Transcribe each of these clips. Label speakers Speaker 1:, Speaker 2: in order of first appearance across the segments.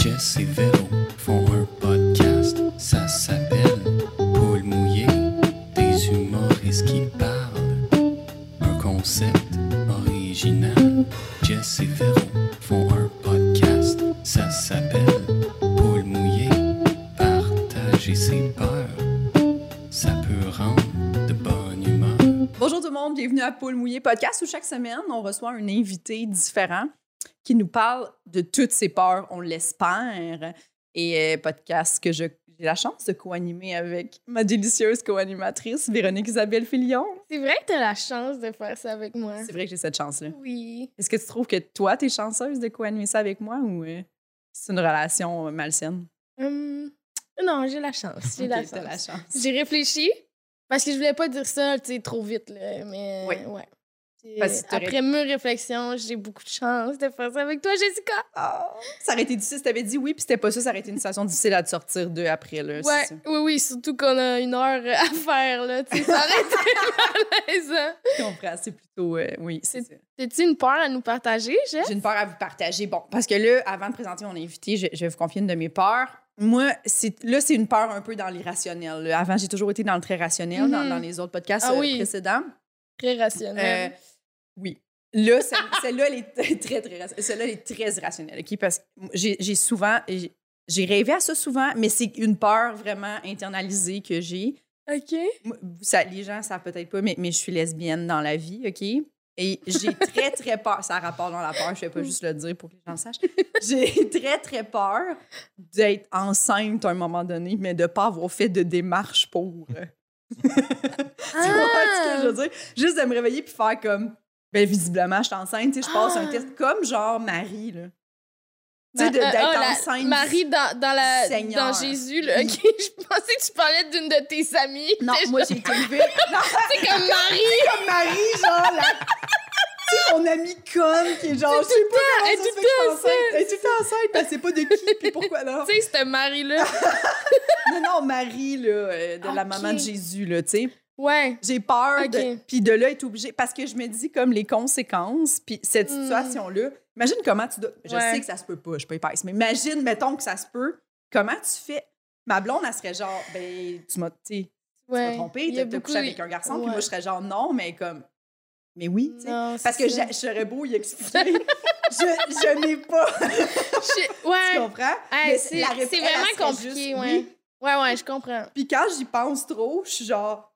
Speaker 1: Jess et Véro font un podcast, ça s'appelle Paul mouillé, des humoristes qui parlent. Un concept original. Jess et Véro font un podcast, ça s'appelle Paul mouillé, partager ses peurs. Ça peut rendre de bonne humeur.
Speaker 2: Bonjour tout le monde, bienvenue à Paul Mouillé Podcast où chaque semaine, on reçoit un invité différent qui nous parle de toutes ses peurs, on l'espère. Et euh, podcast que je- j'ai la chance de co-animer avec ma délicieuse co-animatrice Véronique Isabelle Filion.
Speaker 3: C'est vrai que t'as la chance de faire ça avec moi.
Speaker 2: C'est vrai que j'ai cette chance-là.
Speaker 3: Oui.
Speaker 2: Est-ce que tu trouves que toi, t'es chanceuse de co-animer ça avec moi ou euh, c'est une relation euh, malsaine?
Speaker 3: Hum, non, j'ai la chance. J'ai
Speaker 2: Ok,
Speaker 3: la
Speaker 2: t'as
Speaker 3: chance.
Speaker 2: chance.
Speaker 3: J'ai réfléchi parce que je voulais pas dire ça, tu sais, trop vite, là. Mais
Speaker 2: Oui.
Speaker 3: ouais. Puis,
Speaker 2: Parce que t'aurais-
Speaker 3: Après mes réflexions, j'ai beaucoup de chance de faire ça avec toi, Jessica.
Speaker 2: Ah, ça aurait été difficile si t'avais dit oui, puis c'était pas ça, ça aurait été une situation difficile à te sortir de après. Là,
Speaker 3: Ouais,
Speaker 2: c'est ça.
Speaker 3: oui, oui, surtout qu'on a une heure à faire, là. Tu sais, ça aurait été malaisant.
Speaker 2: Je comprends, c'est plutôt. euh, oui, c'est ça.
Speaker 3: T'as-tu une peur à nous partager, Jess?
Speaker 2: J'ai une peur à vous partager. Bon, parce que là, avant de présenter mon invité, je, je vais vous confier une de mes peurs. Moi, c'est- là, c'est une peur un peu dans l'irrationnel. là. Avant, j'ai toujours été dans le très rationnel, dans,
Speaker 3: Mhm.
Speaker 2: dans les autres podcasts
Speaker 3: Ah
Speaker 2: euh,
Speaker 3: oui.
Speaker 2: précédents.
Speaker 3: Très
Speaker 2: Euh,
Speaker 3: rationnelle.
Speaker 2: oui. Là, celle- celle-là, elle est très, très, raci- celle-là, elle est très irrationnelle, OK? Parce que j'ai j'ai souvent... j'ai- J'ai rêvé à ça souvent, mais c'est une peur vraiment internalisée que j'ai.
Speaker 3: OK.
Speaker 2: Moi, vous sa- les gens savent peut-être pas, mais, mais je suis lesbienne dans la vie, OK? Et j'ai très, très peur. Ça a rapport dans la peur, je vais pas juste le dire pour que les gens le sachent. J'ai très, très peur d'être enceinte à un moment donné, mais de pas avoir fait de démarche pour. euh, Tu vois ce que je veux
Speaker 3: Ah!
Speaker 2: dire? Juste de me réveiller puis faire comme, ben visiblement, je suis enceinte, tu sais, je passe un
Speaker 3: Ah.
Speaker 2: test comme genre Marie, là. Tu
Speaker 3: Ma-
Speaker 2: sais, de-
Speaker 3: euh,
Speaker 2: d'être
Speaker 3: oh, la-
Speaker 2: enceinte.
Speaker 3: Marie dans, dans, la,
Speaker 2: Seigneur.
Speaker 3: dans Jésus, là. OK, je pensais que tu parlais d'une de tes amies.
Speaker 2: Non,
Speaker 3: T'es-
Speaker 2: moi, j'ai été élevée. Non,
Speaker 3: C'est comme Marie,
Speaker 2: comme Marie, genre, la... Tu sais, mon amie conne qui est genre, je sais pas comment
Speaker 3: elle
Speaker 2: ça
Speaker 3: est
Speaker 2: se
Speaker 3: tout
Speaker 2: fait que je suis enceinte. Elle est tout le temps enceinte, elle sait pas de qui puis pourquoi, là.
Speaker 3: tu sais, cette Marie-là.
Speaker 2: Non, non, Marie, là, euh, de la
Speaker 3: Ok.
Speaker 2: maman de Jésus, là, tu sais.
Speaker 3: Ouais.
Speaker 2: J'ai peur,
Speaker 3: Ok.
Speaker 2: de- puis de là être obligée, parce que je me dis comme les conséquences, puis cette
Speaker 3: Hmm.
Speaker 2: situation-là, imagine comment tu dois, je
Speaker 3: Ouais.
Speaker 2: sais que ça se peut pas, je suis pas épaisse, mais imagine, mettons que ça se peut, comment tu fais? Ma blonde, elle serait genre, ben, tu m'as, tu sais, tu m'as
Speaker 3: ouais.
Speaker 2: trompée,
Speaker 3: Il y a
Speaker 2: t'as t'as couché
Speaker 3: beaucoup-
Speaker 2: avec un garçon, puis
Speaker 3: ouais.
Speaker 2: moi, je serais genre, non, mais comme, mais oui, tu sais.
Speaker 3: Non, c'est
Speaker 2: Parce que
Speaker 3: ça.
Speaker 2: j'a- je serais beau y expliquer, je, je n'ai pas,
Speaker 3: Je-
Speaker 2: tu
Speaker 3: Ouais.
Speaker 2: comprends?
Speaker 3: Hey,
Speaker 2: Mais
Speaker 3: c'est
Speaker 2: la
Speaker 3: c'est
Speaker 2: réponse, elle
Speaker 3: vraiment
Speaker 2: serait
Speaker 3: compliqué,
Speaker 2: juste
Speaker 3: ouais.
Speaker 2: oui.
Speaker 3: Ouais, ouais, je comprends.
Speaker 2: Puis quand j'y pense trop, je suis genre,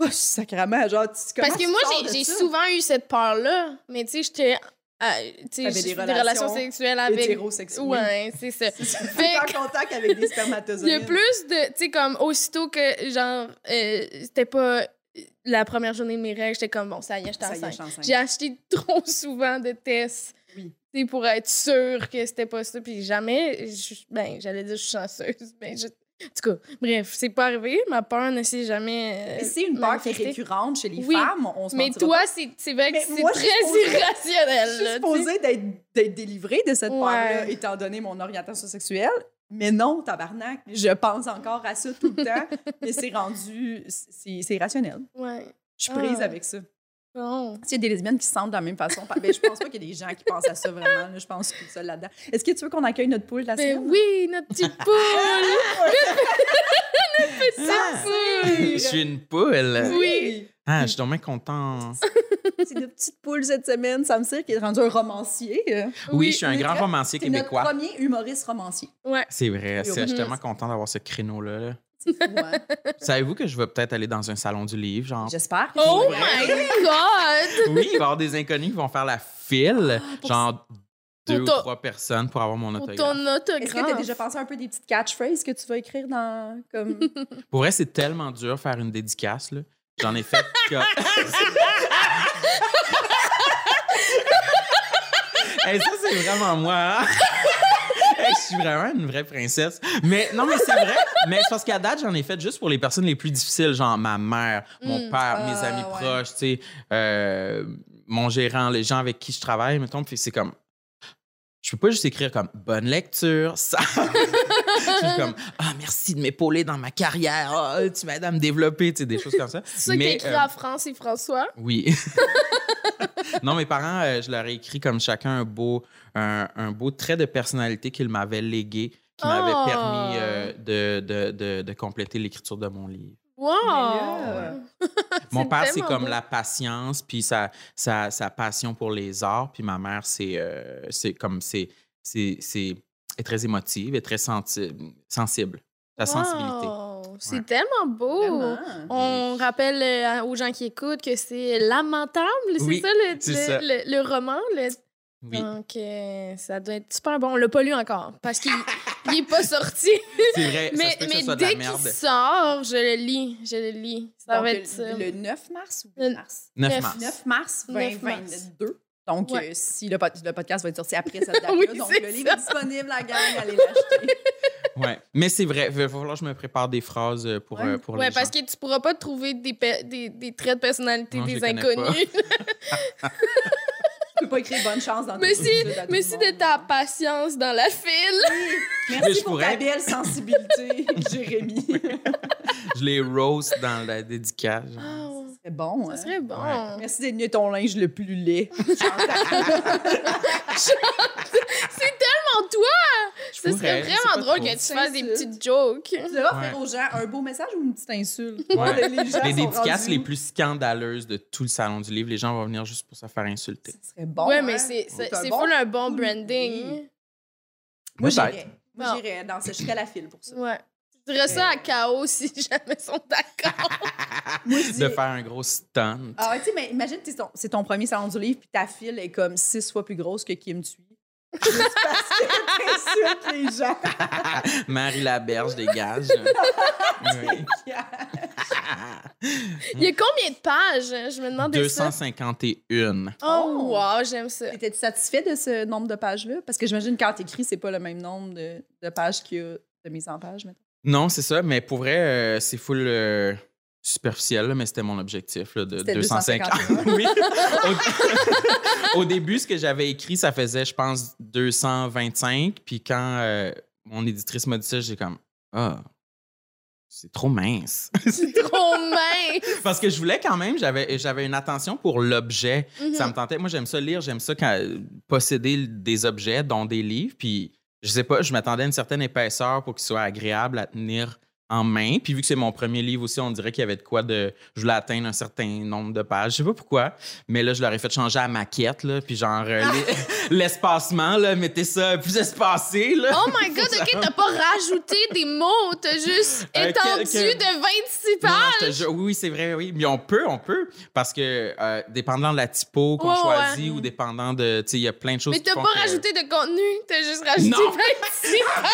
Speaker 2: oh, sacrément, genre, tu
Speaker 3: Parce que moi, j'ai- j'ai souvent eu cette peur-là, mais tu sais, j'étais. euh, tu sais,
Speaker 2: T'avais
Speaker 3: j'ai
Speaker 2: des
Speaker 3: des
Speaker 2: relations
Speaker 3: relations sexuelles avec.
Speaker 2: hétérosexuel.
Speaker 3: Ouais, c'est ça.
Speaker 2: T'es en contact avec des
Speaker 3: Il y a
Speaker 2: spermatozoïdes.
Speaker 3: plus de. Tu sais, comme aussitôt que, genre, euh, c'était pas la première journée de mes règles, j'étais comme, bon, ça y est, j'étais
Speaker 2: Ça y est, je
Speaker 3: enceinte.
Speaker 2: suis enceinte.
Speaker 3: J'ai acheté trop souvent de tests.
Speaker 2: Oui.
Speaker 3: tu sais, pour être sûre que c'était pas ça. Puis jamais, je- ben, j'allais dire je suis chanceuse. Mais je- En tout cas, bref, c'est pas arrivé. Ma peur ne s'est jamais. euh,
Speaker 2: Mais C'est une peur qui est
Speaker 3: manifestée.
Speaker 2: récurrente chez les
Speaker 3: Oui.
Speaker 2: femmes. On se
Speaker 3: Mais
Speaker 2: mentira
Speaker 3: toi,
Speaker 2: pas.
Speaker 3: c'est c'est vrai que
Speaker 2: Mais
Speaker 3: c'est
Speaker 2: moi, je suis
Speaker 3: très
Speaker 2: supposée- je
Speaker 3: irrationnel.
Speaker 2: suis
Speaker 3: là, tu sais.
Speaker 2: supposée d'être d'être délivrée de cette
Speaker 3: Ouais.
Speaker 2: peur-là, étant donné mon orientation sexuelle. Mais non, tabarnak, je pense encore à ça tout le temps. Mais c'est rendu, c'est c'est rationnel.
Speaker 3: Ouais.
Speaker 2: Je suis prise
Speaker 3: Ah.
Speaker 2: avec ça.
Speaker 3: Bon.
Speaker 2: S'il y a des lesbiennes qui se sentent de la même façon, pa- ben, je pense pas qu'il y a des gens qui pensent à ça vraiment. là. je pense que je suis seule là-dedans. Est-ce que tu veux qu'on accueille notre poule la
Speaker 3: Ben
Speaker 2: semaine? Ah,
Speaker 3: oui, notre petite poule! notre
Speaker 2: Oui.
Speaker 3: petite
Speaker 4: Je suis une poule.
Speaker 3: oui.
Speaker 4: Ah, je suis donc bien content.
Speaker 2: C'est notre petite poule cette semaine, Sam Cyr, qui est rendu un romancier.
Speaker 4: Oui, je suis un grand romancier
Speaker 2: C'est notre
Speaker 4: québécois.
Speaker 2: premier humoriste romancier.
Speaker 3: poule! Ouais.
Speaker 4: C'est vrai, c'est- je suis
Speaker 3: Mhm.
Speaker 4: tellement content d'avoir ce créneau-là. là.
Speaker 2: C'est fou, hein?
Speaker 4: Savez-vous que je vais peut-être aller dans un salon du livre, genre...
Speaker 2: J'espère. que-
Speaker 3: Oh my god!
Speaker 4: Oui, il va y avoir des inconnus qui vont faire la file, genre deux ou
Speaker 3: ton-
Speaker 4: trois personnes pour avoir mon
Speaker 3: Pour
Speaker 4: autographe.
Speaker 3: ton
Speaker 2: Est-ce que tu as
Speaker 3: autographe.
Speaker 2: déjà pensé un peu des petites catchphrases que tu vas écrire dans. Comme...
Speaker 4: Pour vrai, c'est tellement dur faire une dédicace, là. J'en ai fait comme... Hey, ça, c'est vraiment moi. hein? Hey, je suis vraiment une vraie princesse. Mais non, mais c'est vrai. Mais c'est parce qu'à date, j'en ai fait juste pour les personnes les plus difficiles, genre ma mère, mon
Speaker 3: Mm.
Speaker 4: père,
Speaker 2: Ah,
Speaker 4: mes amis
Speaker 2: ouais.
Speaker 4: proches, tu sais, euh, mon gérant, les gens avec qui je travaille, mettons. Puis c'est comme. Je peux pas juste écrire comme bonne lecture, ça. Je suis comme, ah, merci de m'épauler dans ma carrière. Ah, tu m'aides à me développer, tu sais, des choses comme ça.
Speaker 3: C'est ça qui est écrit
Speaker 4: euh,
Speaker 3: à France et François.
Speaker 4: oui. non, mes parents, euh, je leur ai écrit comme chacun un beau, un, un beau trait de personnalité qu'ils m'avaient légué, qui m'avait
Speaker 3: Ah.
Speaker 4: permis euh, de, de- de- de compléter l'écriture de mon livre.
Speaker 3: Wow!
Speaker 2: là,
Speaker 4: Mon père, c'est
Speaker 3: Ah, tellement
Speaker 4: comme
Speaker 3: beau.
Speaker 4: la patience, puis sa, sa, sa passion pour les arts, puis ma mère, c'est euh, c'est comme c'est c'est c'est est très émotive, est très senti- sensible, la sensibilité.
Speaker 3: Wow! C'est
Speaker 4: Ouais.
Speaker 3: tellement beau!
Speaker 2: Vraiment.
Speaker 3: On rappelle euh, aux gens qui écoutent que c'est lamentable, c'est
Speaker 4: Oui,
Speaker 3: ça, le,
Speaker 4: c'est
Speaker 3: le-
Speaker 4: ça.
Speaker 3: le- le roman? le-
Speaker 4: Oui,
Speaker 3: Donc, euh, ça doit être super bon. On l'a pas lu encore parce qu'il il est pas sorti.
Speaker 4: c'est vrai. Eh, ça
Speaker 3: mais
Speaker 4: se peut que
Speaker 3: mais
Speaker 4: ce soit de la
Speaker 3: dès qu'il
Speaker 4: merde.
Speaker 3: sort, je le lis. Je le lis. Ça
Speaker 2: Donc,
Speaker 3: va
Speaker 2: le-
Speaker 3: être ça.
Speaker 2: le 9 mars ou
Speaker 3: Le-
Speaker 2: 8 mars?
Speaker 4: 9
Speaker 3: neuf,
Speaker 4: mars.
Speaker 2: 9 mars
Speaker 3: 9 mars.
Speaker 2: 2022. Donc,
Speaker 3: Ouais.
Speaker 2: euh, si le, pod- le podcast va être sorti après cette date-là,
Speaker 3: Oui,
Speaker 2: donc
Speaker 3: c'est
Speaker 2: le livre est disponible, la gang, allez l'acheter.
Speaker 4: Ouais. Mais c'est vrai, il va falloir que je me prépare des phrases euh, pour,
Speaker 2: Ouais.
Speaker 4: euh, pour
Speaker 3: Ouais,
Speaker 4: les
Speaker 3: parce
Speaker 4: gens.
Speaker 3: que tu pourras pas trouver des, pe- des, des traits de personnalité
Speaker 4: Non, je
Speaker 3: des
Speaker 4: les connais pas.
Speaker 3: inconnus.
Speaker 2: Tu peux pas écrire bonne chance dans
Speaker 3: mais
Speaker 2: tes
Speaker 3: si,
Speaker 2: études à tout
Speaker 3: mais
Speaker 2: le
Speaker 3: si
Speaker 2: monde.
Speaker 3: de ta patience dans la file.
Speaker 4: Mais je
Speaker 2: Merci pour ta
Speaker 4: pourrais.
Speaker 2: belle sensibilité, Jérémy.
Speaker 4: Je les roast dans la
Speaker 2: Ah,
Speaker 4: dédicace. genre.
Speaker 2: C'est bon, hein?
Speaker 3: ça serait bon.
Speaker 4: Ouais.
Speaker 2: Merci d'être ton linge le plus laid.
Speaker 3: Comment toi?
Speaker 4: Je
Speaker 3: Ce serait
Speaker 4: pourrais, je sais pas
Speaker 3: vraiment drôle
Speaker 4: trop.
Speaker 3: que tu fasses des
Speaker 2: Insulte.
Speaker 3: petites jokes.
Speaker 2: Tu devras
Speaker 4: Ouais.
Speaker 2: faire aux gens un beau message ou une petite insulte.
Speaker 4: Ouais.
Speaker 2: Les, gens
Speaker 4: Les
Speaker 2: sont
Speaker 4: dédicaces
Speaker 2: rendus
Speaker 4: les
Speaker 2: où?
Speaker 4: plus scandaleuses de tout le salon du livre, les gens vont venir juste pour se faire insulter.
Speaker 2: Ça serait bon.
Speaker 3: ouais,
Speaker 2: hein?
Speaker 3: mais c'est c'est
Speaker 2: C'est un
Speaker 3: c'est
Speaker 2: bon-
Speaker 3: full un bon
Speaker 2: cool
Speaker 3: branding.
Speaker 2: idée. Moi,
Speaker 4: Peut-être.
Speaker 2: j'irais. Moi,
Speaker 3: Bon.
Speaker 2: j'irais dans ce. Je serais à la file pour ça.
Speaker 3: Ouais. Je dirais ça à
Speaker 4: Euh.
Speaker 3: Chaos si jamais ils sont d'accord.
Speaker 2: Moi, je dis-
Speaker 4: de faire un gros stunt.
Speaker 2: Ah, ouais, tu sais, mais imagine, t'es ton- c'est ton premier salon du livre, puis ta file est comme six fois plus grosse que Kim Tui. Juste parce que t'insultes les gens.
Speaker 4: Marie Laberge dégage. Oui.
Speaker 3: Il y a combien de pages? hein? Je me demandais ça.
Speaker 4: 251.
Speaker 3: Oh, wow, j'aime ça.
Speaker 2: Étais-tu satisfait de ce nombre de pages-là? Parce que j'imagine quand t'écris, c'est pas le même nombre de, de pages qu'il y a de mise en page. mettons.
Speaker 4: Non, c'est ça, mais pour vrai, euh, c'est full euh, superficiel, là, mais c'était mon objectif là, de
Speaker 2: C'était
Speaker 4: 250. oui. Au, au début, ce que j'avais écrit, ça faisait, je pense, 225. Puis quand euh, mon éditrice m'a dit ça, j'ai comme Ah, c'est trop mince.
Speaker 3: C'est trop mince.
Speaker 4: Parce que je voulais quand même, j'avais j'avais une attention pour l'objet.
Speaker 3: Mhm.
Speaker 4: Ça me tentait. Moi, j'aime ça lire, j'aime ça quand, posséder des objets, dont des livres. Puis, je sais pas, je m'attendais à une certaine épaisseur pour qu'il soit agréable à tenir en main. Puis, vu que c'est mon premier livre aussi, on dirait qu'il y avait de quoi de. Je voulais atteindre un certain nombre de pages. Je sais pas pourquoi, mais là, je leur ai fait changer à maquette, là. Puis, genre, euh, les- l'espacement, là, mettez ça plus espacé, là.
Speaker 3: Oh my god, ok, t'as pas rajouté des mots, t'as juste
Speaker 4: Euh, que-
Speaker 3: étendu
Speaker 4: que-
Speaker 3: de 26
Speaker 4: Non,
Speaker 3: pages.
Speaker 4: non, je te jure, oui, oui, c'est vrai, oui. Mais on peut, on peut. Parce que euh, dépendant de la typo qu'on
Speaker 3: Ouais,
Speaker 4: choisit
Speaker 3: ouais.
Speaker 4: ou dépendant de. Tu sais, il y a plein de choses.
Speaker 3: Mais
Speaker 4: qui
Speaker 3: t'as
Speaker 4: font
Speaker 3: pas
Speaker 4: que-
Speaker 3: rajouté de contenu, t'as juste rajouté
Speaker 4: Non.
Speaker 3: 26 pages.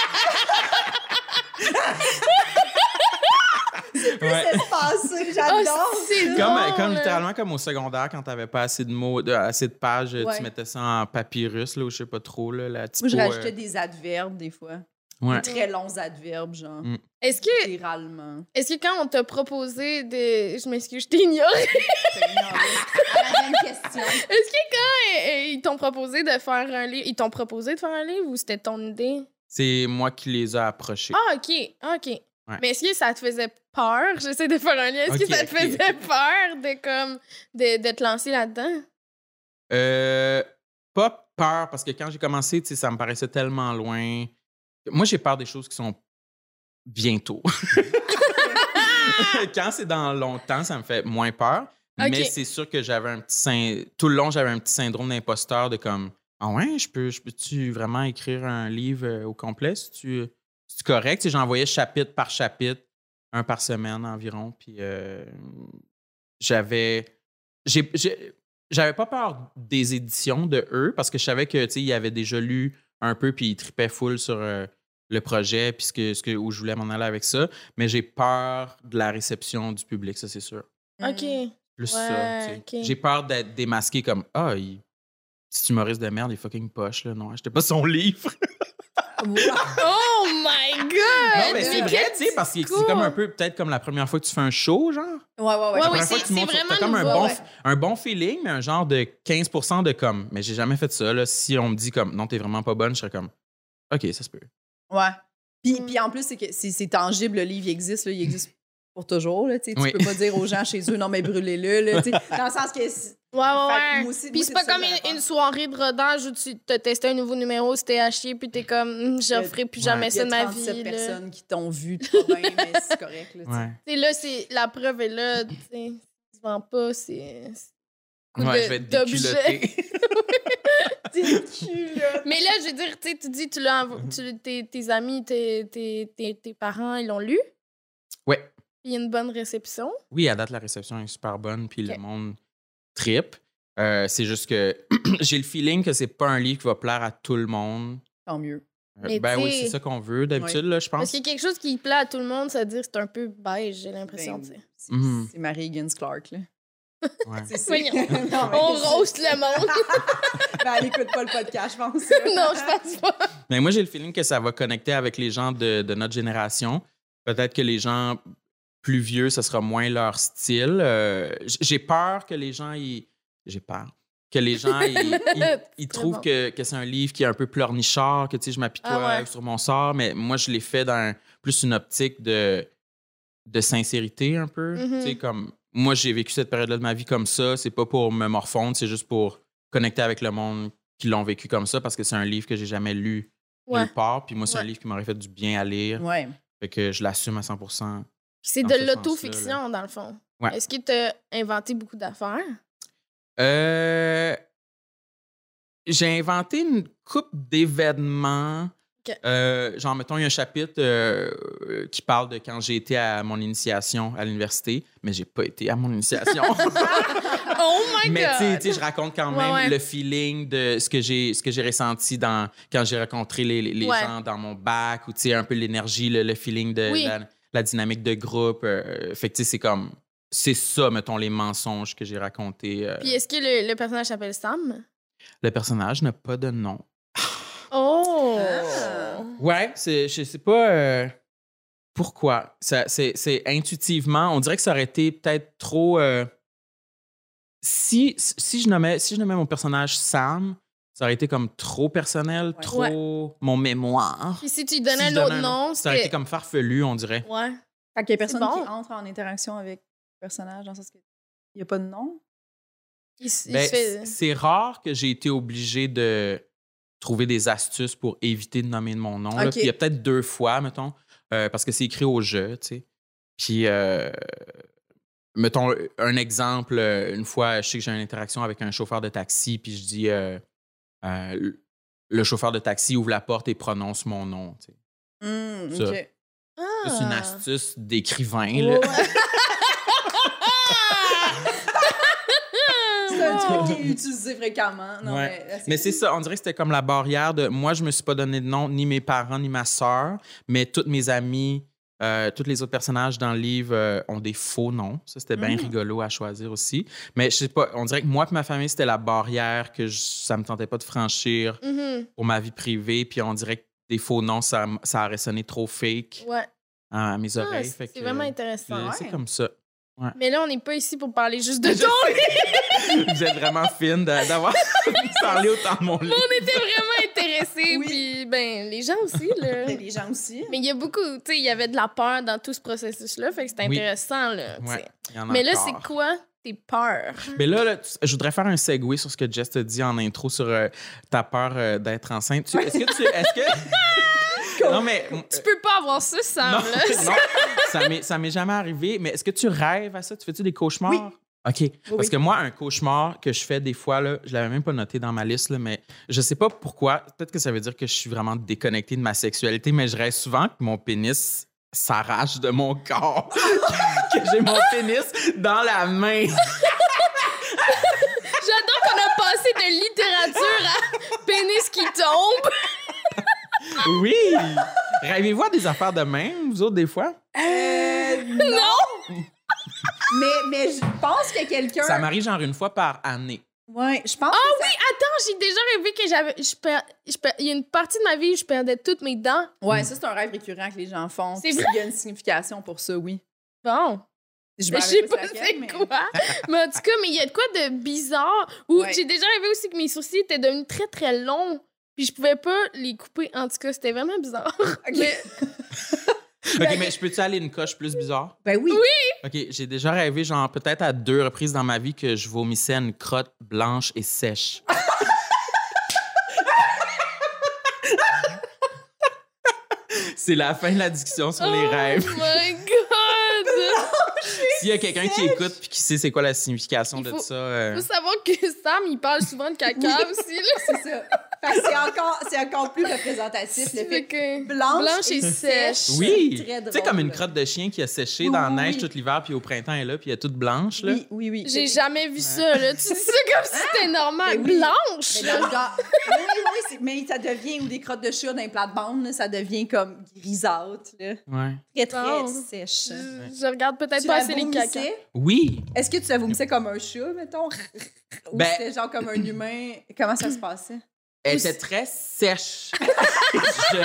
Speaker 4: Ouais.
Speaker 2: C'est passé,
Speaker 3: Oh,
Speaker 2: j'adore.
Speaker 3: c'est drôle.
Speaker 4: Comme, euh, comme
Speaker 3: là.
Speaker 4: littéralement comme au secondaire, quand t'avais pas assez de mots, de- assez de pages,
Speaker 2: Ouais.
Speaker 4: tu mettais ça en papyrus, là, ou je sais pas trop, là, la typo.
Speaker 2: Moi, je rajoutais
Speaker 4: euh,
Speaker 2: des adverbes des fois.
Speaker 4: ouais.
Speaker 2: Très longs adverbes, genre.
Speaker 4: Mm.
Speaker 3: Est-ce que,
Speaker 2: Littéralement.
Speaker 3: est-ce que quand on t'a proposé de. Je m'excuse, je t'ignoré.
Speaker 2: Fait ignorer. la même question.
Speaker 3: Est-ce que quand euh, ils t'ont proposé de faire un livre. Ils t'ont proposé de faire un livre ou c'était ton idée?
Speaker 4: C'est moi qui les ai approchés.
Speaker 3: Ah, OK. OK. Mais est-ce que ça te faisait peur? J'essaie de faire un lien. Est-ce
Speaker 4: Ok,
Speaker 3: que ça te
Speaker 4: ok.
Speaker 3: faisait peur de, comme, de, de te lancer là-dedans?
Speaker 4: Euh, pas peur, parce que quand j'ai commencé, tu sais, ça me paraissait tellement loin. Moi, j'ai peur des choses qui sont bientôt. quand c'est dans longtemps, ça me fait moins peur.
Speaker 3: Ok.
Speaker 4: Mais c'est sûr que j'avais un petit... syn- Tout le long, j'avais un petit syndrome d'imposteur de comme... Ah ouais, je peux, je peux-tu vraiment écrire un livre euh, au complet? Si tu, si tu correct, Tu sais, j'envoyais chapitre par chapitre, un par semaine environ. Puis euh, j'avais, j'ai- j'ai- j'avais pas peur des éditions de eux parce que je savais que tu sais, ils avaient déjà lu un peu puis ils tripaient full sur euh, le projet puis ce que, ce que, où je voulais m'en aller avec ça. Mais j'ai peur de la réception du public, ça c'est sûr.
Speaker 3: OK.
Speaker 4: Plus
Speaker 3: Ouais,
Speaker 4: ça. tu sais.
Speaker 3: ok.
Speaker 4: J'ai peur d'être démasqué comme ah, il, petit humoriste de merde, il est fucking poche là. Non, j'étais pas son livre.
Speaker 3: Oh my God!
Speaker 4: non, mais c'est
Speaker 3: Mais
Speaker 4: vrai,
Speaker 3: quel
Speaker 4: tu sais, parce que c'est
Speaker 3: discours!
Speaker 4: comme un peu peut-être comme la première fois que tu fais un show, genre.
Speaker 2: Ouais, ouais, ouais.
Speaker 3: Ouais,
Speaker 4: La
Speaker 3: ouais,
Speaker 4: première fois
Speaker 3: Ah c'est-
Speaker 4: que tu montes
Speaker 3: c'est
Speaker 4: sur- t'as
Speaker 3: vraiment
Speaker 4: comme un
Speaker 3: nouveau,
Speaker 4: bon,
Speaker 3: ouais.
Speaker 4: f- un bon feeling, mais un genre de 15 de comme. Mais j'ai jamais fait ça. Là. Si on me dit comme non, t'es vraiment pas bonne, je serais comme OK, ça se peut.
Speaker 2: Ouais. Puis,
Speaker 3: Mm.
Speaker 2: puis en plus, c'est que c'est c'est tangible, le livre il existe, là, il existe pour toujours. Là, tu sais, tu
Speaker 4: Oui.
Speaker 2: peux pas dire aux gens chez eux, non, mais brûlez-le. là, tu sais, Dans le sens que. c'est-
Speaker 3: Ouais, Ah, ouais,
Speaker 2: moi
Speaker 3: ouais.
Speaker 2: aussi- moi,
Speaker 3: Puis
Speaker 2: c'est
Speaker 3: c'est pas
Speaker 2: ça que
Speaker 3: comme
Speaker 2: j'aurais peur.
Speaker 3: une, une soirée de rodage où tu te testais un nouveau numéro, c'était à chier, puis t'es comme, Hum, je
Speaker 2: Il y a-
Speaker 3: referai plus
Speaker 4: ouais.
Speaker 3: jamais
Speaker 2: Il y
Speaker 3: ça
Speaker 2: a
Speaker 3: de ma vie.
Speaker 2: 37
Speaker 3: là.
Speaker 2: personnes qui t'ont vu, puis pas bien, mais c'est correct. Là, tu sais.
Speaker 4: Ouais.
Speaker 3: Tu sais, là, c'est la preuve est là, tu sais, tu vends pas, c'est. Beaucoup
Speaker 4: Ouais,
Speaker 3: de-
Speaker 4: je vais être
Speaker 3: d'objets.
Speaker 4: déculottée.
Speaker 3: Mais là, je veux dire, tu sais, tu dis, tu l'as, envo- tu- tes, tes amis, tes, tes, tes, tes parents, ils l'ont lu.
Speaker 4: Ouais.
Speaker 3: Il y a une bonne réception.
Speaker 4: Oui, à date, la réception est super bonne, puis
Speaker 3: Ok.
Speaker 4: le monde tripe. Euh, c'est juste que j'ai le feeling que c'est pas un livre qui va plaire à tout le monde.
Speaker 2: Tant mieux.
Speaker 4: Euh,
Speaker 3: Mais
Speaker 4: ben oui,
Speaker 3: t'sais-
Speaker 4: c'est ça qu'on veut d'habitude, là, je
Speaker 3: Parce
Speaker 4: pense.
Speaker 3: qu'il y a quelque chose qui plaît à tout le monde, c'est-à-dire c'est un peu beige, j'ai l'impression.
Speaker 2: Ben,
Speaker 3: tu sais.
Speaker 2: c'est
Speaker 4: Mhm.
Speaker 2: c'est Mary Higgins Clark. Là.
Speaker 4: Ouais.
Speaker 2: C'est ça.
Speaker 3: Voyons.
Speaker 2: Non, mais
Speaker 3: On
Speaker 2: c'est-
Speaker 3: roast le monde.
Speaker 2: Ben, elle écoute pas le podcast, je pense.
Speaker 3: non, je pense pas.
Speaker 4: Mais moi, j'ai le feeling que ça va connecter avec les gens de, de notre génération. Peut-être que les gens plus vieux, ce sera moins leur style. Euh, j- j'ai peur que les gens y... J'ai peur. Que les gens ils, ils- ils
Speaker 3: Très
Speaker 4: trouvent
Speaker 3: bon.
Speaker 4: que, que c'est un livre qui est un peu pleurnichard, que tu sais, je m'apitoie
Speaker 3: Ah ouais.
Speaker 4: sur mon sort, mais moi, je l'ai fait dans un- plus une optique de, de sincérité un peu.
Speaker 3: Mhm.
Speaker 4: Tu sais, comme moi, j'ai vécu cette période-là de ma vie comme ça. C'est pas pour me morfondre, c'est juste pour connecter avec le monde qui l'ont vécu comme ça parce que c'est un livre que j'ai jamais lu
Speaker 3: Ouais.
Speaker 4: nulle part. Puis moi, c'est un
Speaker 3: Ouais.
Speaker 4: livre qui m'aurait fait du bien à lire.
Speaker 2: Ouais.
Speaker 4: Fait que je l'assume à 100
Speaker 3: C'est
Speaker 4: Dans
Speaker 3: de
Speaker 4: ce sens-là,
Speaker 3: l'autofiction, dans le fond.
Speaker 4: Ouais.
Speaker 3: Est-ce que t'as inventé beaucoup d'affaires?
Speaker 4: Euh, J'ai inventé une coupe d'événements.
Speaker 3: Ok.
Speaker 4: Euh, genre, mettons, il y a un chapitre euh, euh, qui parle de quand j'ai été à mon initiation à l'université, mais j'ai pas été à mon initiation.
Speaker 3: Oh my
Speaker 4: mais tu sais-
Speaker 3: god!
Speaker 4: tu sais, je raconte quand
Speaker 3: Ouais,
Speaker 4: même
Speaker 3: ouais.
Speaker 4: le feeling de ce que j'ai ce que j'ai ressenti dans quand j'ai rencontré les, les- les
Speaker 3: Ouais.
Speaker 4: gens dans mon bac ou tu sais un peu l'énergie le, le feeling de
Speaker 3: Oui.
Speaker 4: la, la dynamique de groupe euh, fait que tu sais c'est comme c'est ça mettons les mensonges que j'ai racontés euh.
Speaker 3: Puis est-ce que le, le personnage s'appelle Sam?
Speaker 4: le personnage n'a pas de nom
Speaker 3: Oh!
Speaker 2: Ah.
Speaker 4: ouais c'est je sais pas euh, pourquoi ça c'est c'est intuitivement on dirait que ça aurait été peut-être trop euh, si si je nommais si je nommais mon personnage Sam ça aurait été comme trop personnel,
Speaker 2: Ouais.
Speaker 4: trop mon mémoire.
Speaker 3: Puis si tu lui donnais
Speaker 4: Si je
Speaker 3: un
Speaker 4: donnais
Speaker 3: autre
Speaker 4: un
Speaker 3: nom,
Speaker 4: Ça aurait été
Speaker 3: c'était.
Speaker 4: comme farfelu, on dirait.
Speaker 3: Ouais.
Speaker 2: Fait qu'il y a personne
Speaker 3: bon.
Speaker 2: qui entre en interaction avec le personnage, dans le sens que. Il n'y a pas de nom.
Speaker 3: Il, s- il
Speaker 4: Ben,
Speaker 3: se fait.
Speaker 4: C'est rare que j'ai été obligé de trouver des astuces pour éviter de nommer de mon nom. là.
Speaker 2: Ok.
Speaker 4: Puis il y a peut-être deux fois, mettons, euh, parce que c'est écrit au jeu, tu sais. Puis, euh, mettons, un exemple, euh, une fois, je sais que j'ai une interaction avec un chauffeur de taxi, puis je dis, euh, euh, le chauffeur de taxi ouvre la porte et prononce mon nom. tu sais.
Speaker 2: Hum,
Speaker 4: Ça.
Speaker 2: ok.
Speaker 3: Ah. Oh!
Speaker 4: C'est une astuce d'écrivain, là.
Speaker 3: Ah,
Speaker 2: C'est un
Speaker 3: Wow.
Speaker 2: truc qui est utilisé fréquemment. Non,
Speaker 4: Ouais.
Speaker 2: mais, là,
Speaker 4: Mais c'est ça, on dirait que c'était comme la barrière de moi, je me suis pas donné de nom, ni mes parents, ni ma sœur, mais toutes mes amies, euh, tous les autres personnages dans le livre euh, ont des faux noms. Ça, c'était bien
Speaker 2: Mm.
Speaker 4: rigolo à choisir aussi. Mais je sais pas, on dirait que moi et ma famille, c'était la barrière que je- ça me tentait pas de franchir
Speaker 3: Mhm.
Speaker 4: pour ma vie privée. Puis on dirait que des faux noms, ça, m- ça aurait sonné trop fake
Speaker 3: Ouais.
Speaker 4: à, à mes
Speaker 3: Ah,
Speaker 4: oreilles. Fait
Speaker 3: c'est
Speaker 4: que,
Speaker 3: vraiment
Speaker 4: euh,
Speaker 3: intéressant.
Speaker 4: C'est
Speaker 2: ouais.
Speaker 4: comme ça.
Speaker 3: Mais là, on n'est pas ici pour parler juste de
Speaker 4: Je
Speaker 3: toi.
Speaker 4: Vous êtes vraiment fine d'a- d'avoir parlé autant de mon livre.
Speaker 3: On était vraiment intéressés.
Speaker 2: Oui.
Speaker 3: Puis, ben, les gens aussi, là.
Speaker 2: Mais les gens aussi.
Speaker 3: Mais il y a beaucoup, tu sais, il y avait de la peur dans tout ce processus-là, fait que c'était
Speaker 4: Oui.
Speaker 3: intéressant, là. tu sais.
Speaker 4: Ouais, il y en a
Speaker 3: Mais là,
Speaker 4: encore.
Speaker 3: c'est quoi tes peurs?
Speaker 4: Mais là, là, tu- je voudrais faire un segue sur ce que Jess t'a dit en intro sur euh, ta peur euh, d'être enceinte. Tu- Est-ce que tu. Est-ce que. non, mais.
Speaker 3: Tu peux pas avoir ça, Sam,
Speaker 4: non,
Speaker 3: là.
Speaker 4: non, ça m'est- ça m'est jamais arrivé. Mais est-ce que tu rêves à ça? Tu fais-tu des cauchemars?
Speaker 2: Oui.
Speaker 4: OK. Parce que moi, un cauchemar que je fais des fois, là, je l'avais même pas noté dans ma liste, là, mais je sais pas pourquoi. Peut-être que ça veut dire que je suis vraiment déconnecté de ma sexualité, mais je rêve souvent que mon pénis s'arrache de mon corps. que j'ai mon pénis dans la main.
Speaker 3: J'adore qu'on a passé de littérature à pénis qui tombe.
Speaker 4: Oui! Rêvez-vous à des affaires de même, vous autres, des fois?
Speaker 3: Ah!
Speaker 2: Euh, non! mais, mais je pense que quelqu'un.
Speaker 4: Ça m'arrive genre une fois par année.
Speaker 2: Ouais, je pense
Speaker 3: Ah
Speaker 2: que ça-
Speaker 3: Attends, j'ai déjà rêvé que j'avais. je per- je per- Il y a une partie de ma vie où je perdais toutes mes dents.
Speaker 2: Ouais, ça, c'est un rêve récurrent que les gens font.
Speaker 3: C'est
Speaker 2: Puis
Speaker 3: vrai?
Speaker 2: Il y a une signification pour ça, oui.
Speaker 3: Bon.
Speaker 2: Je
Speaker 3: Je
Speaker 2: me
Speaker 3: sais
Speaker 2: rappelle
Speaker 3: pas
Speaker 2: laquelle,
Speaker 3: c'est
Speaker 2: mais-
Speaker 3: quoi. mais en tout cas, mais il y a de quoi de bizarre où
Speaker 2: Ouais.
Speaker 3: j'ai déjà rêvé aussi que mes sourcils étaient devenus très très longs. Puis je pouvais pas les couper. En tout cas, c'était vraiment bizarre. Mais-
Speaker 4: OK, mais je peux-tu aller une coche plus bizarre?
Speaker 2: Ben oui.
Speaker 4: OK, j'ai déjà rêvé, genre, peut-être à deux reprises dans ma vie que je vomissais une crotte blanche et sèche. C'est la fin de la discussion sur les
Speaker 3: oh
Speaker 4: rêves.
Speaker 3: my God!
Speaker 4: S'il y a quelqu'un qui écoute puis qui sait c'est quoi la signification
Speaker 3: Il
Speaker 4: de
Speaker 3: faut-
Speaker 4: ça, euh,
Speaker 3: Faut savoir que Sam, il parle souvent de caca aussi, là.
Speaker 2: C'est ça. Fait que c'est encore, c'est encore plus représentatif le
Speaker 3: Fait
Speaker 2: fait
Speaker 3: que
Speaker 2: blanche
Speaker 3: blanche et
Speaker 2: et
Speaker 3: sèche.
Speaker 4: oui,
Speaker 2: très
Speaker 4: tu sais
Speaker 2: drôle.
Speaker 4: comme une crotte de chien qui a séché
Speaker 2: Oui,
Speaker 4: dans la
Speaker 2: oui,
Speaker 4: neige
Speaker 2: oui.
Speaker 4: tout l'hiver puis au printemps elle est là puis elle est toute blanche là.
Speaker 2: Oui, oui, oui.
Speaker 3: J'ai jamais vu ça, là. Tu dis ça comme si c'était normal.
Speaker 2: Ben oui.
Speaker 3: Blanche!
Speaker 2: Mais dans le genre- oui, oui, oui, c'est- mais ça devient, ou des crottes de chat d'un plat de bande, ça devient comme grisâtre, là.
Speaker 4: Ouais.
Speaker 2: très, très
Speaker 3: Bon.
Speaker 2: sèche.
Speaker 3: Je, je regarde Oh. peut-être
Speaker 2: hein. Tu
Speaker 3: pas
Speaker 2: la
Speaker 3: assez les caca.
Speaker 2: vomissais?
Speaker 4: Oui,
Speaker 2: Est-ce que tu la vomissais comme un chat, mettons? Ou
Speaker 4: Ben-
Speaker 2: c'était genre comme un humain? Comment ça se passait?
Speaker 4: elle était très sèche. je, je-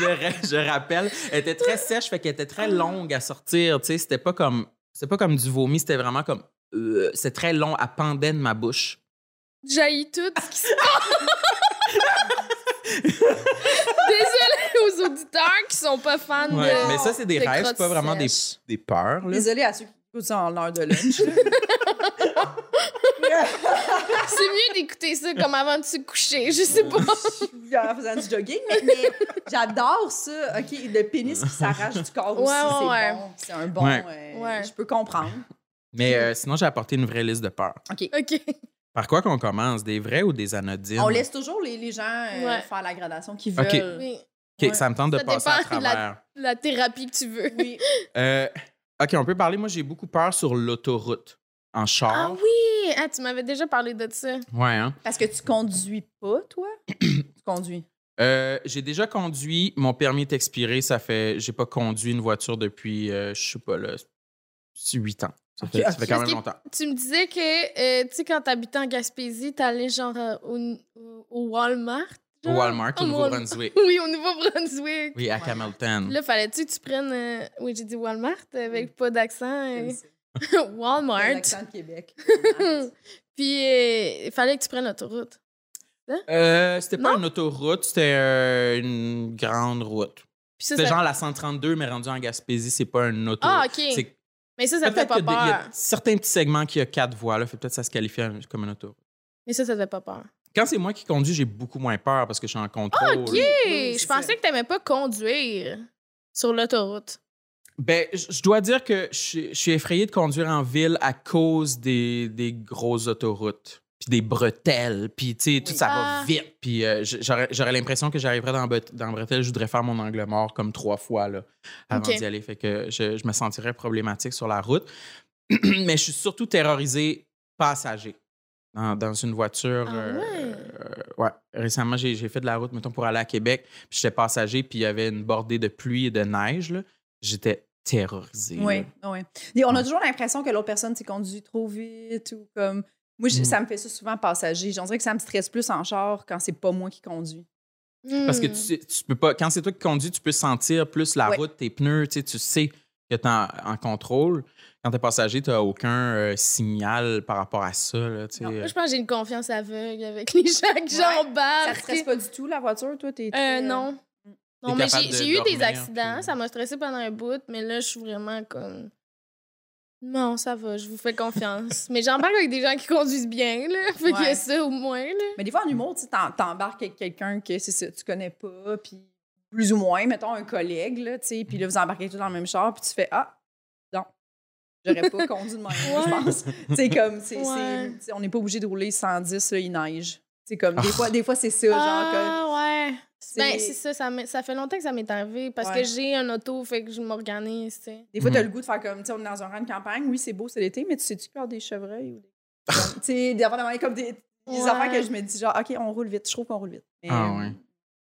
Speaker 4: je ra- je rappelle, elle était très sèche fait qu'elle était très longue à sortir, tu sais, c'était pas comme c'était pas comme du vomi, c'était vraiment comme euh, c'est très long à pendait de ma bouche.
Speaker 3: Jaillit tout ce qui se passe. Désolée aux auditeurs qui sont pas fans
Speaker 4: Ouais,
Speaker 3: de.
Speaker 4: mais ça c'est des
Speaker 3: de
Speaker 4: rêves, c'est
Speaker 3: crottes
Speaker 4: pas vraiment des,
Speaker 3: sèches.
Speaker 4: des peurs là.
Speaker 2: Désolée à ceux qui écoutent ça en l'heure de lunch.
Speaker 3: C'est mieux d'écouter ça comme avant de se coucher, je sais pas.
Speaker 2: en faisant du jogging, mais, mais j'adore ça. OK, le pénis qui s'arrache du corps
Speaker 3: Ouais,
Speaker 2: aussi, c'est
Speaker 3: ouais, ouais.
Speaker 2: bon. C'est un bon...
Speaker 4: Ouais.
Speaker 2: euh,
Speaker 3: Ouais.
Speaker 2: Je peux comprendre.
Speaker 4: Mais euh, sinon j'ai apporté une vraie liste de peurs.
Speaker 3: OK.
Speaker 4: Par quoi qu'on commence, des vrais ou des anodines
Speaker 2: On laisse toujours les, les gens euh,
Speaker 3: Ouais.
Speaker 2: faire la gradation qu'ils
Speaker 4: OK.
Speaker 2: veulent.
Speaker 3: Oui.
Speaker 4: OK,
Speaker 2: Ouais.
Speaker 4: ça me tente de
Speaker 3: Ça
Speaker 4: passer à
Speaker 3: dépend de la-
Speaker 4: travers.
Speaker 3: La thérapie que tu veux.
Speaker 2: Oui.
Speaker 4: Euh, OK, on peut parler. Moi, j'ai beaucoup peur sur l'autoroute en
Speaker 3: Ah
Speaker 4: char.
Speaker 3: oui! Ah, tu m'avais déjà parlé de ça.
Speaker 4: Ouais, hein?
Speaker 2: Parce que tu conduis pas, toi? tu conduis.
Speaker 4: Euh, j'ai déjà conduit, mon permis est expiré, ça fait, j'ai pas conduit une voiture depuis, euh, je sais pas, là, 8 ans. Ça fait, ça fait quand
Speaker 3: Parce
Speaker 4: même
Speaker 3: que-
Speaker 4: longtemps.
Speaker 3: Tu me disais que, euh, tu sais, quand t'habitais en Gaspésie, t'allais genre euh, au, au Walmart.
Speaker 4: Au
Speaker 3: genre?
Speaker 4: Walmart,
Speaker 3: Au
Speaker 4: au
Speaker 3: Walmart.
Speaker 4: Nouveau-Brunswick.
Speaker 3: Oui, au Nouveau-Brunswick.
Speaker 4: Oui, à
Speaker 2: Ouais.
Speaker 4: Camelton.
Speaker 3: Là, fallait-tu que tu prennes. euh, oui, j'ai dit Walmart avec pas d'accent. euh,
Speaker 2: C'est
Speaker 3: Walmart.
Speaker 2: L'accent de Québec.
Speaker 3: Puis, euh, il fallait que tu prennes l'autoroute.
Speaker 4: Euh, c'était pas
Speaker 3: Non?
Speaker 4: une autoroute, c'était euh, une grande route.
Speaker 3: Puis ça,
Speaker 4: C'était
Speaker 3: ça-
Speaker 4: genre la 132, mais rendu en Gaspésie, c'est pas une autoroute.
Speaker 3: Ah, OK.
Speaker 4: C'est-
Speaker 3: Mais ça, ça te fait
Speaker 4: Peut-être
Speaker 3: pas
Speaker 4: qu'il y a des- il y a
Speaker 3: peur.
Speaker 4: certains petits segments qui a quatre voies, là, fait peut-être que ça se qualifie comme une autoroute.
Speaker 3: Mais ça, ça te fait pas peur.
Speaker 4: Quand c'est moi qui conduis, j'ai beaucoup moins peur parce que je suis en contrôle.
Speaker 3: Ah, OK!
Speaker 2: oui,
Speaker 3: je
Speaker 2: c'est
Speaker 3: pensais
Speaker 2: ça.
Speaker 3: que t'aimais pas conduire sur l'autoroute.
Speaker 4: Ben, je je dois dire que je, suis- je suis effrayé de conduire en ville à cause des, des grosses autoroutes, puis des bretelles, puis tu sais, tout
Speaker 2: Oui.
Speaker 4: ça
Speaker 3: Ah.
Speaker 4: va vite, puis euh, j- j'aurais j'aurais l'impression que j'arriverais dans, bet- dans bretelles, je voudrais faire mon angle mort comme trois fois là, avant
Speaker 3: OK.
Speaker 4: d'y aller, fait que je, je me sentirais problématique sur la route. Mais je suis surtout terrorisé passager dans, dans une voiture.
Speaker 3: Ah
Speaker 4: euh,
Speaker 3: ouais?
Speaker 4: euh, ouais. Récemment, j'ai j'ai fait de la route, mettons, pour aller à Québec. puis J'étais passager, puis il y avait une bordée de pluie et de neige. là. J'étais terrorisé. là.
Speaker 2: Oui, oui. Et On a toujours l'impression que l'autre personne s'est conduit trop vite ou comme. Moi, je-
Speaker 4: Mm.
Speaker 2: ça me fait ça souvent passager. J'en dirais que ça me stresse plus en char quand c'est pas moi qui conduis.
Speaker 4: Parce que
Speaker 3: Hmm.
Speaker 4: tu, sais- tu peux pas. Quand c'est toi qui conduis, tu peux sentir plus la
Speaker 2: Ouais.
Speaker 4: route, tes pneus, tu sais, tu sais que t'es en, en contrôle. Quand t'es passager, t'as aucun euh, signal par rapport à ça. là, tu sais. euh.
Speaker 2: Non,
Speaker 3: Moi, je pense que j'ai une confiance aveugle avec les gens que j'embarque.
Speaker 2: Ça te stresse hein. pas du tout, la voiture, toi? T'es,
Speaker 3: Ah, Euh,
Speaker 2: t'es-
Speaker 3: non. Non,
Speaker 4: T'es
Speaker 3: mais
Speaker 4: capable
Speaker 3: j'ai
Speaker 4: de
Speaker 3: j'ai eu des
Speaker 4: dormir,
Speaker 3: accidents.
Speaker 4: puis-
Speaker 3: Ça m'a stressé pendant un bout, mais là, je suis vraiment comme. Non, ça va, je vous fais confiance. mais j'embarque avec des gens qui conduisent bien, là. Fait qu'il y a
Speaker 2: Ouais.
Speaker 3: ça au moins, là.
Speaker 2: Mais des fois, en humour, tu sais, t'en- t'embarques avec quelqu'un que c'est ça, tu connais pas, puis plus ou moins, mettons, un collègue, là, tu sais, puis là, vous embarquez tous dans le même char, puis tu fais Ah, non, j'aurais pas conduit de même, je pense. Tu sais, comme, c'est, c'est-
Speaker 3: Ouais.
Speaker 2: tu sais, on n'est pas obligé de rouler 110, là, il neige. C'est comme,
Speaker 4: Ah.
Speaker 2: des fois, des fois c'est ça, genre, comme.
Speaker 3: Ah, ouais.
Speaker 2: c'est-
Speaker 3: Ben, c'est ça, ça, m'est- ça fait longtemps que ça m'est arrivé parce que
Speaker 2: Ouais.
Speaker 3: j'ai un auto, fait que je m'organise, tu sais.
Speaker 2: Des fois, t'as
Speaker 4: Mhm.
Speaker 2: le goût de faire comme, tu sais, on est dans un rang de campagne, oui, c'est beau, c'est l'été, mais tu sais-tu qu'il y a des chevreuils ou des. comme, tu sais, d'avoir demandé comme des, des
Speaker 3: Ouais.
Speaker 2: affaires que je me dis, genre, OK, on roule vite, je trouve qu'on roule vite. Mais, euh,
Speaker 4: Ah ouais.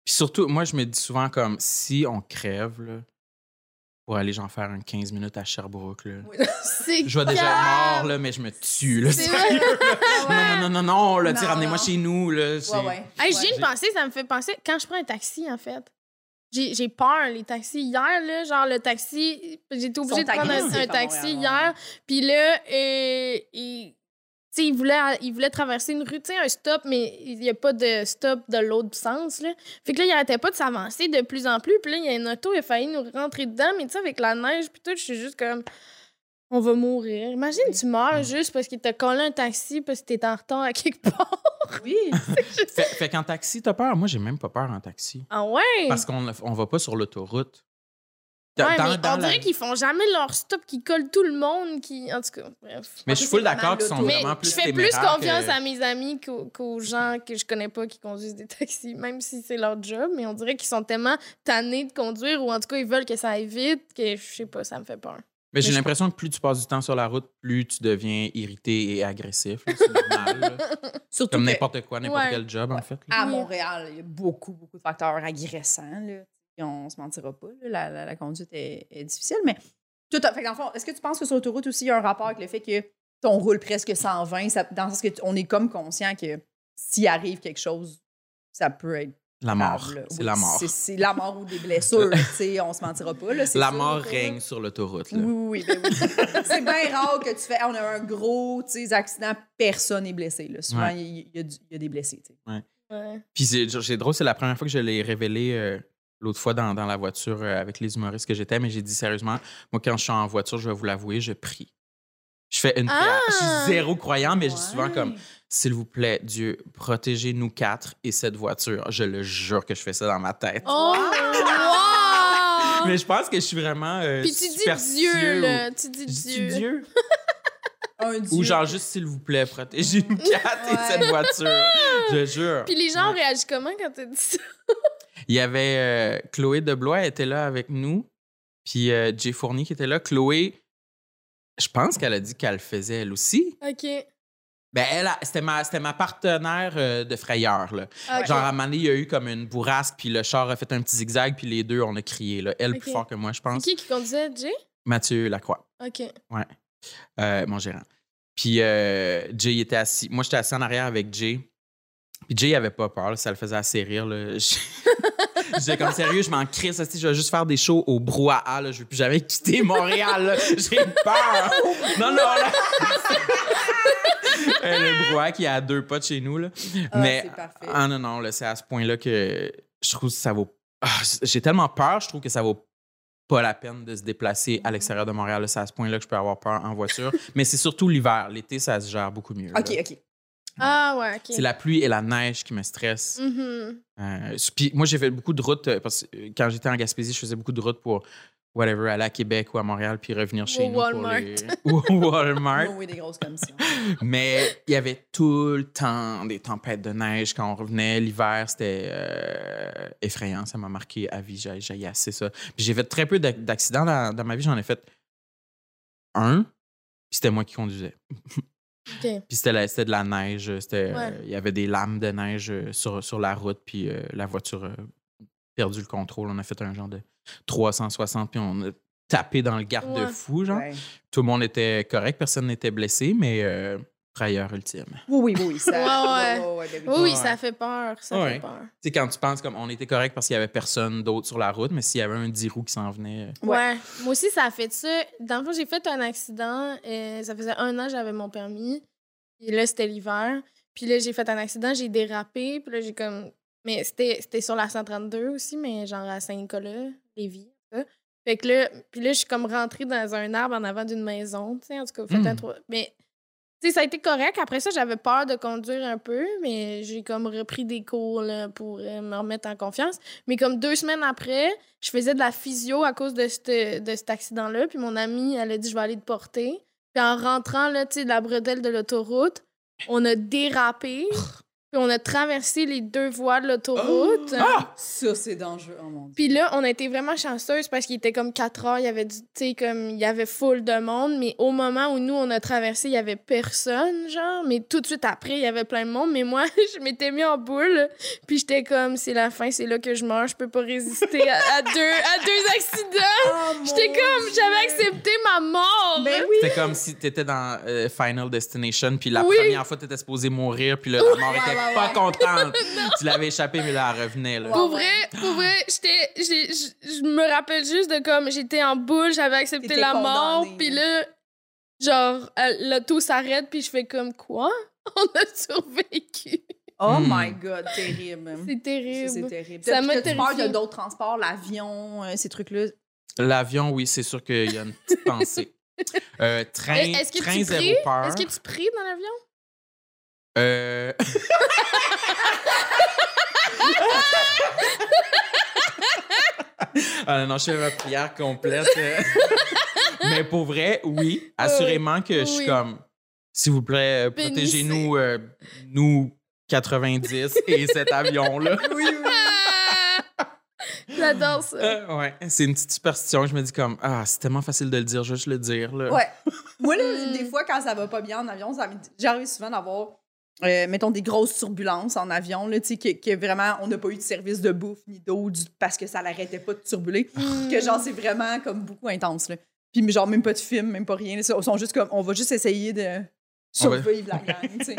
Speaker 4: Puis surtout, moi, je me dis souvent comme si on crève là, pour aller genre faire un 15 minutes à Sherbrooke. Là.
Speaker 2: Oui.
Speaker 3: C'est
Speaker 4: Je vais déjà
Speaker 3: grave.
Speaker 4: être mort, là, mais je me tue. Là,
Speaker 3: C'est
Speaker 4: sérieux, là. Non, non, non, non, non, là, tu sais,
Speaker 2: Non,
Speaker 4: ramenez-moi
Speaker 2: non.
Speaker 4: chez nous. Là, c'est-
Speaker 2: Ouais, ouais.
Speaker 3: Hey,
Speaker 2: Ouais.
Speaker 3: j'ai une pensée, ça me fait penser quand je prends un taxi, en fait. J'ai j'ai peur, les taxis. Hier, là, genre, le taxi, j'étais obligée de
Speaker 2: Sont
Speaker 3: prendre un,
Speaker 2: agressifs
Speaker 3: un
Speaker 2: à
Speaker 3: taxi
Speaker 2: Montréal, ouais.
Speaker 3: hier. Puis là, euh, il- Tu sais, il voulait, a- il voulait traverser une rue, tu sais, un stop, mais il n'y a pas de stop de l'autre sens, là. Fait que là, il arrêtait pas de s'avancer de plus en plus. Puis là, il y a une auto, il a failli nous rentrer dedans, mais tu sais, avec la neige, puis tout, je suis juste comme. On va mourir. Imagine, tu meurs juste parce qu'il t'a collé un taxi parce que t'es en retard à quelque part.
Speaker 2: Oui.
Speaker 4: Fait, fait qu'en taxi, t'as peur? Moi, j'ai même pas peur en taxi.
Speaker 3: Ah ouais?
Speaker 4: Parce qu'on on va pas sur l'autoroute. Dans-
Speaker 3: Ouais,
Speaker 4: dans-
Speaker 3: mais
Speaker 4: dans
Speaker 3: on
Speaker 4: la-
Speaker 3: dirait qu'ils font jamais leur stop qui colle tout le monde. Qui... En tout cas, bref.
Speaker 4: Mais je suis full d'accord qu'ils sont
Speaker 2: Mais
Speaker 4: vraiment
Speaker 3: je
Speaker 4: plus
Speaker 3: fais plus
Speaker 4: téméraires
Speaker 3: confiance
Speaker 4: que-
Speaker 3: à mes amis qu'aux qu'aux gens que je connais pas qui conduisent des taxis, même si c'est leur job. Mais on dirait qu'ils sont tellement tannés de conduire ou en tout cas, ils veulent que ça aille vite que je sais pas, ça me fait peur.
Speaker 4: Mais j'ai
Speaker 3: je-
Speaker 4: l'impression que plus tu passes du temps sur la route, plus tu deviens irrité et agressif. là. C'est normal. là.
Speaker 2: Surtout
Speaker 4: Comme
Speaker 2: que
Speaker 4: n'importe quoi, n'importe
Speaker 3: Ouais. Ah,
Speaker 4: quel job, en fait. là.
Speaker 2: à
Speaker 3: Oui.
Speaker 2: Montréal, il y a beaucoup, beaucoup de facteurs agressants. Là. Et on se mentira pas. là, La, la- la conduite est, est difficile. Mais tout à fait. que Dans le fond, est-ce que tu penses que sur l'autoroute aussi, il y a un rapport avec le fait que on roule presque 120, ça, dans le sens que tu- on est comme conscient que s'il arrive quelque chose, ça peut être
Speaker 4: La mort.
Speaker 3: ah,
Speaker 2: grave, là.
Speaker 4: C'est
Speaker 2: Oui,
Speaker 4: la mort.
Speaker 2: C'est, c'est la mort ou des blessures. tu sais, on se mentira pas. Là, c'est
Speaker 4: La
Speaker 2: sûr,
Speaker 4: mort
Speaker 2: là.
Speaker 4: règne sur l'autoroute. là.
Speaker 2: Oui, oui, oui, ben oui. c'est bien rare que tu fais. Ah, On a un gros tu sais, accident, personne n'est blessé. Là. Souvent,
Speaker 4: Ouais.
Speaker 2: il y, il y a du- il y a des blessés. tu sais.
Speaker 3: Ouais.
Speaker 4: Puis c'est c'est drôle, c'est la première fois que je l'ai révélé euh, l'autre fois dans, dans la voiture euh, avec les humoristes que j'étais, mais j'ai dit sérieusement, moi, quand je suis en voiture, je vais vous l'avouer, je prie. Je fais une prière.
Speaker 3: Ah!
Speaker 4: Je suis zéro croyant, mais je dis souvent
Speaker 2: Ouais.
Speaker 4: comme S'il vous plaît, Dieu, protégez nous quatre et cette voiture. Je le jure que je fais ça dans ma tête.
Speaker 3: Oh! wow!
Speaker 4: Mais je pense que je suis vraiment. euh,
Speaker 3: Puis tu dis
Speaker 4: superstitieux
Speaker 3: Dieu,
Speaker 4: ou-
Speaker 3: là. Tu dis
Speaker 4: Je dis
Speaker 3: Dieu.
Speaker 4: Dieu.
Speaker 2: Un dieu.
Speaker 4: Ou genre juste, s'il vous plaît, protégez nous quatre
Speaker 2: Ouais.
Speaker 4: et cette voiture. Je jure.
Speaker 3: Puis les gens réagissent comment quand tu dis ça?
Speaker 4: Il y avait euh, Chloé Deblois, elle était là avec nous. Puis euh, Jay Fournier qui était là. Chloé, je pense qu'elle a dit qu'elle le faisait elle aussi.
Speaker 3: OK.
Speaker 4: Ben, elle, a- c'était ma, c'était ma partenaire euh, de frayeur, là.
Speaker 3: OK.
Speaker 4: Genre, à un moment donné, il y a eu comme une bourrasque, puis le char a fait un petit zigzag, puis les deux, on a crié, là. Elle plus
Speaker 3: Ok.
Speaker 4: fort que moi, je pense.
Speaker 3: qui qui conduisait, Jay?
Speaker 4: Mathieu Lacroix,
Speaker 3: OK.
Speaker 4: euh, mon gérant. Puis euh, Jay il était assis. Moi, j'étais assis en arrière avec Jay. Puis Jay il avait pas peur, là. ça le faisait assez rire. là. Je- J'étais comme sérieux, je m'en crisse, hostie, je vais juste faire des shows au brouhaha, là. je veux plus jamais quitter Montréal, là. j'ai peur. Non, non, là. Euh, le brouhaha qui est à deux pas de chez nous. Là.
Speaker 2: Ah,
Speaker 4: Mais
Speaker 2: c'est parfait.
Speaker 4: Ah non, non, là, c'est à ce point-là que je trouve que ça vaut. Ah, J'ai tellement peur, je trouve que ça vaut pas la peine de se déplacer
Speaker 2: Mmh.
Speaker 4: à l'extérieur de Montréal. là. C'est à ce point-là que je peux avoir peur en voiture. Mais c'est surtout l'hiver. L'été, ça se gère beaucoup mieux. là.
Speaker 2: OK, OK.
Speaker 3: Ah ouais, OK.
Speaker 4: C'est la pluie et la neige qui me stressent.
Speaker 3: Mhm.
Speaker 2: Mmh.
Speaker 4: Euh, puis moi, j'ai fait beaucoup de routes euh, parce que euh, quand j'étais en Gaspésie, je faisais beaucoup de routes pour whatever, aller à Québec ou à Montréal, puis revenir chez
Speaker 3: Ou
Speaker 4: nous. pour
Speaker 3: Walmart.
Speaker 4: les- Ou Walmart.
Speaker 2: Oui, oui, des grosses commissions.
Speaker 4: Mais il y avait tout le temps des tempêtes de neige quand on revenait. L'hiver, c'était euh, effrayant. Ça m'a marqué à vie. J'ai j'ai assez ça. Puis j'ai fait très peu d'ac- d'accidents dans, dans ma vie. J'en ai fait un. Puis c'était moi qui conduisais.
Speaker 3: OK.
Speaker 4: Puis c'était la- c'était de la neige. C'était, euh,
Speaker 3: Ouais.
Speaker 4: il y avait des lames de neige euh, sur, sur la route. Puis euh, la voiture a perdu le contrôle. On a fait un genre de 360. Puis on a tapé dans le garde de
Speaker 3: Ouais.
Speaker 4: fou. Genre.
Speaker 2: Ouais.
Speaker 4: Tout le monde était correct. Personne n'était blessé. Mais euh, frayeur ultime.
Speaker 2: Oui, oui, oui. Ça,
Speaker 3: Ouais, ouais.
Speaker 2: ben oui.
Speaker 3: Oui, oui, ça fait peur. Ça
Speaker 4: Ouais.
Speaker 3: fait peur.
Speaker 4: Tu sais, quand tu penses comme on était correct parce qu'il y avait personne d'autre sur la route, mais s'il y avait un 10 roues qui s'en venait. euh,
Speaker 2: Ouais.
Speaker 3: Ouais. Moi aussi, ça a fait ça. Dans le fond, j'ai fait un accident. euh, ça faisait un an que j'avais mon permis. Et là, c'était l'hiver. Puis là, j'ai fait un accident, j'ai dérapé. Puis là, j'ai comme. Mais c'était c'était sur la 132 aussi, mais genre à Saint-Nicolas, Lévis. ça. Fait que là, puis là, je suis comme rentrée dans un arbre en avant d'une maison. Tu sais, en tout cas, faites un
Speaker 4: Mm.
Speaker 3: trou- Mais. Tu sais, ça a été correct. Après ça, j'avais peur de conduire un peu, mais j'ai comme repris des cours là, pour euh, me remettre en confiance. Mais comme deux semaines après, je faisais de la physio à cause de, cette- de cet accident-là. Puis mon amie, elle a dit, je vais aller te porter. Puis en rentrant, là, tu sais, de la bretelle de l'autoroute, on a dérapé. puis on a traversé les deux voies de
Speaker 2: Oh!
Speaker 3: l'autoroute.
Speaker 2: Ah! Ça, c'est dangereux. Oh mon Dieu.
Speaker 3: Puis là, on a été vraiment chanceuses parce qu'il était comme 4 heures, il y avait du, tu sais, comme, il y avait full de monde, mais au moment où nous, on a traversé, il y avait personne, genre, mais tout de suite après, il y avait plein de monde, mais moi, je m'étais mis en boule, puis j'étais comme, c'est la fin, c'est là que je meurs, je peux pas résister à, à deux, à deux accidents.
Speaker 2: Oh, mon
Speaker 3: J'étais comme,
Speaker 2: Dieu.
Speaker 3: j'avais accepté ma mort.
Speaker 2: Ben oui.
Speaker 4: C'était comme si t'étais dans euh, Final Destination, puis la
Speaker 3: Oui.
Speaker 4: première fois t'étais supposé mourir, puis là, la mort était
Speaker 2: Ouais, ouais,
Speaker 4: pas
Speaker 2: ouais.
Speaker 4: contente. tu l'avais échappé, mais là, elle revenait. Là.
Speaker 2: Ouais.
Speaker 3: Pour vrai, pour vrai, j'étais, j'ai- j- je me rappelle juste de comme j'étais en boule, j'avais accepté
Speaker 2: T'étais
Speaker 3: la mort,
Speaker 2: condamnée,
Speaker 3: puis
Speaker 2: là.
Speaker 3: là, Genre, euh, l'auto s'arrête, puis je fais comme quoi? On a survécu.
Speaker 2: Oh
Speaker 4: Hmm.
Speaker 2: my God, terrible.
Speaker 3: C'est
Speaker 2: Ça, Hum. C'est
Speaker 3: terrible.
Speaker 2: terrible.
Speaker 3: Ça
Speaker 2: Puis
Speaker 3: m'a
Speaker 2: t'as- tu parles de
Speaker 3: terrifiée.
Speaker 2: d'autres transports, l'avion, euh, ces trucs-là.
Speaker 4: L'avion, oui, c'est sûr qu'il y a une petite pensée. Euh, train,
Speaker 3: Est-ce que,
Speaker 4: train
Speaker 3: tu pries?
Speaker 4: zéro peur.
Speaker 3: Est-ce que tu pries dans l'avion?
Speaker 4: Euh, ah non, non, je fais ma prière complète. Mais pour vrai, oui, assurément que je suis
Speaker 3: Oui.
Speaker 4: comme, s'il vous plaît, euh,
Speaker 3: Bénissez.
Speaker 4: protégez-nous, euh, nous 90 et cet avion-là.
Speaker 2: Oui, oui.
Speaker 3: Ah! J'adore ça.
Speaker 4: Euh, ouais, c'est une petite superstition. Je me dis comme, ah, c'est tellement facile de le dire, juste le dire. Là.
Speaker 2: Ouais. Moi, là,
Speaker 3: Hmm.
Speaker 2: des fois, quand ça va pas bien en avion, ça m'est- j'arrive souvent d'avoir, euh, mettons, des grosses turbulences en avion, là, tu sais, que, que vraiment, on n'a pas eu de service de bouffe ni d'eau du- parce que ça l'arrêtait pas de turbuler. Que genre, c'est vraiment comme beaucoup intense, là. Puis, genre, même pas de film, même pas rien. là. Ils sont juste comme, on va juste essayer de survivre la gang, tu sais.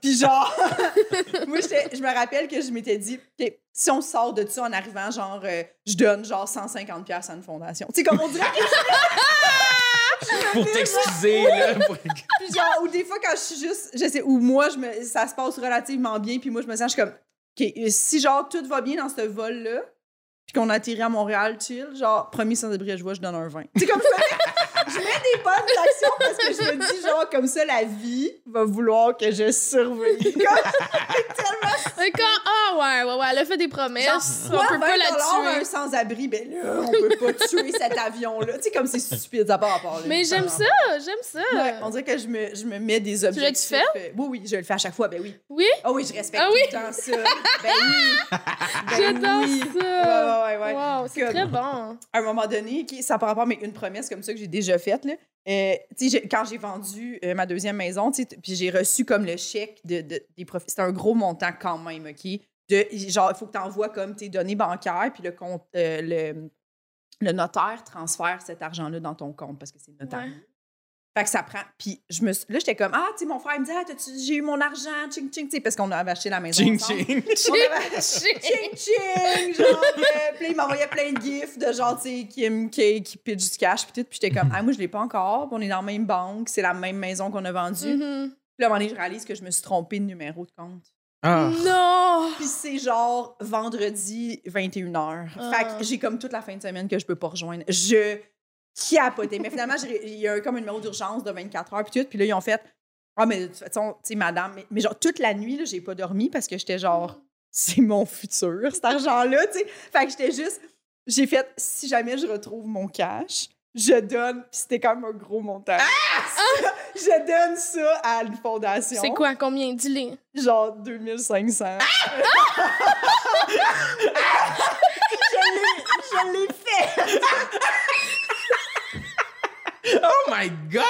Speaker 2: Puis genre, moi, j'étais- je me rappelle que je m'étais dit, OK, si on sort de ça en arrivant, genre, euh, je donne genre 150 pièces à une fondation. Tu sais, comme on dirait que
Speaker 4: Pour t'excuser, là. pour-
Speaker 2: Puis genre, ou des fois, quand je suis juste, je sais, ou moi, je me, ça se passe relativement bien, puis moi, je me sens, je suis comme, OK, si genre tout va bien dans ce vol-là, puis qu'on atterrit à Montréal, chill, genre, premier sans abri je vois, je donne un 20. C'est comme ça. je mets des bonnes actions parce que je me dis, genre, comme ça, la vie va vouloir que je surveille. Comme,
Speaker 3: Un camp- Ah ouais, ouais, ouais, elle a fait des promesses.
Speaker 2: moi,
Speaker 3: on peut pas
Speaker 2: 20
Speaker 3: la
Speaker 2: un
Speaker 3: tuer.
Speaker 2: sans-abri, ben là, on peut pas tuer cet avion-là. Tu sais, comme c'est stupide, ça part à part. là.
Speaker 3: Mais j'aime ça, Ah, j'aime ça.
Speaker 2: Ouais, on dirait que je me, je me mets des
Speaker 3: Euh. l'as-tu
Speaker 2: objectifs. euh, Oui, oui, je le fais à chaque fois, ben oui.
Speaker 3: Oui?
Speaker 2: Ah oui, je respecte
Speaker 3: Ah oui?
Speaker 2: tout le temps ça. Ben oui. Ben
Speaker 3: J'adore
Speaker 2: oui.
Speaker 3: ça.
Speaker 2: Ouais, ouais, ouais, ouais.
Speaker 3: Wow, c'est
Speaker 2: Comme-
Speaker 3: très bon.
Speaker 2: À un moment donné, qui- ça par rapport mais une promesse comme ça que j'ai déjà faite, là. Euh, tu sais, j'ai- quand j'ai vendu euh, ma deuxième maison, tu sais, t- puis j'ai reçu comme le chèque de, de- des profits. C'était un gros montant quand même, OK? De, genre, il faut que tu envoies comme tes données bancaires, puis le compte, euh, le, le notaire transfère cet argent-là dans ton compte parce que c'est notaire.
Speaker 3: Ouais.
Speaker 2: Fait que ça prend. Puis je me, suis- là, j'étais comme, ah, tu sais, mon frère il me dit, ah, t'as-tu- j'ai eu mon argent, ching, ching, tu sais, parce qu'on avait acheté la maison.
Speaker 4: Ching,
Speaker 2: ensemble.
Speaker 4: ching.
Speaker 2: On avait- ching ching genre euh, puis là, il m'envoyait plein de gifs de genre tu sais Kim K qui pitch du cash puis tout puis j'étais comme ah moi je l'ai pas encore puis on est dans la même banque c'est la même maison qu'on a vendue
Speaker 3: Mhm.
Speaker 2: puis là, à un moment donné je réalise que je me suis trompée de numéro de compte
Speaker 4: Ah.
Speaker 3: Non!
Speaker 2: puis c'est genre vendredi 21h fait
Speaker 3: Ah.
Speaker 2: que j'ai comme toute la fin de semaine que je peux pas rejoindre je capotais mais finalement j'ai- il y a eu comme un numéro d'urgence de 24h puis tout puis là ils ont fait ah mais de toute façon tu sais madame mais, mais genre toute la nuit là j'ai pas dormi parce que j'étais
Speaker 3: Mm.
Speaker 2: genre c'est mon futur, cet argent-là, tu sais. Fait que j'étais juste, j'ai fait, si jamais je retrouve mon cash, je donne, puis c'était quand même un gros montant. Ça, je donne ça à une fondation.
Speaker 3: Ah! C'est quoi, combien? Dis-les.
Speaker 2: Genre 2500. Ah! je l'ai, je l'ai fait.
Speaker 4: Oh my God!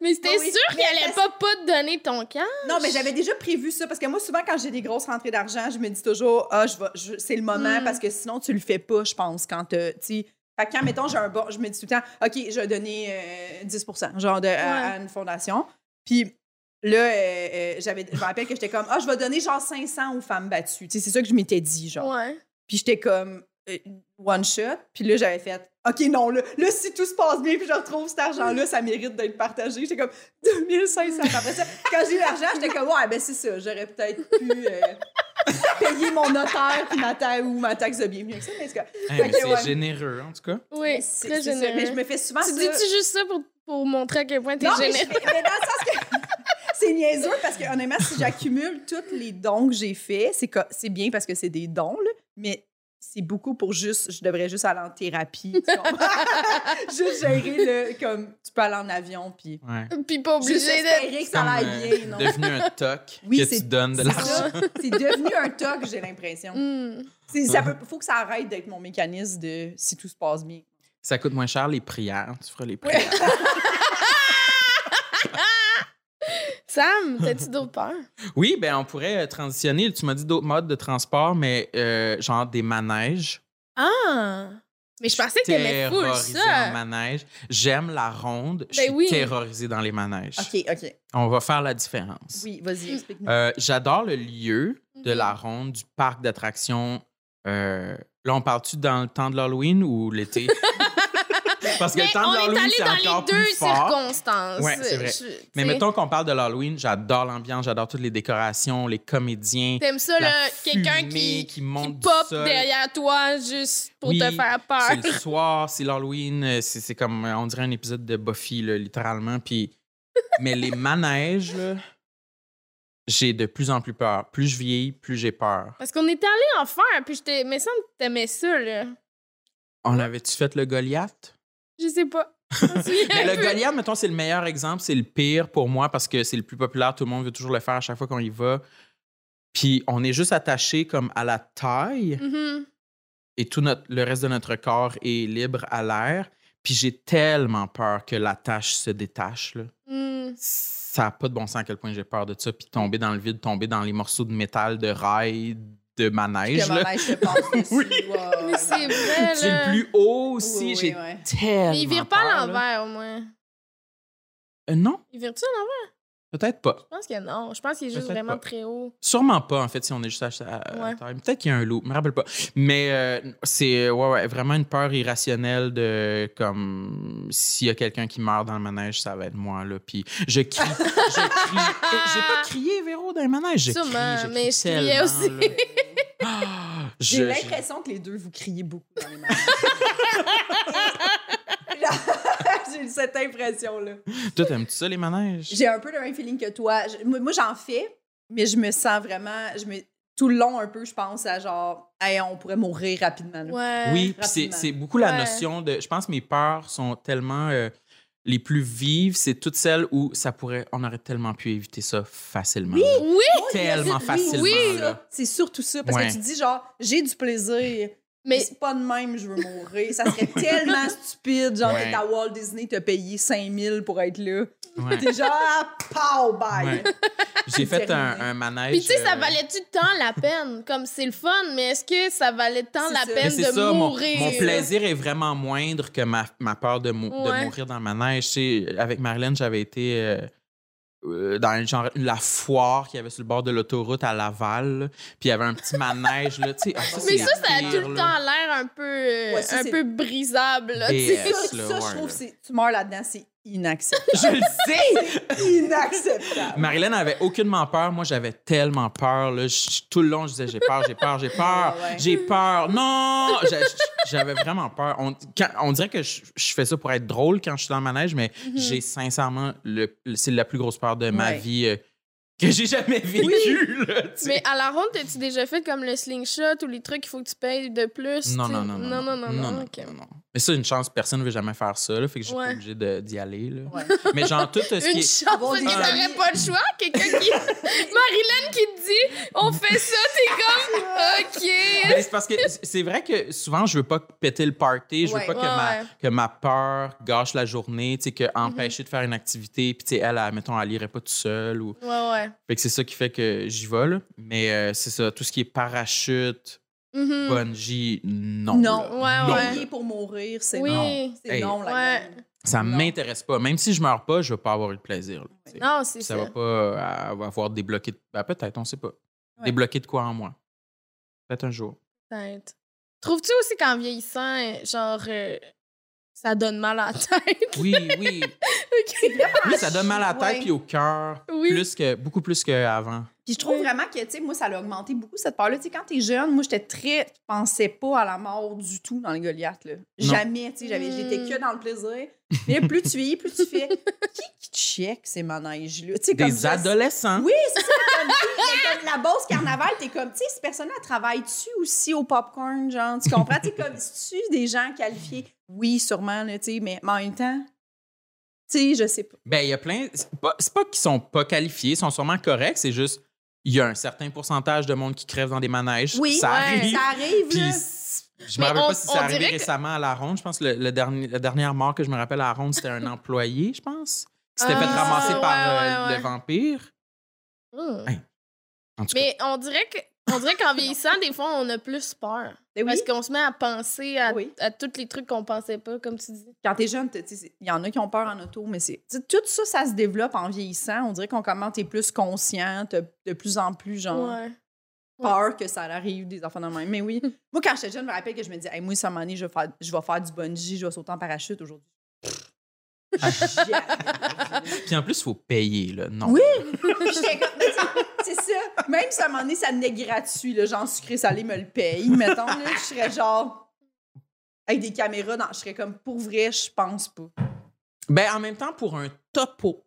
Speaker 3: Mais c'était
Speaker 2: Ah oui,
Speaker 3: sûr
Speaker 2: mais
Speaker 3: qu'elle allait pas,
Speaker 2: parce-
Speaker 3: pas te donner ton camp.
Speaker 2: Non, mais j'avais déjà prévu ça parce que moi, souvent, quand j'ai des grosses rentrées d'argent, je me dis toujours, ah, je vais- je- c'est le moment
Speaker 3: Mm.
Speaker 2: parce que sinon, tu le fais pas, je pense, quand t'as- tu sais. Fait que quand, mettons, j'ai un bon, je me dis tout le temps, OK, je vais donner euh, 10 genre de, à, à une fondation. Puis là, euh, euh, j'avais, je me rappelle que j'étais comme, ah, je vais donner genre 500 aux femmes battues. Tu sais, c'est ça que je m'étais dit, genre.
Speaker 3: Ouais.
Speaker 2: Puis j'étais comme euh, one shot. Puis là, j'avais fait OK, non, là, là, si tout se passe bien, puis je retrouve cet argent-là, ça mérite d'être partagé. J'étais comme 2500. Puis Après ça, quand j'ai eu l'argent, j'étais comme Ouais, ben c'est ça, j'aurais peut-être pu euh, payer mon notaire puis ma, ta- ou ma taxe de bienvenue avec ça. Mais en tout cas,
Speaker 4: Hein,
Speaker 2: Fait
Speaker 4: mais
Speaker 2: que,
Speaker 4: c'est
Speaker 2: ouais.
Speaker 4: généreux, en tout cas.
Speaker 3: Oui,
Speaker 2: c'est-
Speaker 3: très
Speaker 2: c'est ça.
Speaker 3: généreux.
Speaker 2: Mais je me fais souvent
Speaker 3: Tu
Speaker 2: ça.
Speaker 3: dis-tu juste ça pour, pour montrer à quel point t'es
Speaker 2: Non, mais, je-
Speaker 3: généreux?
Speaker 2: mais dans le sens que c'est niaiseux parce que honnêtement, si j'accumule tous les dons que j'ai faits, c'est co- c'est bien parce que c'est des dons, là, mais c'est beaucoup pour juste, je devrais juste aller en thérapie. tu comprends? juste gérer le, comme tu peux aller en avion, puis
Speaker 4: Ouais.
Speaker 3: Puis pas
Speaker 2: juste
Speaker 3: obligé de...
Speaker 2: espérer que ça aille bien, non?
Speaker 4: devenu un toc
Speaker 2: Oui,
Speaker 4: que
Speaker 2: c'est-
Speaker 4: tu donnes euh, de
Speaker 2: C'est
Speaker 4: l'argent.
Speaker 2: ça. C'est devenu un toc, j'ai l'impression.
Speaker 3: Hmm.
Speaker 2: C'est- Ça peut, faut que ça arrête d'être mon mécanisme de si tout se passe bien.
Speaker 4: Ça coûte moins cher les prières. Tu feras les prières.
Speaker 3: Sam, t'as-tu d'autres peurs?
Speaker 4: Oui, ben on pourrait euh, transitionner. Tu m'as dit d'autres modes de transport, mais euh, genre des manèges.
Speaker 3: Ah! Mais je pensais que t'aimais full
Speaker 4: Terrorisée en
Speaker 3: ça.
Speaker 4: manège. J'aime la ronde. Je
Speaker 3: Ben
Speaker 4: suis
Speaker 3: oui.
Speaker 4: terrorisée dans les manèges.
Speaker 2: OK, OK.
Speaker 4: On va faire la différence.
Speaker 2: Oui, vas-y, explique-nous.
Speaker 4: Euh, J'adore le lieu de
Speaker 3: Mhm.
Speaker 4: la ronde du parc d'attractions. Euh, là, on parle-tu dans le temps de l'Halloween ou l'été? Parce que
Speaker 3: Mais
Speaker 4: le temps
Speaker 3: on
Speaker 4: de
Speaker 3: est
Speaker 4: l'Halloween,
Speaker 3: allé
Speaker 4: c'est
Speaker 3: dans
Speaker 4: encore
Speaker 3: les deux
Speaker 4: plus fort.
Speaker 3: circonstances.
Speaker 4: Ouais, c'est vrai.
Speaker 3: Je-
Speaker 4: Mais
Speaker 3: tu sais,
Speaker 4: mettons qu'on parle de l'Halloween, j'adore l'ambiance, j'adore toutes les décorations, les comédiens.
Speaker 3: T'aimes ça,
Speaker 4: la
Speaker 3: là, quelqu'un
Speaker 4: fumée
Speaker 3: qui,
Speaker 4: qui
Speaker 3: qui
Speaker 4: monte du
Speaker 3: pop
Speaker 4: sol.
Speaker 3: derrière toi juste pour
Speaker 4: Oui,
Speaker 3: te faire peur.
Speaker 4: C'est le soir, c'est l'Halloween, euh, c'est c'est comme, euh, on dirait un épisode de Buffy, là, littéralement. Puis, mais les manèges, là, j'ai de plus en plus peur. Plus je vieillis, plus j'ai peur.
Speaker 3: Parce qu'on était allé en faire, puis j'étais. Mais ça, t'aimais ça, là.
Speaker 4: On l'avait-tu fait le Goliath?
Speaker 3: Je sais pas. Je m'en souviens
Speaker 4: Mais le
Speaker 3: plus.
Speaker 4: Goliath, mettons, c'est le meilleur exemple, c'est le pire pour moi parce que c'est le plus populaire, tout le monde veut toujours le faire à chaque fois qu'on y va. Puis on est juste attaché comme à la taille
Speaker 3: Mhm.
Speaker 4: et tout notre- le reste de notre corps est libre à l'air. Puis j'ai tellement peur que la tâche se détache. Là.
Speaker 3: Mm.
Speaker 4: Ça n'a pas de bon sens à quel point j'ai peur de ça. Puis tomber dans le vide, tomber dans les morceaux de métal, de rails, de
Speaker 2: Que
Speaker 4: manège.
Speaker 2: ma
Speaker 4: là.
Speaker 2: mère, je te passe dessus.
Speaker 4: Oui.
Speaker 2: ouais, ouais,
Speaker 3: Mais c'est
Speaker 2: ouais.
Speaker 3: vrai, là.
Speaker 4: C'est le plus haut
Speaker 2: Oui,
Speaker 4: aussi.
Speaker 2: oui,
Speaker 4: j'ai
Speaker 2: ouais.
Speaker 4: tellement.
Speaker 3: Mais ils virent pas à
Speaker 4: peur, là.
Speaker 3: l'envers, au moins.
Speaker 4: Euh, non,
Speaker 3: Ils virent-tu à l'envers?
Speaker 4: peut-être pas.
Speaker 3: Je pense que non. Je pense qu'il est juste
Speaker 4: Peut-être
Speaker 3: vraiment
Speaker 4: pas.
Speaker 3: très haut.
Speaker 4: Sûrement pas, en fait, si on est juste à, à- à
Speaker 3: Ouais.
Speaker 4: Time. Peut-être qu'il y a un loup, je me rappelle pas. Mais euh, c'est ouais, ouais, vraiment une peur irrationnelle de comme s'il y a quelqu'un qui meurt dans le manège, ça va être moi. Là. Puis je crie, je crie. Eh, J'ai pas crié, Véro, dans le manège. Je
Speaker 3: Sûrement,
Speaker 4: crie, je crie
Speaker 3: mais je criais
Speaker 4: tellement,
Speaker 3: aussi.
Speaker 4: là. Ah,
Speaker 2: J'ai
Speaker 4: je-
Speaker 2: l'impression que les deux, vous criez beaucoup dans les mains. J'ai cette impression-là.
Speaker 4: je- Toi, t'aimes-tu ça, les manèges?
Speaker 2: J'ai un peu le même feeling que toi. Je- moi, moi, j'en fais, mais je me sens vraiment. Je me, tout le long, un peu, je pense à genre, hey, on pourrait mourir rapidement. là.
Speaker 3: Ouais.
Speaker 4: Oui, puis c'est
Speaker 2: rapidement.
Speaker 4: c'est beaucoup la
Speaker 3: euh, Ouais.
Speaker 4: notion de. Je pense que mes peurs sont tellement euh, les plus vives, c'est toutes celles où ça pourrait. On aurait tellement pu éviter ça facilement. là.
Speaker 3: Oh, Oui!
Speaker 2: Moi, il y a
Speaker 4: Tellement
Speaker 2: cette-
Speaker 4: facilement,
Speaker 2: oui,
Speaker 4: là.
Speaker 2: c'est surtout ça. Parce
Speaker 4: Ouais.
Speaker 2: que tu dis genre, j'ai du plaisir, mais
Speaker 3: Mais
Speaker 2: c'est pas de même, je veux mourir. Ça serait tellement stupide. Genre,
Speaker 4: Ouais.
Speaker 2: t'es à Walt Disney, t'as payé 5000 pour être là.
Speaker 4: Ouais.
Speaker 2: T'es genre, ah, pow, bye.
Speaker 4: Ouais. J'ai fait un,
Speaker 2: terminé.
Speaker 4: un manège.
Speaker 3: Puis tu sais, ça
Speaker 4: euh,
Speaker 3: valait-tu tant la peine? Comme c'est le fun, mais est-ce que ça valait tant
Speaker 2: C'est
Speaker 3: la
Speaker 2: ça.
Speaker 4: mais
Speaker 3: peine
Speaker 4: c'est
Speaker 3: de
Speaker 4: ça, mon,
Speaker 3: mourir?
Speaker 4: mon plaisir est vraiment moindre que ma, ma peur de, mou- de
Speaker 3: Ouais.
Speaker 4: mourir dans le manège. Tu sais, avec Marlène, j'avais été euh, euh, dans le genre, la foire qu'il y avait sur le bord de l'autoroute à Laval. là. Puis il y avait un petit manège. Là, tu sais. Ah,
Speaker 3: Mais
Speaker 4: c'est
Speaker 3: ça, ça a
Speaker 4: pire,
Speaker 3: tout le
Speaker 4: là.
Speaker 3: temps l'air un peu, euh,
Speaker 2: Ouais, ça,
Speaker 3: un
Speaker 2: c'est-
Speaker 3: peu brisable. là, tu sais.
Speaker 4: BS,
Speaker 2: Ça,
Speaker 4: là,
Speaker 2: ça,
Speaker 4: ouais,
Speaker 2: je trouve,
Speaker 4: là.
Speaker 2: c'est- tu meurs là-dedans, c'est inacceptable.
Speaker 4: Je le sais!
Speaker 2: inacceptable.
Speaker 4: Marilyn avait aucunement peur. Moi, j'avais tellement peur. Là. Je- tout le long, je disais j'ai peur, j'ai peur, j'ai
Speaker 3: Ah
Speaker 4: peur,
Speaker 2: Ouais, ouais.
Speaker 4: j'ai peur. Non, J'a- j'avais vraiment peur. On, quand- on dirait que je, je fais ça pour être drôle quand je suis dans le manège, mais
Speaker 3: Mhm.
Speaker 4: j'ai sincèrement le, le- c'est la plus grosse peur de ma
Speaker 2: Ouais.
Speaker 4: vie euh, que j'ai jamais vécue. là, tu sais.
Speaker 3: Mais à la ronde, t'as-tu déjà fait comme le slingshot ou les trucs qu'il faut que tu payes de plus?
Speaker 4: Non,
Speaker 3: tu sais?
Speaker 4: non, non, non,
Speaker 3: Non, non, non, non, ok.
Speaker 4: Mais ça, une chance, personne ne veut jamais faire ça. Là, fait que je suis
Speaker 3: Ouais.
Speaker 4: pas obligé de- d'y aller. là.
Speaker 2: Ouais.
Speaker 4: Mais genre, tout euh, ce qui
Speaker 3: Une
Speaker 4: est-
Speaker 3: chance
Speaker 2: Bon,
Speaker 3: que
Speaker 2: des
Speaker 3: t'aurais
Speaker 2: amis.
Speaker 3: pas le choix. Quelqu'un qui. Marilyn qui te dit, on fait ça, t'es comme, ok.
Speaker 4: Ben, c'est parce que c'est vrai que souvent, je veux pas péter le party, je veux
Speaker 2: Ouais.
Speaker 4: pas que,
Speaker 3: Ouais,
Speaker 4: ma,
Speaker 3: ouais. Mm-hmm.
Speaker 4: que ma peur gâche la journée, tu sais, que empêcher de faire une activité, puis tu sais, elle, elle, mettons, elle irait pas toute seule. Ou...
Speaker 3: Ouais, ouais.
Speaker 4: Fait que c'est ça qui fait que j'y vais, là. Mais euh, c'est ça, tout ce qui est parachute,
Speaker 3: Mhm.
Speaker 4: bungee, non.
Speaker 2: Non.
Speaker 4: là.
Speaker 3: Ouais,
Speaker 4: Non,
Speaker 3: ouais.
Speaker 2: Payer pour mourir, c'est
Speaker 3: Oui.
Speaker 2: non. C'est
Speaker 4: Hey.
Speaker 2: non, la
Speaker 3: Ouais.
Speaker 2: gang.
Speaker 4: Ça
Speaker 2: Non.
Speaker 4: m'intéresse pas. Même si je meurs pas, je veux pas avoir eu de plaisir. là, tu sais.
Speaker 3: Non, c'est ça.
Speaker 4: ça va pas euh, avoir débloqué... de- ben, peut-être, on sait pas.
Speaker 2: Ouais.
Speaker 4: Débloquer de quoi en moi? Peut-être un jour.
Speaker 3: Peut-être. Trouves-tu aussi qu'en vieillissant, euh, genre, euh, ça donne mal à la tête?
Speaker 4: Oui, oui.
Speaker 3: Ok.
Speaker 4: Oui, ça donne mal à la tête
Speaker 2: Ouais.
Speaker 4: puis au cœur.
Speaker 3: Oui.
Speaker 4: Plus que, beaucoup plus qu'avant.
Speaker 2: Puis je trouve
Speaker 3: Oui.
Speaker 2: vraiment que, tu sais, moi, ça l'a augmenté beaucoup, cette part-là. Tu sais, quand t'es jeune, moi, j'étais très... Je pensais pas à la mort du tout dans le Goliath, là. Jamais, tu sais, j'avais- j'étais
Speaker 3: Mm.
Speaker 4: Hmm.
Speaker 2: que dans le plaisir. Mais plus tu vieillis, plus tu fais... Qui, qui check ces manèges-là? Tu sais, comme
Speaker 4: Des
Speaker 2: ça,
Speaker 4: adolescents.
Speaker 2: Oui, c'est ça, comme, mais comme la bosse carnaval, t'es comme, tu sais, cette personne-là travaille-tu aussi au popcorn, genre, tu comprends? T'es comme, tu des gens qualifiés? Oui, sûrement, là, tu sais, mais, mais en même temps, tu sais, je sais pas.
Speaker 4: Ben, il y a plein. C'est pas, c'est pas qu'ils sont pas qualifiés, ils sont sûrement corrects, c'est juste. Il y a un certain pourcentage de monde qui crève dans des manèges.
Speaker 2: Oui,
Speaker 4: ça
Speaker 2: ouais,
Speaker 4: arrive.
Speaker 2: ça arrive,
Speaker 4: Puis,
Speaker 2: là.
Speaker 4: c- je me
Speaker 3: Mais
Speaker 4: rappelle
Speaker 3: on-
Speaker 4: pas si
Speaker 3: on
Speaker 4: c'est arrivé
Speaker 3: dirait que-
Speaker 4: récemment à la ronde. Je pense que le, le dernier, la dernière mort que je me rappelle à la ronde, c'était un employé, je pense, qui s'était fait
Speaker 2: Ah,
Speaker 4: ramasser
Speaker 2: ouais,
Speaker 4: par
Speaker 3: ouais,
Speaker 4: euh,
Speaker 3: ouais.
Speaker 4: le vampire.
Speaker 3: Hmm.
Speaker 4: En tout
Speaker 3: Mais on dirait que. On dirait qu'en vieillissant, des fois, on a plus peur.
Speaker 2: Ben oui,
Speaker 3: Parce qu'on se met à penser à,
Speaker 2: Oui.
Speaker 3: à tous les trucs qu'on pensait pas, comme tu dis.
Speaker 2: quand t'es jeune, t'es- tu sais, il y en a qui ont peur en auto, mais c'est, tu sais, tout ça, ça se développe en vieillissant. On dirait qu'on commence, t'es plus conscient, t'as de plus en plus, genre,
Speaker 3: Ouais.
Speaker 2: peur que ça arrive, des enfants de même. Mais oui, moi, quand j'étais jeune, je me rappelle que je me disais, hey, moi, ça m'en est, je vais, faire, je vais faire du bungee, je vais sauter en parachute aujourd'hui. J'y
Speaker 4: Puis en plus, il faut payer, là. Non.
Speaker 2: Oui. J'étais comme, mais c'est c'est ça. Même si à un moment donné, ça venait gratuit, le genre sucré salé me le paye, mettons, là, je serais genre avec des caméras, dans, je serais comme, pour vrai, je pense pas.
Speaker 4: Ben, en même temps, pour un topo,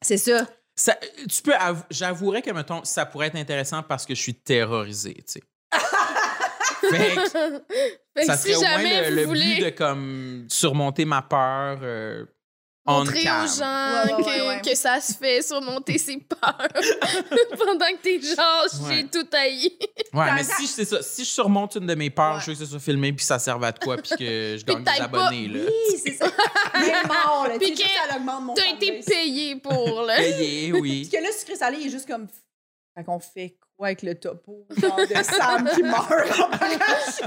Speaker 2: C'est ça.
Speaker 4: ça- tu peux. avou- J'avouerais que, mettons, ça pourrait être intéressant parce que je suis terrorisé, tu sais. Fait que
Speaker 3: Fait que
Speaker 4: ça
Speaker 3: si
Speaker 4: serait au moins
Speaker 3: jamais
Speaker 4: le,
Speaker 3: vous
Speaker 4: le
Speaker 3: voulez
Speaker 4: but de comme surmonter ma peur euh, on
Speaker 3: montrer
Speaker 4: cam.
Speaker 3: aux gens
Speaker 2: Ouais, ouais,
Speaker 3: que,
Speaker 2: ouais, ouais.
Speaker 3: que ça se fait surmonter ses peurs pendant que t'es genre, j'ai
Speaker 4: Ouais.
Speaker 3: tout haï.
Speaker 4: Ouais,
Speaker 2: Dans
Speaker 4: mais
Speaker 2: le-
Speaker 4: si, c'est ça, si je surmonte une de mes peurs,
Speaker 2: Ouais.
Speaker 4: je veux que ça soit filmé puis ça serve à de quoi puis que je
Speaker 3: Puis
Speaker 4: gagne des
Speaker 3: t'ailles pas-
Speaker 4: abonnés, là.
Speaker 2: Oui, c'est ça. Mais mort, là.
Speaker 3: Puis
Speaker 2: tu sais,
Speaker 3: que
Speaker 2: juste, elle augmente mon
Speaker 3: T'as
Speaker 2: fan
Speaker 3: été
Speaker 2: base.
Speaker 3: payé pour, là.
Speaker 4: Payer, oui.
Speaker 2: Parce que là, sucré salé, il est juste comme. Fait qu'on fait quoi avec le topo? Genre de Sam qui meurt en parachute.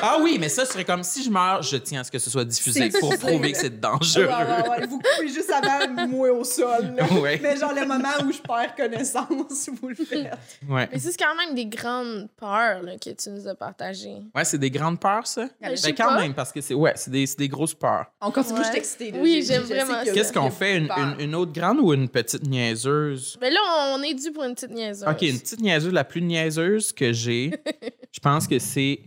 Speaker 4: Ah oui, mais ça serait comme si je meurs, je tiens à ce que ce soit diffusé
Speaker 2: C'est
Speaker 4: pour
Speaker 2: diffusé.
Speaker 4: prouver que c'est
Speaker 2: Ouais,
Speaker 4: dangereux.
Speaker 2: ouais, ouais. Vous coupez juste avant, moi au sol. là.
Speaker 4: Ouais.
Speaker 2: Mais genre le moment où je perds connaissance, vous le faites.
Speaker 4: Ouais.
Speaker 3: Mais ça, c'est quand même des grandes peurs là, que tu nous as partagées.
Speaker 4: Ouais, c'est des grandes peurs, ça.
Speaker 3: Je sais
Speaker 4: Ben, quand
Speaker 3: pas.
Speaker 4: même, parce que c'est ouais, c'est des, c'est des grosses peurs.
Speaker 2: Encore, c'est moi, je
Speaker 3: Ouais.
Speaker 2: suis excitée. là.
Speaker 3: Oui,
Speaker 2: J'ai-
Speaker 3: j'aime
Speaker 2: je sais
Speaker 3: vraiment
Speaker 2: que-
Speaker 3: ça.
Speaker 4: Qu'est-ce qu'on fait? Une,
Speaker 2: peur.
Speaker 4: une- une autre grande ou une petite niaiseuse?
Speaker 3: Mais Ben là, on est dû pour une petite niaiseuse.
Speaker 4: OK, une petite niaiseuse, la plus niaiseuse que j'ai, je pense que c'est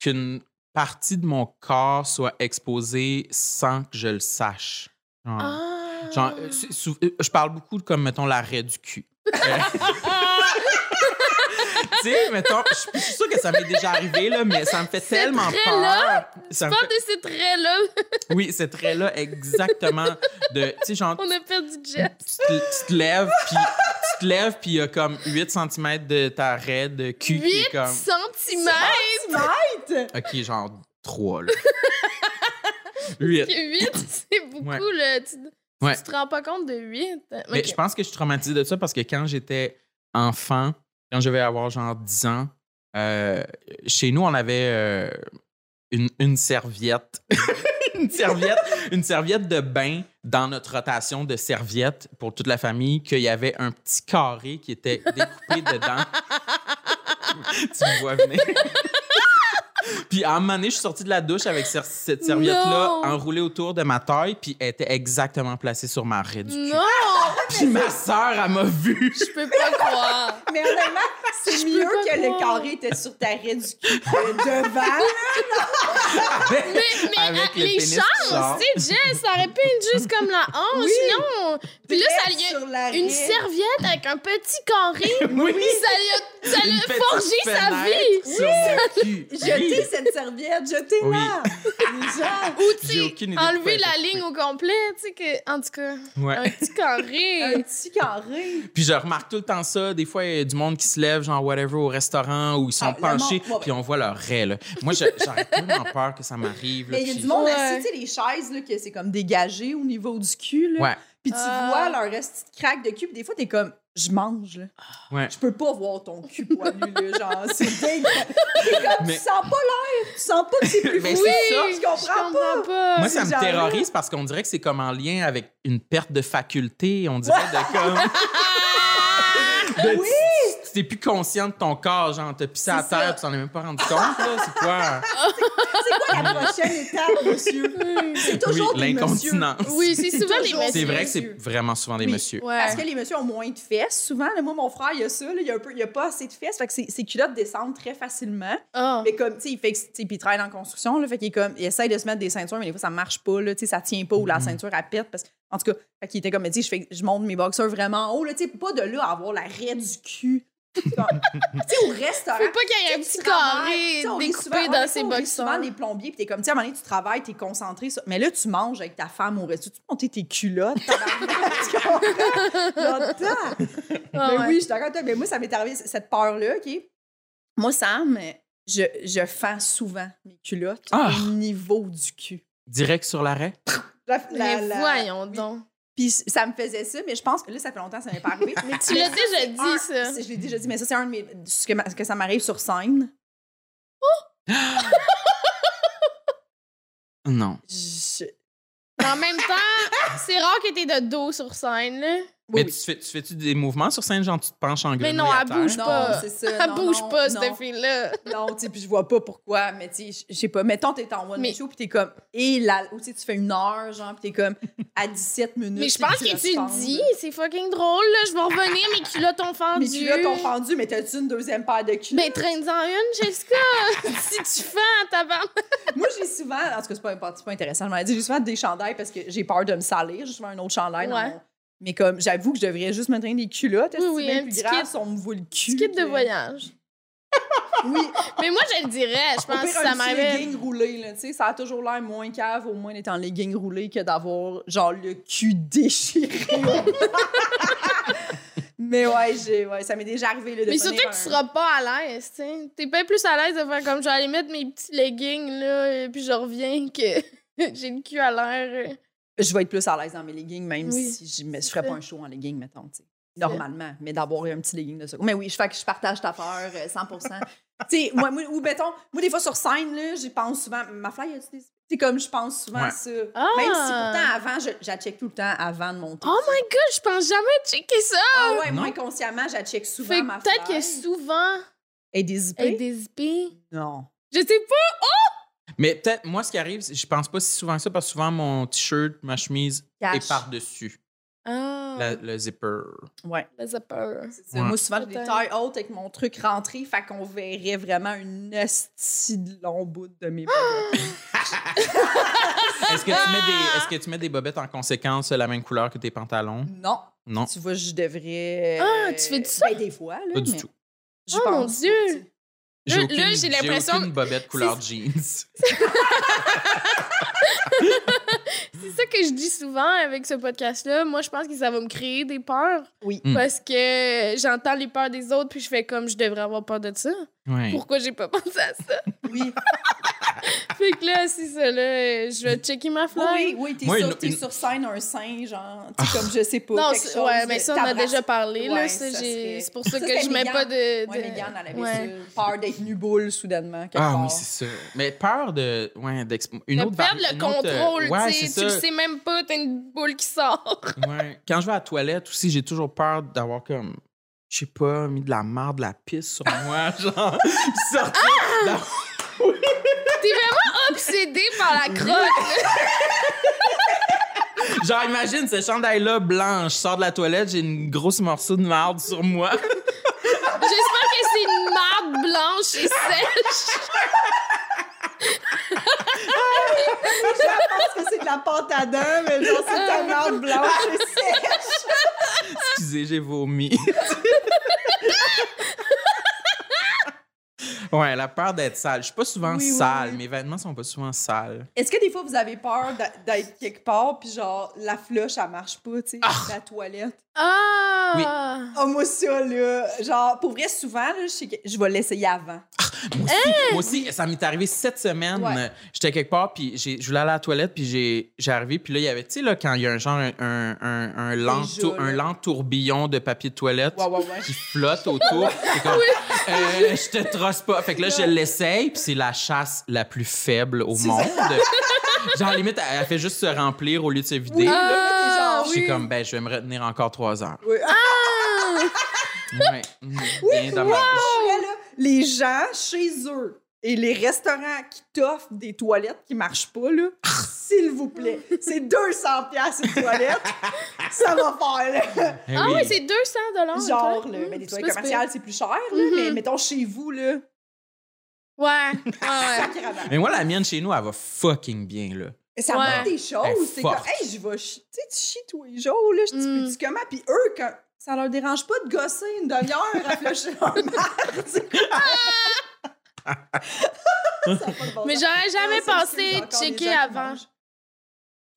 Speaker 4: qu'une partie de mon corps soit exposée sans que je le sache. Genre,
Speaker 3: Ah.
Speaker 4: genre, euh, sou- sou- euh, je parle beaucoup de comme, mettons, l'arrêt du cul. Euh, tu sais, mettons, je suis- je suis sûre que ça m'est déjà arrivé, là, mais ça me fait tellement
Speaker 3: très
Speaker 4: peur.
Speaker 3: là.
Speaker 4: Ça me
Speaker 3: Parle de ces traits-là,
Speaker 4: fait- oui, ce trait-là, exactement. De, tu sais, genre,
Speaker 3: on a perdu Jeff.
Speaker 4: tu te, tu te lèves, puis tu te lèves, puis il y a comme 8 cm de ta raie de cul
Speaker 3: 8
Speaker 4: qui est comme...
Speaker 3: centimètres!
Speaker 4: OK, genre 3, là. 8.
Speaker 3: 8, c'est beaucoup,
Speaker 4: Ouais.
Speaker 3: là. Tu, tu
Speaker 4: Ouais.
Speaker 3: te rends pas compte de 8?
Speaker 4: Mais je pense que je suis traumatisée de ça parce que quand j'étais enfant, quand je vais avoir genre 10 ans, euh, chez nous, on avait euh, une, une serviette. une serviette. Une serviette de bain dans notre rotation de serviettes pour toute la famille, qu'il y avait un petit carré qui était découpé dedans. tu me vois venir. Puis à un moment donné, je suis sortie de la douche avec cer- cette serviette-là
Speaker 3: Non.
Speaker 4: enroulée autour de ma taille, puis elle était exactement placée sur ma raie du cul.
Speaker 3: Non!
Speaker 4: Puis ma sœur, elle m'a vu.
Speaker 3: Je peux pas croire!
Speaker 2: Mais honnêtement, c'est
Speaker 3: Je
Speaker 2: mieux
Speaker 3: peux pas
Speaker 2: que le
Speaker 3: croire.
Speaker 2: carré était sur ta raie du cul que devant.
Speaker 3: Mais, mais
Speaker 4: Avec
Speaker 3: ah,
Speaker 4: le
Speaker 3: les
Speaker 4: pénis qui sort.
Speaker 3: chances, tu sais, Jess, ça aurait pu être juste comme la hanche,
Speaker 2: Oui.
Speaker 3: non! Puis là, ça lui a-
Speaker 2: Sur la
Speaker 3: Une
Speaker 2: raie.
Speaker 3: serviette avec un petit carré,
Speaker 4: Oui.
Speaker 3: ça lui a, ça lui
Speaker 4: Une
Speaker 3: a
Speaker 4: petite
Speaker 3: forgé sa
Speaker 4: fenêtre
Speaker 3: vie!
Speaker 4: Sur mon cul.
Speaker 2: Jetez cette serviette, jetez-la.
Speaker 3: Ou, tu
Speaker 4: J'ai aucune
Speaker 3: sais,
Speaker 4: idée de quoi
Speaker 3: enlever
Speaker 4: elle
Speaker 3: la
Speaker 4: fait.
Speaker 3: ligne au complet, tu sais, que, en tout cas,
Speaker 4: Ouais.
Speaker 3: un petit
Speaker 2: Déjà, un
Speaker 3: carré.
Speaker 2: petit carré.
Speaker 4: Puis je remarque tout le temps ça. Des fois, il y a du monde qui se lève, genre whatever, au restaurant où ils sont
Speaker 2: Ah, le
Speaker 4: penchés,
Speaker 2: monde- ouais, ouais.
Speaker 4: puis on voit leur raie. là. Moi, je- j'aurais tellement peur que ça m'arrive. là,
Speaker 2: Mais il y a
Speaker 4: puis-
Speaker 2: du monde
Speaker 3: Ouais.
Speaker 2: assis, tu sais, les chaises, là, que c'est comme dégagé au niveau du cul, là.
Speaker 4: Ouais.
Speaker 2: Puis tu
Speaker 3: Ah.
Speaker 2: vois leur petite craque de cul, puis des fois, t'es comme, je mange, là.
Speaker 4: Ouais.
Speaker 2: Je peux pas voir ton cul poilu, là, genre, c'est dingue. T'es comme,
Speaker 4: Mais-
Speaker 2: tu sens pas l'air, tu sens pas que c'est plus
Speaker 4: Mais
Speaker 2: fou.
Speaker 4: c'est ça.
Speaker 2: je
Speaker 3: Je
Speaker 2: comprends pas.
Speaker 3: comprends pas.
Speaker 4: Moi, ça
Speaker 2: c'est
Speaker 4: me
Speaker 2: genre-
Speaker 4: terrorise parce qu'on dirait que c'est comme en lien avec une perte de faculté. On dirait de comme. de-
Speaker 2: Oui.
Speaker 4: Tu t'es plus conscient de ton corps, genre, t'as pissé à
Speaker 2: C'est ça.
Speaker 4: terre, tu t'en es même pas rendu compte, là. C'est quoi?
Speaker 2: C'est quoi la prochaine étape, monsieur? C'est toujours
Speaker 4: Oui,
Speaker 2: des messieurs.
Speaker 4: l'incontinence.
Speaker 3: Oui, c'est
Speaker 2: C'est
Speaker 3: souvent les
Speaker 2: toujours-
Speaker 3: messieurs.
Speaker 4: C'est vrai que
Speaker 2: messieurs.
Speaker 4: c'est vraiment souvent des
Speaker 2: Oui.
Speaker 4: messieurs.
Speaker 3: Ouais.
Speaker 2: Parce que les messieurs ont moins de fesses, souvent. Là, moi, mon frère, il a ça, là, il, a un peu, il a pas assez de fesses. Fait que ses, ses culottes descendent très facilement.
Speaker 3: Ah.
Speaker 2: Mais comme, tu sais, il fait que, tu sais, puis il travaille en construction, là, fait qu'il est comme, il essaye de se mettre des ceintures, mais des fois, ça marche pas, là, tu sais, ça tient pas ou la
Speaker 4: Mhm.
Speaker 2: ceinture, elle pète, parce que, en tout cas, fait qu'il était comme, mais tu sais, je fais- je monte mes boxeurs vraiment haut, là, tu sais, pas de là à avoir la raie du cul. Comme- tu sais, au restaurant.
Speaker 3: Faut pas qu'il y ait un
Speaker 2: tu sais,
Speaker 3: petit
Speaker 2: tu travailles, tu sais, on
Speaker 3: carré
Speaker 2: rit
Speaker 3: découpé
Speaker 2: souvent- on
Speaker 3: dans
Speaker 2: rit
Speaker 3: ses
Speaker 2: souvent- on rit souvent
Speaker 3: boxeurs.
Speaker 2: les plombiers, puis t'es comme, tu sais, à un moment donné, tu travailles, t'es concentré, sur- mais là, tu manges avec ta femme au resto, tu peux monter tes culottes, tabarnak, tu comprends? Longtemps.
Speaker 3: Ah
Speaker 2: Ben
Speaker 3: ouais.
Speaker 2: oui, je suis d'accord avec toi. Mais moi, ça m'est arrivé, c- cette peur-là, OK? Moi, Sam, je, je fends souvent mes culottes
Speaker 4: Ah!
Speaker 2: au niveau du cul.
Speaker 4: Direct sur l'arrêt?
Speaker 2: La- la-
Speaker 3: Mais
Speaker 2: la-
Speaker 3: voyons
Speaker 2: oui.
Speaker 3: donc.
Speaker 2: Puis c- ça me faisait ça, mais je pense que là, ça fait longtemps que ça m'est pas arrivé. mais
Speaker 3: Tu l'as déjà
Speaker 2: un-
Speaker 3: dit, ça.
Speaker 2: c'est- Je l'ai déjà dit, mais ça, c'est un de mes. ce que, ma- ce que ça m'arrive sur scène.
Speaker 4: Non.
Speaker 2: Je-
Speaker 3: Mais en même temps, c'est rare que t'es de dos sur scène, là.
Speaker 4: Mais tu fais- tu fais-tu des mouvements sur scène, genre tu te penches en
Speaker 3: non,
Speaker 4: à
Speaker 3: elle
Speaker 4: terre?
Speaker 3: bouge.
Speaker 2: Non,
Speaker 3: pas.
Speaker 2: c'est ça.
Speaker 3: Elle
Speaker 2: non,
Speaker 3: bouge
Speaker 2: non,
Speaker 3: pas,
Speaker 2: non.
Speaker 3: cette fille-là.
Speaker 2: Non, tu sais, puis je vois pas pourquoi, mais tu sais, je- je sais pas. Mettons, t'es en one
Speaker 3: Mais-
Speaker 2: show, puis t'es comme, et là, ou tu sais, tu fais une heure, genre, puis t'es comme à 17 minutes.
Speaker 3: Mais je
Speaker 2: tu sais,
Speaker 3: pense que
Speaker 2: puis
Speaker 3: tu
Speaker 2: responds,
Speaker 3: le dis, c'est fucking drôle, là. Je vais revenir, mes culottes ont
Speaker 2: Mais
Speaker 3: fendu.
Speaker 2: tu l'as ton pendu, mais t'as-tu une deuxième paire de culottes?
Speaker 3: Ben, traîne-en une, Jessica! si tu fais en tabarnak.
Speaker 2: Moi, j'ai souvent, en tout cas, c'est pas, important, c'est pas intéressant, je m'en ai dit, j'ai souvent des chandails parce que j'ai peur de me salir. J'ai souvent un autre chandail. dans
Speaker 3: Ouais.
Speaker 2: mon- Mais comme, j'avoue que je devrais juste me traîner des culottes.
Speaker 3: Oui, oui,
Speaker 2: c'est bien
Speaker 3: un
Speaker 2: plus
Speaker 3: petit
Speaker 2: grave
Speaker 3: kit-
Speaker 2: si on me voit le cul.
Speaker 3: Petit kit de
Speaker 2: que-
Speaker 3: voyage.
Speaker 2: Oui,
Speaker 3: Mais moi, je le dirais, je
Speaker 2: au
Speaker 3: pense que
Speaker 2: pire,
Speaker 3: ça
Speaker 2: un petit
Speaker 3: m'arrive.
Speaker 2: legging roulé, là, tu sais, ça a toujours l'air moins cave, au moins d'être en legging roulé que d'avoir, genre, le cul déchiré. Mais ouais, j'ai- ouais, ça m'est déjà arrivé, là, de
Speaker 3: Mais
Speaker 2: tenir
Speaker 3: surtout que tu
Speaker 2: un-
Speaker 3: seras pas à l'aise, tu sais. T'es bien plus à l'aise de faire comme je vais aller mettre mes petits leggings, là, et puis je reviens que j'ai le cul à l'air.
Speaker 2: je vais être plus à l'aise dans mes leggings, même
Speaker 3: Oui,
Speaker 2: si je ne
Speaker 3: c'est
Speaker 2: ferais
Speaker 3: ça.
Speaker 2: pas un show en leggings, mettons, tu sais. Normalement, mais d'avoir un petit legging de ça. Mais oui, je fais que je partage ta peur euh, 100 Tu sais, moi, moi, ou mettons, moi, des fois sur scène, là, j'y pense souvent. Ma fly, y a-tu des. C'est comme je pense souvent à
Speaker 4: Ouais.
Speaker 2: ça.
Speaker 3: Ah!
Speaker 2: Même si pourtant, avant, je, je la check tout le temps avant de monter.
Speaker 3: Oh my god, je pense jamais checker ça!
Speaker 2: Ah ouais, moi,
Speaker 4: Non.
Speaker 2: inconsciemment, je la check souvent.
Speaker 3: Fait
Speaker 2: ma
Speaker 3: que peut-être
Speaker 2: fly.
Speaker 3: que souvent,
Speaker 2: Et des zippés?
Speaker 3: avec des épées.
Speaker 2: Non.
Speaker 3: Je sais pas!
Speaker 4: Mais peut-être, moi, ce qui arrive, c'est- je pense pas si souvent que ça, parce que souvent, mon t-shirt, ma chemise
Speaker 2: Cache.
Speaker 4: est par-dessus
Speaker 3: Ah,
Speaker 4: la- le zipper.
Speaker 2: Ouais.
Speaker 3: la zapper.
Speaker 2: C'est ben, ça.
Speaker 4: Ouais.
Speaker 2: Moi, souvent, j'ai des
Speaker 3: Peut-être.
Speaker 2: tailles hautes avec mon truc rentré, fait qu'on verrait vraiment une hostie de long bout de mes bobettes.
Speaker 4: Est-ce que, tu mets
Speaker 3: Ah!
Speaker 4: des- est-ce que tu mets des bobettes en conséquence la même couleur que tes pantalons?
Speaker 2: Non.
Speaker 4: Non,
Speaker 2: Tu vois, je devrais.
Speaker 3: Ah,
Speaker 2: euh,
Speaker 3: tu fais du ça?
Speaker 2: Ben, des fois, là.
Speaker 4: pas du
Speaker 2: mais
Speaker 4: tout.
Speaker 2: je
Speaker 3: Oh, mon
Speaker 2: pense pas,
Speaker 3: Dieu!
Speaker 2: tu sais.
Speaker 4: J'ai
Speaker 3: Là-
Speaker 4: aucune,
Speaker 3: là, j'ai
Speaker 4: j'ai
Speaker 3: l'impression
Speaker 4: aucune bobette couleur jeans.
Speaker 3: C'est ça que je dis souvent avec ce podcast-là. Moi, je pense que ça va me créer des peurs.
Speaker 2: Oui.
Speaker 4: Mm.
Speaker 3: Parce que j'entends les peurs des autres, puis je fais comme je devrais avoir peur de ça.
Speaker 4: Ouais. Ah
Speaker 3: Pourquoi j'ai pas pensé à ça?
Speaker 2: Oui,
Speaker 3: fait que là, c'est ça, là. Je vais checker ma fleur.
Speaker 2: oui, oui, t'es
Speaker 4: Moi,
Speaker 2: sur,
Speaker 4: une-
Speaker 2: t'es
Speaker 4: une- Ah.
Speaker 2: sur scène un singe, genre. Tu sais, comme je sais pas.
Speaker 3: Non,
Speaker 2: quelque
Speaker 3: c'est-
Speaker 2: chose,
Speaker 3: ouais, mais ça, on a
Speaker 2: t'abrasses.
Speaker 3: déjà parlé. là.
Speaker 2: Ouais,
Speaker 3: Ça,
Speaker 2: ça serait-
Speaker 3: j'ai- C'est pour ça,
Speaker 2: Ça,
Speaker 3: que
Speaker 2: c'était
Speaker 3: je mets
Speaker 2: Mégane.
Speaker 3: pas de.
Speaker 2: Ouais,
Speaker 3: de-
Speaker 2: Mégane, elle avait
Speaker 3: Ouais.
Speaker 2: ça, peur d'être nue boule soudainement. quelque
Speaker 4: Ah
Speaker 2: part.
Speaker 4: oui, c'est ça. Mais peur de. Ouais, d'exp- une
Speaker 3: De
Speaker 4: autre
Speaker 3: perdre
Speaker 4: vari-
Speaker 3: le
Speaker 4: une autre, euh,
Speaker 3: contrôle,
Speaker 4: ouais,
Speaker 3: tu
Speaker 4: c'est
Speaker 3: sais. Tu le
Speaker 4: ça.
Speaker 3: sais même pas, t'as une boule qui sort.
Speaker 4: Ouais. Quand je vais à la toilette aussi, j'ai toujours peur d'avoir comme. Je sais pas, mis de la marde, de la pisse sur moi, genre. puis sortir- d'avoir-
Speaker 3: T'es vraiment obsédé par la crotte. là.
Speaker 4: Genre, imagine ce chandail-là blanc. Je sors de la toilette, j'ai une grosse morceau de marde sur moi.
Speaker 3: J'espère que c'est une marde blanche et sèche.
Speaker 2: Je pense que c'est de la pâte à dents, mais genre, c'est de la merde blanche et sèche.
Speaker 4: Excusez, j'ai vomi. ouais, la peur d'être sale. Je suis pas souvent
Speaker 2: Oui, oui,
Speaker 4: sale.
Speaker 2: oui.
Speaker 4: Mes vêtements sont pas souvent sales.
Speaker 2: Est-ce que des fois, vous avez peur d'a- d'être quelque part, puis genre, la flush, elle marche pas, tu sais, la toilette?
Speaker 3: Ah!
Speaker 2: Oh, moi, ça, là. Genre, pour vrai, souvent, là, je, sais que je vais l'essayer avant.
Speaker 4: Moi aussi, moi aussi, ça m'est arrivé cette semaine.
Speaker 2: Hein? Ouais.
Speaker 4: Euh, J'étais quelque part, puis j'ai- je voulais aller à la toilette, puis j'ai j'ai arrivé, puis là, il y avait, tu sais, là, quand il y a un genre, un, un, un, un lent,
Speaker 2: Déjà,
Speaker 4: tour-
Speaker 2: là.
Speaker 4: un lent tourbillon de papier de toilette
Speaker 2: Ouais, ouais, ouais.
Speaker 4: qui flotte autour. c'est comme, euh, je te trosse pas. Fait que là, je l'essaye, puis c'est la chasse la plus faible au
Speaker 2: C'est
Speaker 4: monde. genre, limite, elle, elle fait juste se remplir au lieu de se vider.
Speaker 2: Oui,
Speaker 4: là.
Speaker 2: là,
Speaker 3: Ah,
Speaker 2: t'es
Speaker 4: Je
Speaker 2: genre,
Speaker 4: suis
Speaker 2: oui.
Speaker 4: comme, ben, je vais me retenir encore trois heures.
Speaker 2: Oui. Ah,
Speaker 4: Ouais. Mmh, bien dommage.
Speaker 2: ouais, là, les gens chez eux et les restaurants qui t'offrent des toilettes qui marchent pas, là, s'il vous plaît, c'est 200 pièces une toilette, ça va faire, là.
Speaker 4: Eh
Speaker 3: Ah
Speaker 4: oui.
Speaker 3: ouais, c'est 200 dollars.
Speaker 2: ben
Speaker 3: Hmm,
Speaker 2: Genre, là, ben, des toilettes commerciales, c'est plus cher, là,
Speaker 3: Mm-hmm.
Speaker 2: mais mettons chez vous, là,
Speaker 3: Ouais, ouais.
Speaker 2: sacrément.
Speaker 4: Mais moi, la mienne chez nous, elle va fucking bien, là.
Speaker 2: Ça
Speaker 3: Ouais.
Speaker 2: montre des
Speaker 4: Elle est
Speaker 2: choses. C'est comme,
Speaker 4: forte.
Speaker 2: hey, je vais, chi- tu sais, tu chies tous les jours, là, je
Speaker 3: Mm.
Speaker 2: peux dis comment? Puis eux, quand, ça leur dérange pas de gosser une demi-heure à flusher leur merde. c'est comme- Ça a pas de bon
Speaker 3: Mais
Speaker 2: sens.
Speaker 3: j'aurais jamais
Speaker 2: Ah, ça,
Speaker 3: pensé
Speaker 2: c'est encore des gens
Speaker 3: checker
Speaker 2: qui
Speaker 3: avant.
Speaker 2: mangent.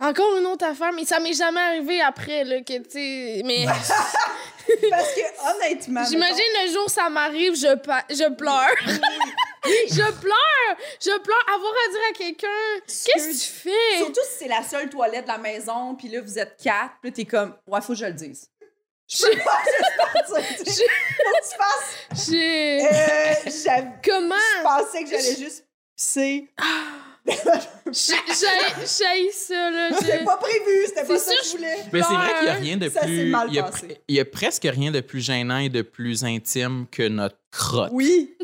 Speaker 3: Encore une autre affaire, mais ça m'est jamais arrivé après, là, que, tu sais,
Speaker 2: Ben,
Speaker 3: mais
Speaker 2: Parce que, honnêtement.
Speaker 3: j'imagine le jour ça m'arrive, je, pa- je pleure. je pleure! Je pleure! Avoir à dire à quelqu'un, qu'est-ce que tu
Speaker 2: mettons,
Speaker 3: fais?
Speaker 2: Surtout si c'est la seule toilette de la maison, puis là, vous êtes quatre, puis là, t'es comme, ouais, faut que je le dise. Je peux pas juste partir, tu sais. Faut que tu fasses,
Speaker 3: J'ai...
Speaker 2: euh, j'avais-
Speaker 3: Ah, Comment? Ah,
Speaker 2: Je pensais que j'allais juste pisser.
Speaker 3: J'ai ça, là.
Speaker 2: C'était
Speaker 3: j'ai-
Speaker 2: pas prévu, c'était pas
Speaker 3: C'est
Speaker 2: ça
Speaker 3: sûr,
Speaker 2: que je voulais.
Speaker 4: Mais c'est vrai
Speaker 3: Peur.
Speaker 4: qu'il n'y a rien de
Speaker 2: Ça s'est
Speaker 4: plus.
Speaker 2: mal
Speaker 4: Il y, a
Speaker 2: passé.
Speaker 4: pre- il y a presque rien de plus gênant et de plus intime que notre crotte.
Speaker 2: Oui,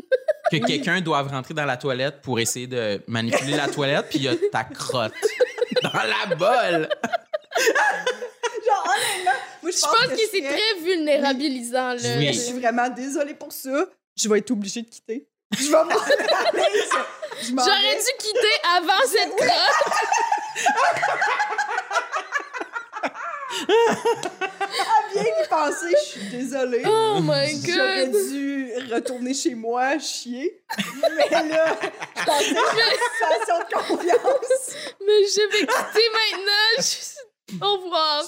Speaker 4: Que quelqu'un doive rentrer dans la toilette pour essayer de manipuler la toilette, puis il y a ta crotte dans la bolle.
Speaker 2: genre honnêtement, moi je
Speaker 3: Je
Speaker 2: pense
Speaker 3: pense
Speaker 2: que
Speaker 3: que c'est
Speaker 2: je serais-
Speaker 3: très vulnérabilisant, là.
Speaker 4: Oui.
Speaker 2: Je suis vraiment désolée pour ça. Je vais être obligée de quitter. Je vais m'en aller. Je, je m'en
Speaker 3: J'aurais
Speaker 2: vais.
Speaker 3: dû quitter avant cette crotte.
Speaker 2: Bien y penser, je suis désolée.
Speaker 3: Oh my
Speaker 2: J'aurais
Speaker 3: god.
Speaker 2: dû retourner chez moi, chier. Mais là, je pensais que une situation de confiance.
Speaker 3: Mais je vais quitter maintenant. Je suis- Au revoir.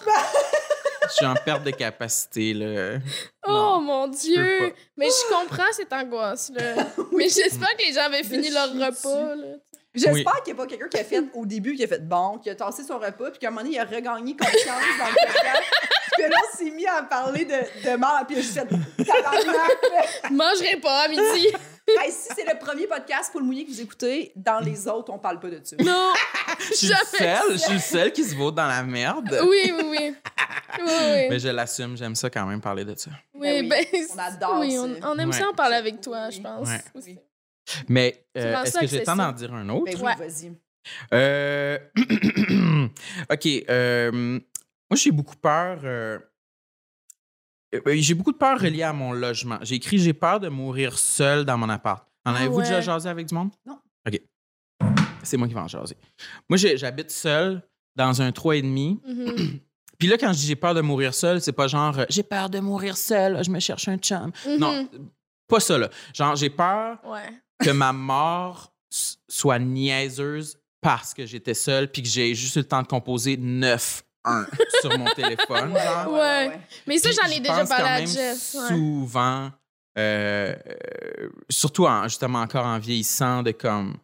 Speaker 4: Je suis en perte de capacité, là.
Speaker 3: Oh mon
Speaker 4: peux
Speaker 3: dieu.
Speaker 4: pas.
Speaker 3: Mais je comprends cette angoisse, là. Mais j'espère que les gens avaient fini
Speaker 2: De
Speaker 3: leur
Speaker 2: chier
Speaker 3: repas, là.
Speaker 2: J'espère qu'il n'y a pas quelqu'un qui a fait au début, qui a fait bon, qui a tassé son repas, puis qu'à un moment donné, il a regagné confiance dans le podcast. Puis que là, on s'est mis à parler de, de mort, puis j'ai fait tabarnak.
Speaker 3: Mangerai pas à midi.
Speaker 2: Hey, si c'est le premier podcast pour le mouiller que vous écoutez, dans les autres, on parle pas de ça.
Speaker 3: Non.
Speaker 4: Je suis le
Speaker 3: J'avais-
Speaker 4: seul, je suis le seul qui se vaut dans la merde.
Speaker 3: Oui, oui, oui. Oui,
Speaker 4: Mais
Speaker 3: oui.
Speaker 4: je l'assume, j'aime ça quand même parler de ça.
Speaker 3: Oui,
Speaker 2: Ben
Speaker 3: ben,
Speaker 2: on adore
Speaker 3: Oui,
Speaker 2: ça.
Speaker 3: on, on aime
Speaker 4: Ouais.
Speaker 3: ça en parler avec toi, je pense.
Speaker 4: Ouais.
Speaker 3: Aussi.
Speaker 4: Mais euh,
Speaker 3: rends
Speaker 4: est-ce
Speaker 3: ça
Speaker 4: que j'ai le temps
Speaker 3: accessible.
Speaker 4: d'en dire un autre?
Speaker 2: Ben oui,
Speaker 3: Ouais.
Speaker 2: vas-y.
Speaker 4: Euh, OK. euh, moi, j'ai beaucoup peur. euh, euh, j'ai beaucoup de peur reliée à mon logement. J'ai écrit J'ai peur de mourir seul dans mon appart. En
Speaker 3: Ah
Speaker 4: avez-vous déjà
Speaker 3: ouais.
Speaker 4: jasé avec du monde?
Speaker 2: Non.
Speaker 4: OK. C'est moi qui vais en jaser. Moi, j'ai- j'habite seul dans un 3,5.
Speaker 3: Mhm.
Speaker 4: Puis là, quand je dis j'ai peur de mourir seul, c'est pas genre euh, j'ai peur de mourir seul, je me cherche un chum. Non,
Speaker 3: Mm-hmm.
Speaker 4: pas ça, là. Genre, j'ai peur
Speaker 3: Mhm. Ouais.
Speaker 4: que ma mort s- soit niaiseuse parce que j'étais seule puis que j'ai juste eu le temps de composer 9-1 sur mon téléphone. genre.
Speaker 3: Ouais. Mais ça,
Speaker 4: Puis
Speaker 3: j'en ai
Speaker 4: je
Speaker 3: déjà
Speaker 4: pense
Speaker 3: parlé
Speaker 4: quand
Speaker 3: à
Speaker 4: même
Speaker 3: Jess. ouais.
Speaker 4: Souvent, euh, euh, surtout en- justement encore en vieillissant, de comme,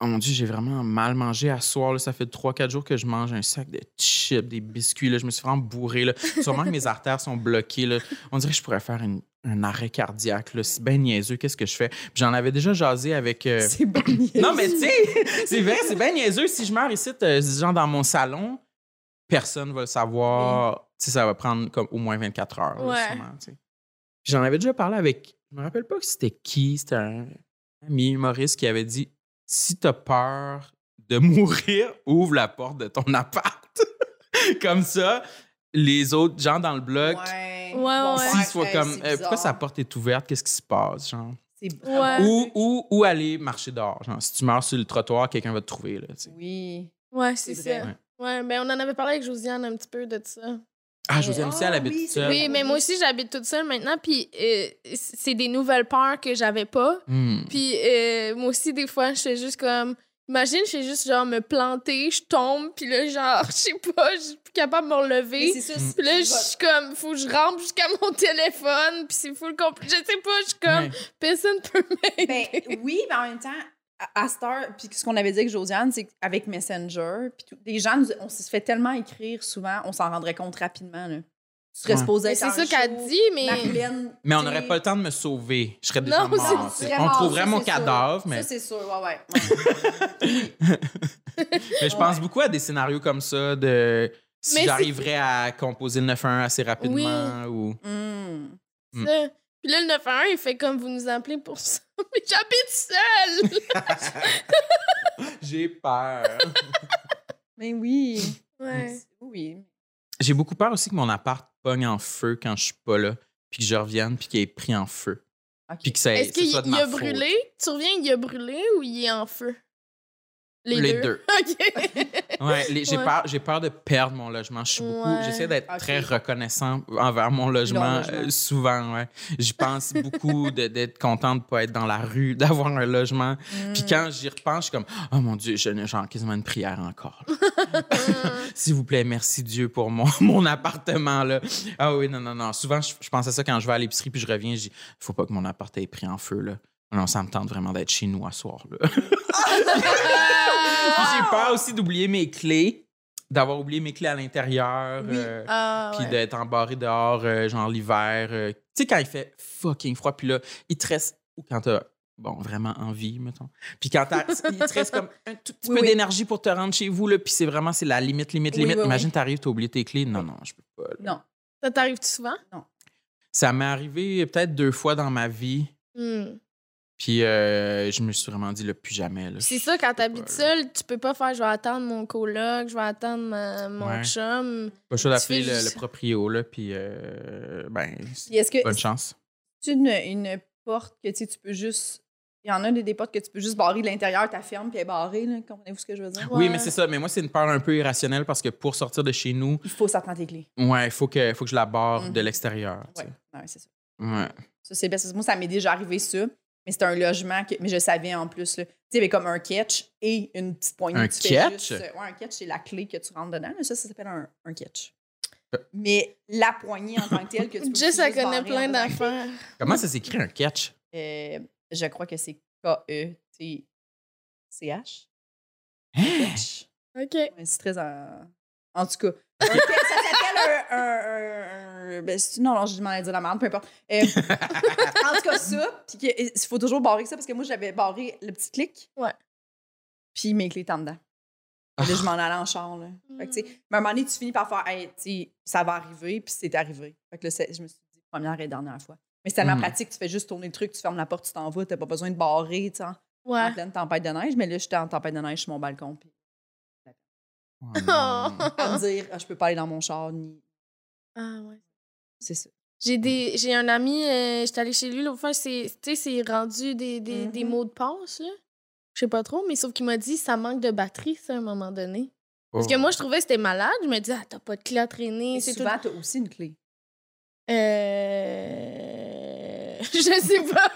Speaker 4: oh mon Dieu, j'ai vraiment mal mangé à soir. là. ça fait 3-4 jours que je mange un sac de chips, des biscuits. Là, je me suis vraiment bourré. Là. Sûrement que mes artères sont bloquées. là. On dirait que je pourrais faire une- un arrêt cardiaque. là. C'est bien niaiseux. Qu'est-ce que je fais? Puis J'en avais déjà jasé avec. euh,
Speaker 2: C'est bon.
Speaker 4: Non, mais tu sais, c'est vrai, c'est bien niaiseux. Si je meurs ici, euh, genre dans mon salon, personne va le savoir. Tu sais, ça va prendre comme au moins 24 heures. là,
Speaker 3: Ouais.
Speaker 4: sûrement, tu sais. Puis J'en avais déjà parlé avec. Je me rappelle pas que c'était qui. C'était un ami humoriste qui avait dit si t'as peur de mourir, ouvre la porte de ton appart. Comme ça, les autres gens dans le bloc.
Speaker 2: Ouais,
Speaker 3: ouais.
Speaker 4: S'ils soient comme, euh, pourquoi sa porte est ouverte? Qu'est-ce qui se passe? Genre?
Speaker 2: C'est
Speaker 3: Ouais.
Speaker 4: Ou, ou, ou aller marcher dehors. Genre, si tu meurs sur le trottoir, quelqu'un va te trouver. Là, tu sais.
Speaker 2: Oui.
Speaker 3: Ouais, c'est
Speaker 2: C'est vrai.
Speaker 3: ça. Ouais, ben on en avait parlé avec Josiane un petit peu de ça.
Speaker 4: ah, José aussi, elle
Speaker 2: Ah,
Speaker 4: habite
Speaker 2: oui,
Speaker 4: toute
Speaker 2: c'est
Speaker 4: seule.
Speaker 2: vrai.
Speaker 3: Oui, mais moi aussi, j'habite toute seule maintenant, puis euh, c'est des nouvelles peurs que j'avais pas.
Speaker 4: Hmm.
Speaker 3: Puis euh, moi aussi, des fois, je fais juste comme... Imagine, je fais juste genre me planter, je tombe, puis là, genre, je sais pas, je suis plus capable de me
Speaker 2: Mais
Speaker 3: relever.
Speaker 2: c'est ça.
Speaker 4: Mm.
Speaker 2: c'est-
Speaker 3: Puis là, je
Speaker 2: tu vas-
Speaker 3: suis comme, faut que je rampe jusqu'à mon téléphone, puis c'est full compl- Je sais pas, je suis comme,
Speaker 4: Ouais.
Speaker 3: personne peut m'aider.
Speaker 2: Ben, oui, mais en même temps, à, à cette heure, puis ce qu'on avait dit avec Josiane, c'est qu'avec Messenger, puis tout- les gens, nous- on se fait tellement écrire souvent, on s'en rendrait compte rapidement. Là. Tu serais
Speaker 4: Ouais.
Speaker 2: supposé
Speaker 3: Mais
Speaker 2: être
Speaker 3: c'est
Speaker 2: en
Speaker 3: ça
Speaker 2: show,
Speaker 3: qu'elle dit, mais...
Speaker 2: Marilyn,
Speaker 4: Mais on
Speaker 2: t'sais,
Speaker 4: n'aurait pas le temps de me sauver. Je serais déjà
Speaker 3: Non,
Speaker 4: mort.
Speaker 3: c'est-
Speaker 4: tu sais.
Speaker 2: vraiment,
Speaker 4: On trouverait
Speaker 2: ça,
Speaker 4: mon
Speaker 2: c'est sûr.
Speaker 4: cadavre, mais,
Speaker 2: Ça, c'est sûr, ouais, ouais. ouais.
Speaker 4: mais je pense beaucoup à des scénarios comme ça de
Speaker 3: Mais
Speaker 4: si
Speaker 3: c'est-
Speaker 4: j'arriverais à composer le 9-1 assez rapidement ou.
Speaker 2: Mm.
Speaker 4: Mm.
Speaker 3: Ça. Puis là, le 911, il fait comme vous nous appelez pour ça. Mais j'habite seule!
Speaker 4: J'ai peur.
Speaker 2: Mais oui. Mm.
Speaker 3: Ouais.
Speaker 2: Oui.
Speaker 4: J'ai beaucoup peur aussi que mon appart pogne en feu quand je suis pas là, puis que je revienne, puis qu'il est pris en feu.
Speaker 2: Ok.
Speaker 4: Puis que ça
Speaker 3: Est-ce
Speaker 4: que
Speaker 3: qu'il
Speaker 4: soit de
Speaker 3: il
Speaker 4: ma
Speaker 3: a
Speaker 4: faute.
Speaker 3: brûlé? Tu reviens, il a brûlé ou il est en feu?
Speaker 4: Les deux.
Speaker 3: OK.
Speaker 4: Ouais, les- j'ai
Speaker 3: Ouais.
Speaker 4: peur, j'ai peur de perdre mon logement. Je suis beaucoup,
Speaker 3: Ouais.
Speaker 4: j'essaie d'être
Speaker 2: Ok.
Speaker 4: très reconnaissant envers mon logement,
Speaker 2: Leur logement.
Speaker 4: euh, souvent. Ouais, j'y pense beaucoup de- d'être content de pas être dans la rue, d'avoir un logement.
Speaker 2: Mm.
Speaker 4: Puis quand j'y repense, je suis comme, oh mon Dieu, je n'ai genre quasiment une prière encore. là.
Speaker 2: Ah.
Speaker 4: S'il vous plaît, merci Dieu pour mon, mon appartement là. Ah oui, non non non. Souvent, je, je pense à ça quand je vais à l'épicerie puis je reviens, je dis, faut pas que mon appart ait pris en feu là. Non, ça me tente vraiment d'être chez nous à soir là. Puis
Speaker 3: Ah!
Speaker 4: j'ai peur aussi d'oublier mes clés, d'avoir oublié mes clés à l'intérieur,
Speaker 2: Oui.
Speaker 4: euh,
Speaker 3: Ah,
Speaker 4: puis
Speaker 3: ouais.
Speaker 4: d'être embarré dehors, euh, genre l'hiver. euh, tu sais, quand il fait fucking froid, puis là, il te reste, ou quand t'as bon, vraiment envie, mettons. Puis quand t'as- il te reste comme un tout petit
Speaker 2: Oui,
Speaker 4: peu
Speaker 2: oui.
Speaker 4: d'énergie pour te rendre chez vous, là, puis c'est vraiment, c'est la limite, limite,
Speaker 2: Oui,
Speaker 4: limite.
Speaker 2: oui, oui.
Speaker 4: Imagine, t'arrives, t'as oublié tes clés. Non, non, je peux pas. là.
Speaker 2: Non.
Speaker 3: Ça t'arrive-tu souvent?
Speaker 4: Ça m'est arrivé peut-être deux fois dans ma vie,
Speaker 3: Hmm.
Speaker 4: puis euh, je me suis vraiment dit, là, plus jamais. là.
Speaker 3: Puis C'est ça, quand t'habites
Speaker 4: pas, là.
Speaker 3: seul, tu peux pas faire je vais attendre mon coloc, je vais attendre ma- mon
Speaker 4: Ouais.
Speaker 3: chum.
Speaker 4: Pas chaud
Speaker 3: Tu fais
Speaker 4: d'appeler le,
Speaker 3: juste-
Speaker 4: le proprio, là, puis euh, ben,
Speaker 2: Puis est-ce que
Speaker 4: bonne chance.
Speaker 2: c'est une, une porte que tu sais, tu peux juste. Il y en a des, des portes que tu peux juste barrer de l'intérieur, ta ferme, puis elle est barrée, là. Comprenez-vous ce que je veux dire?
Speaker 4: Ah Oui,
Speaker 3: Ouais.
Speaker 4: mais c'est ça. Mais moi, c'est une peur un peu irrationnelle parce que pour sortir de chez nous,
Speaker 2: Il faut s'attendre tes clés.
Speaker 4: ouais, il faut que, faut que je la barre
Speaker 3: Mm-hmm.
Speaker 4: de
Speaker 2: Mhm.
Speaker 4: l'extérieur. tu
Speaker 2: Oui,
Speaker 4: sais.
Speaker 2: c'est ça.
Speaker 4: Ouais.
Speaker 2: Ça, c'est parce que moi, ça m'est déjà arrivé ça. Mais c'était un logement que. Mais je savais en plus, là. Tu sais, il y avait comme un catch et une petite poignée.
Speaker 4: Un
Speaker 2: Tu fais
Speaker 4: catch?
Speaker 2: juste, euh, ouais, un catch, c'est la clé que tu rentres dedans. là. Ça, ça s'appelle un, un catch. Mais la poignée en tant que telle que tu peux
Speaker 3: Jess, elle
Speaker 2: barrer
Speaker 3: connaît
Speaker 2: en
Speaker 3: plein
Speaker 2: dedans.
Speaker 3: d'affaires.
Speaker 4: Comment ça s'écrit un catch?
Speaker 2: Euh, je crois que c'est E K-E-T-C-H.
Speaker 4: Hein?
Speaker 2: Catch.
Speaker 3: OK.
Speaker 2: Ouais, c'est très en... en tout cas. un catch, ça s'appelle un. un- un- un- ben, c'est- non, non, je demande à dire la merde, peu importe. Euh, en tout cas, ça, puis que- il faut toujours barrer ça parce que moi, j'avais barré le petit clic.
Speaker 3: Ouais.
Speaker 2: Puis mes clés étaient en dedans. Puis Là, je m'en allais en char. Là. Fait que, tu sais,
Speaker 3: Ah.
Speaker 2: mais à un moment donné, tu finis par faire, hey, tu sais, ça va arriver, puis c'est arrivé. Fait que là, c'est- je me suis dit, première et dernière fois. Mais c'est tellement
Speaker 3: Hmm.
Speaker 4: Mm.
Speaker 2: pratique, tu fais juste tourner le truc, tu fermes la porte, tu t'en vas, t'as pas besoin de barrer, tu sais, en-
Speaker 3: Ouais.
Speaker 2: en pleine tempête de neige. Mais là, j'étais en tempête de neige sur mon balcon, puis
Speaker 4: Oh,
Speaker 3: Ah
Speaker 4: non.
Speaker 2: à me dire, Ah, je peux pas aller dans mon char, ni.
Speaker 3: ouais.
Speaker 2: C'est ça.
Speaker 3: J'ai des j'ai un ami, euh, j'étais allée chez lui l'autre fois, c'est tu sais, c'est rendu des, des, des
Speaker 2: Mhm.
Speaker 3: mots de passe, là. Je sais pas trop, mais sauf qu'il m'a dit ça manque de batterie, ça, à un moment donné. Parce que
Speaker 4: Oh.
Speaker 3: moi, je trouvais que c'était malade. Je me disais, ah, t'as pas de clé à traîner.
Speaker 2: Et
Speaker 3: C'est tout.
Speaker 2: souvent, t'as aussi une clé.
Speaker 3: Euh... Je sais pas.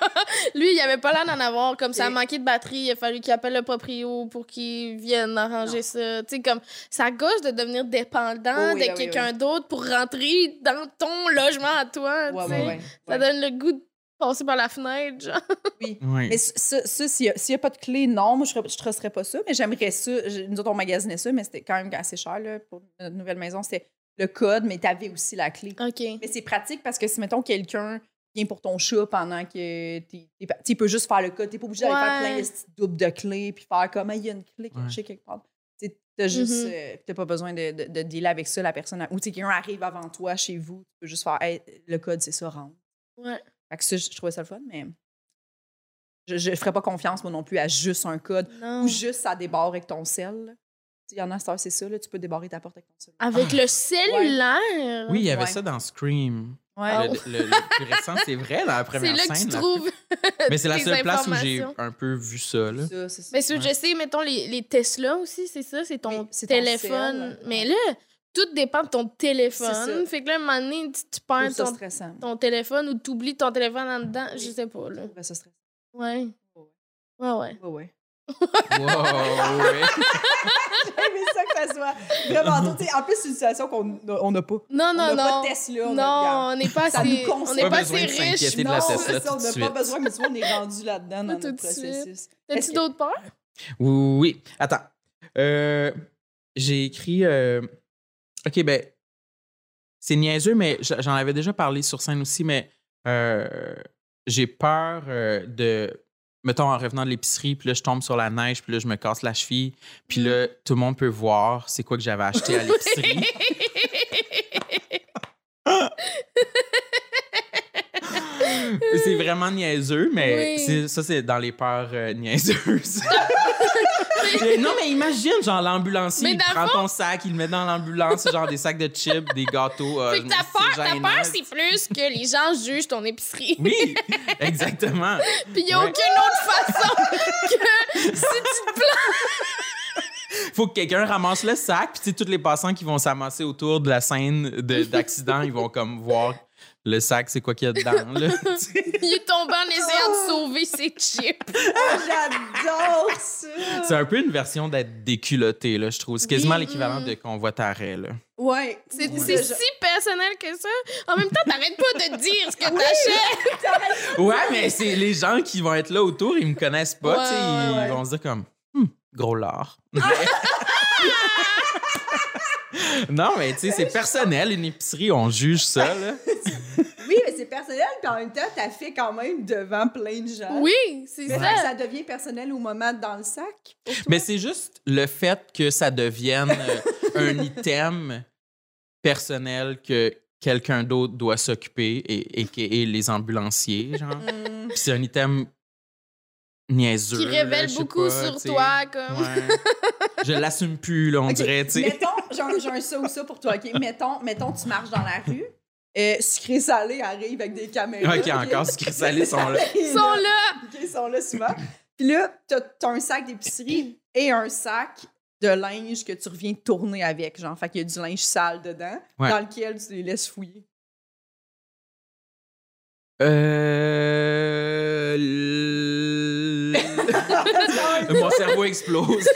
Speaker 3: Lui, il avait pas l'air d'en avoir. Comme ça a
Speaker 2: Et-
Speaker 3: manqué de batterie, il a fallu qu'il appelle le proprio pour qu'il vienne arranger
Speaker 2: Non.
Speaker 3: ça. Tu sais, comme ça gauche de devenir dépendant
Speaker 2: Oh oui,
Speaker 3: de
Speaker 2: ben oui,
Speaker 3: quelqu'un d'autre pour rentrer dans ton logement à toi.
Speaker 2: Ouais,
Speaker 3: Ah, tu
Speaker 2: ouais,
Speaker 3: sais.
Speaker 2: ouais.
Speaker 3: Ça
Speaker 2: ouais.
Speaker 3: donne le goût de passer par la fenêtre, genre.
Speaker 2: Oui.
Speaker 4: Oui.
Speaker 2: Mais ça, ça, s'il n'y a, s'il y a pas de clé, non, moi, je ne tracerais pas ça, mais j'aimerais ça. Je- Nous autres, on magasinait ça, mais c'était quand même assez cher là, pour notre nouvelle maison. C'était le code, mais tu avais aussi la clé.
Speaker 3: OK.
Speaker 2: Mais c'est pratique parce que si, mettons, quelqu'un vient pour ton chat pendant que t'es- t'es pa- tu sais, il peut juste faire le code. Tu n'es pas obligé d'aller faire
Speaker 3: Ouais.
Speaker 2: plein de petits doubles de clés puis faire comme, Ah, il y a une clé cachée quelque part. Tu n'as juste,
Speaker 3: Mhm.
Speaker 2: euh, t'as pas besoin de, de, de dealer avec ça, la personne. Ou tu sais, quelqu'un arrive avant toi chez vous, tu peux juste faire, Hey, le code, c'est ça, rentre.
Speaker 3: Ouais.
Speaker 2: Fait que ça, je, je trouvais ça le fun, mais je, je ferais pas confiance, moi non plus, à juste un code
Speaker 3: Non.
Speaker 2: ou juste ça débarre avec ton sel. là. Tu sais, Il y en a, c'est ça, c'est ça, là, tu peux débarrer ta porte avec ton sel.
Speaker 3: Avec le cellulaire.
Speaker 4: Ah. Oui, il y avait
Speaker 2: Ouais.
Speaker 4: ça dans Scream.
Speaker 2: Ouais.
Speaker 4: Le, le- le plus récent, c'est vrai, dans la
Speaker 3: Ah, oh. C'est
Speaker 4: première
Speaker 3: là que tu
Speaker 4: scène. là.
Speaker 3: trouves.
Speaker 4: Mais c'est la
Speaker 3: tes
Speaker 4: seule place où j'ai
Speaker 3: informations.
Speaker 4: un peu vu ça. Là.
Speaker 2: Ça, c'est ça.
Speaker 3: Mais ce que je
Speaker 4: Ouais.
Speaker 3: sais, mettons, les, les Tesla aussi, c'est ça, c'est ton
Speaker 2: Oui, c'est ton
Speaker 3: téléphone.
Speaker 2: cell.
Speaker 3: mais là, tout dépend de ton
Speaker 2: C'est
Speaker 3: téléphone.
Speaker 2: ça.
Speaker 3: Fait que là, à un moment donné, tu, tu
Speaker 2: Je
Speaker 3: perds
Speaker 2: trouve ça
Speaker 3: ton,
Speaker 2: stressant.
Speaker 3: ton téléphone ou tu oublies ton téléphone en dedans. Je sais pas,
Speaker 2: Je
Speaker 3: là.
Speaker 2: trouve ça stressant.
Speaker 3: Ouais. Ouais, ouais.
Speaker 2: Ouais, ouais.
Speaker 4: Wow, ouais.
Speaker 2: J'aimais ça que ça soit vraiment drôle. Tu sais, En plus, c'est une situation qu'on on n'a pas.
Speaker 3: Non,
Speaker 2: On
Speaker 3: non,
Speaker 2: n'a pas
Speaker 3: non.
Speaker 2: de Tesla. on a- regarde.
Speaker 3: Non, on n'est pas
Speaker 2: Ça
Speaker 3: assez,
Speaker 2: nous
Speaker 3: on
Speaker 2: concerne.
Speaker 3: n'est pas
Speaker 4: Pas
Speaker 3: assez
Speaker 4: besoin de
Speaker 3: riche.
Speaker 4: s'inquiéter de la
Speaker 2: Non,
Speaker 4: Tesla
Speaker 2: c'est ça,
Speaker 4: tout
Speaker 2: on
Speaker 4: de
Speaker 2: n'a
Speaker 4: suite.
Speaker 2: pas besoin, mais tu vois, on est rendu là-dedans dans
Speaker 3: Tout
Speaker 2: notre
Speaker 3: de suite.
Speaker 2: processus. Est-ce
Speaker 3: T'as-tu
Speaker 2: que-
Speaker 3: d'autres peurs?
Speaker 4: Oui, oui. Attends. Euh, j'ai écrit. euh, OK, ben. C'est niaiseux, mais j- j'en avais déjà parlé sur scène aussi, mais euh, j'ai peur euh, de. Mettons, en revenant de l'épicerie, puis là, je tombe sur la neige, puis là, je me casse la cheville, puis là, tout le monde peut voir c'est quoi que j'avais acheté à l'épicerie. c'est vraiment niaiseux, mais
Speaker 3: Oui.
Speaker 4: c'est- ça, c'est dans les peurs euh, niaiseuses. Mais non, mais imagine, genre, l'ambulancier,
Speaker 3: Mais
Speaker 4: il
Speaker 3: dans le
Speaker 4: prend ton sac, il le met dans l'ambulance, genre des sacs de chips, des gâteaux. euh,
Speaker 3: Fait que ta
Speaker 4: c'est
Speaker 3: peur, ta
Speaker 4: gênant.
Speaker 3: peur, c'est plus que les gens jugent ton épicerie.
Speaker 4: Oui, exactement.
Speaker 3: Puis il n'y a
Speaker 4: Ouais.
Speaker 3: aucune autre façon que si tu te plains.
Speaker 4: Faut que quelqu'un ramasse le sac, puis tu sais, tous les passants qui vont s'amasser autour de la scène de- d'accident, ils vont comme voir le sac, c'est quoi qu'il y a dedans. là. Tu sais.
Speaker 3: Il est tombé en essayant de sauver ses chips.
Speaker 2: J'adore ça!
Speaker 4: C'est un peu une version d'être déculotté, là, je trouve. C'est quasiment
Speaker 2: Oui.
Speaker 4: l'équivalent
Speaker 3: Mm.
Speaker 4: de convoitaré. Là.
Speaker 2: Ouais.
Speaker 3: C'est
Speaker 2: Ouais.
Speaker 3: c'est si personnel que ça. En même temps, t'arrêtes pas de dire ce que t'achètes.
Speaker 4: Ouais, mais c'est les gens qui vont être là autour, ils me connaissent pas,
Speaker 3: Ouais,
Speaker 4: tu sais,
Speaker 3: ouais,
Speaker 4: ils
Speaker 3: ouais.
Speaker 4: vont se dire comme, Hmm, gros lard. Mais- Non, mais tu sais, c'est personnel, une épicerie, on juge ça, là.
Speaker 2: Oui, mais c'est personnel, puis en même temps, t'as fait quand même devant plein de gens.
Speaker 3: Oui, c'est
Speaker 2: Mais
Speaker 3: ça.
Speaker 2: ça devient personnel au moment dans le sac. pour toi.
Speaker 4: Mais c'est juste le fait que ça devienne euh, un item personnel que quelqu'un d'autre doit s'occuper, et, et, que- et les ambulanciers, genre.
Speaker 3: Hmm.
Speaker 2: Mm.
Speaker 4: Puis c'est un item niaiseux.
Speaker 3: Qui
Speaker 4: là,
Speaker 3: révèle
Speaker 4: je sais
Speaker 3: beaucoup
Speaker 4: pas,
Speaker 3: sur
Speaker 4: tu sais.
Speaker 3: toi, comme.
Speaker 4: Ouais. Je l'assume plus, là, on
Speaker 2: Ok,
Speaker 4: dirait, tu sais.
Speaker 2: Mettons, j'ai un- j'ai un ça ou ça pour toi, OK? Mettons, mettons tu marches dans la rue, euh, sucré-salé arrive avec des caméras.
Speaker 4: Ok, encore, sucré-salé sont là.
Speaker 3: Ils sont là!
Speaker 2: OK, ils sont là souvent. Puis là, t'as t'as un sac d'épicerie et un sac de linge que tu reviens tourner avec, genre. Fait qu'il y a du linge sale dedans,
Speaker 4: Ouais.
Speaker 2: dans lequel tu les laisses fouiller.
Speaker 4: Euh... l- Mon cerveau explose.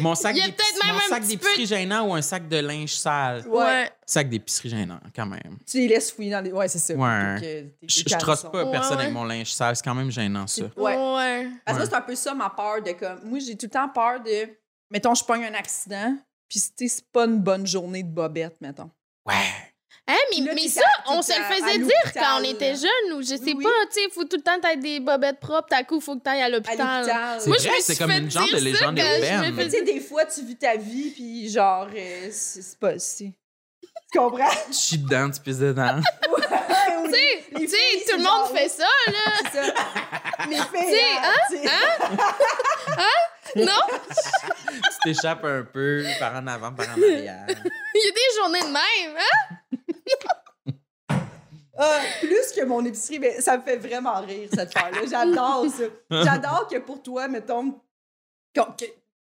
Speaker 4: Mon sac
Speaker 3: Il y a
Speaker 4: d'épicerie-
Speaker 3: peut-être même
Speaker 4: mon
Speaker 3: un
Speaker 4: sac
Speaker 3: petit peu-
Speaker 4: d'épicerie gênant ou un sac de linge sale.
Speaker 2: Ouais.
Speaker 4: Sac d'épicerie gênant, quand même.
Speaker 2: Tu les laisses fouiller dans les... Ouais, c'est ça.
Speaker 4: Ouais.
Speaker 2: Plutôt que tes
Speaker 4: Je, je
Speaker 2: caleçons.
Speaker 4: trosse pas
Speaker 3: Ouais,
Speaker 4: personne
Speaker 3: ouais.
Speaker 4: avec mon linge sale, c'est quand même gênant, ça.
Speaker 2: Ouais.
Speaker 3: Ouais.
Speaker 2: Parce que
Speaker 4: Ouais.
Speaker 2: c'est un peu ça ma peur de comme. Moi, j'ai tout le temps peur de. Mettons, je pogne un accident, puis tu sais, c'est pas une bonne journée de bobette, mettons.
Speaker 4: Ouais.
Speaker 3: Hein, mais,
Speaker 2: Puis là,
Speaker 3: mais
Speaker 2: t'es
Speaker 3: ça,
Speaker 2: à-
Speaker 3: on
Speaker 2: t'es
Speaker 3: se le
Speaker 2: à- à
Speaker 3: faisait dire
Speaker 2: l'hôpital.
Speaker 3: quand on était jeune, ou je sais
Speaker 2: oui.
Speaker 3: pas, tu sais, il faut tout le temps que t'aies des bobettes propres, t'as coup, il faut que t'ailles à
Speaker 2: À
Speaker 3: l'hôpital.
Speaker 2: l'hôpital.
Speaker 4: C'est
Speaker 3: Moi, je me
Speaker 4: vrai, c'est
Speaker 3: suis
Speaker 4: comme
Speaker 3: fait
Speaker 4: une genre de
Speaker 3: dire ça quand
Speaker 4: légende
Speaker 3: je me
Speaker 4: urbaine.
Speaker 2: Mais tu sais, des fois, tu vis ta vie, puis genre, euh, c'est c'est pas. c'est- Tu comprends?
Speaker 4: Tu chies dedans, tu pisses dedans.
Speaker 2: Ouais,
Speaker 3: Tu
Speaker 2: oui,
Speaker 3: sais,
Speaker 2: Les
Speaker 3: tu sais,
Speaker 2: filles,
Speaker 3: tout
Speaker 2: c'est
Speaker 3: le monde
Speaker 2: genre-
Speaker 3: fait ça, là.
Speaker 2: c'est ça. Les
Speaker 3: Tu
Speaker 2: filles,
Speaker 3: sais,
Speaker 2: hein, tu sais.
Speaker 3: Non?
Speaker 4: tu t'échappes un peu par en avant, par en arrière.
Speaker 3: Il y a des journées de même, hein?
Speaker 2: Ah, plus que mon épicerie, mais ça me fait vraiment rire, cette affaire-là. J'adore ça. J'adore que pour toi, mettons, qu'on- que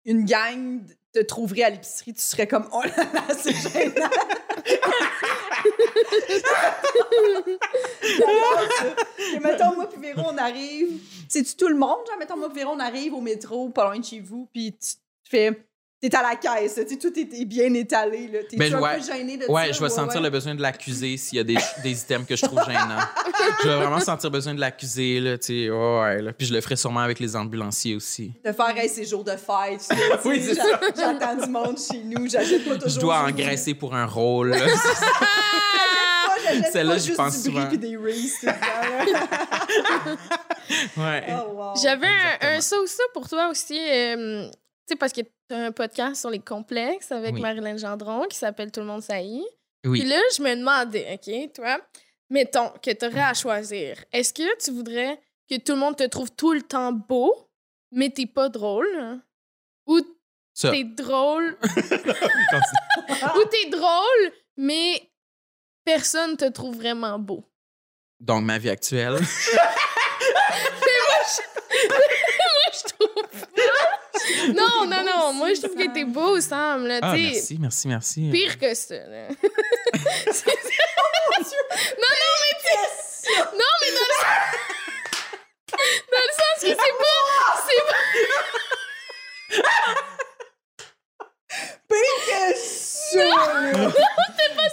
Speaker 2: une gang te trouverait à l'épicerie, tu serais comme « Oh là là, c'est gênant! » J'adore ça. Que, mettons, moi puis Véro, on arrive... C'est-tu tout le monde? Genre, mettons, moi puis Véro, on arrive au métro, pas loin de chez vous, puis tu tu fais... T'es à la caisse, tu sais, tout est est bien étalé, là. T'es
Speaker 4: Ben,
Speaker 2: un
Speaker 4: ouais.
Speaker 2: peu gêné de ça?
Speaker 4: Ouais, je vais sentir
Speaker 2: ouais.
Speaker 4: le besoin de l'accuser s'il y a des, des items que je trouve gênants. je vais vraiment sentir besoin de l'accuser, là, tu sais. ouais, ouais, là. Puis je le ferai sûrement avec les ambulanciers aussi.
Speaker 2: de faire hey, ces jours de fête. tu sais,
Speaker 4: Oui,
Speaker 2: tu sais,
Speaker 4: c'est
Speaker 2: j'a- J'attends du monde chez nous, j'achète pas toujours.
Speaker 4: Je dois
Speaker 2: du riz.
Speaker 4: engraisser pour un rôle. là.
Speaker 2: Moi, j'achète
Speaker 4: Celle-là,
Speaker 2: pas
Speaker 4: j'y
Speaker 2: juste
Speaker 4: pense
Speaker 2: du riz
Speaker 4: souvent.
Speaker 2: puis des Reese tout le temps,
Speaker 4: ouais.
Speaker 2: là. Oh, wow.
Speaker 3: J'avais un,
Speaker 4: Exactement.
Speaker 3: un ça ou ça pour toi aussi, euh, tu sais, parce que t'as un podcast sur les complexes avec
Speaker 4: Oui.
Speaker 3: Marilyn Gendron qui s'appelle Tout le monde saillit. Puis
Speaker 4: Oui.
Speaker 3: là, je me demandais, OK, toi, mettons que tu aurais à
Speaker 4: Mm.
Speaker 3: choisir, est-ce que tu voudrais que tout le monde te trouve tout le temps beau, mais t'es pas drôle? hein? Ou
Speaker 4: Ça. Ah!
Speaker 3: t'es drôle,
Speaker 4: Continue.
Speaker 3: ou t'es drôle, mais personne te trouve vraiment beau?
Speaker 4: Donc, ma vie actuelle.
Speaker 3: Je trouve pas. Non, non, non, moi, je trouve que t'es beau, Sam, là,
Speaker 4: Ah,
Speaker 3: tu sais.
Speaker 4: merci, merci, merci.
Speaker 3: Pire que ça, là.
Speaker 2: Yes!
Speaker 3: Dans le sens que c'est pas... C'est pas...
Speaker 2: Pire que ça! là.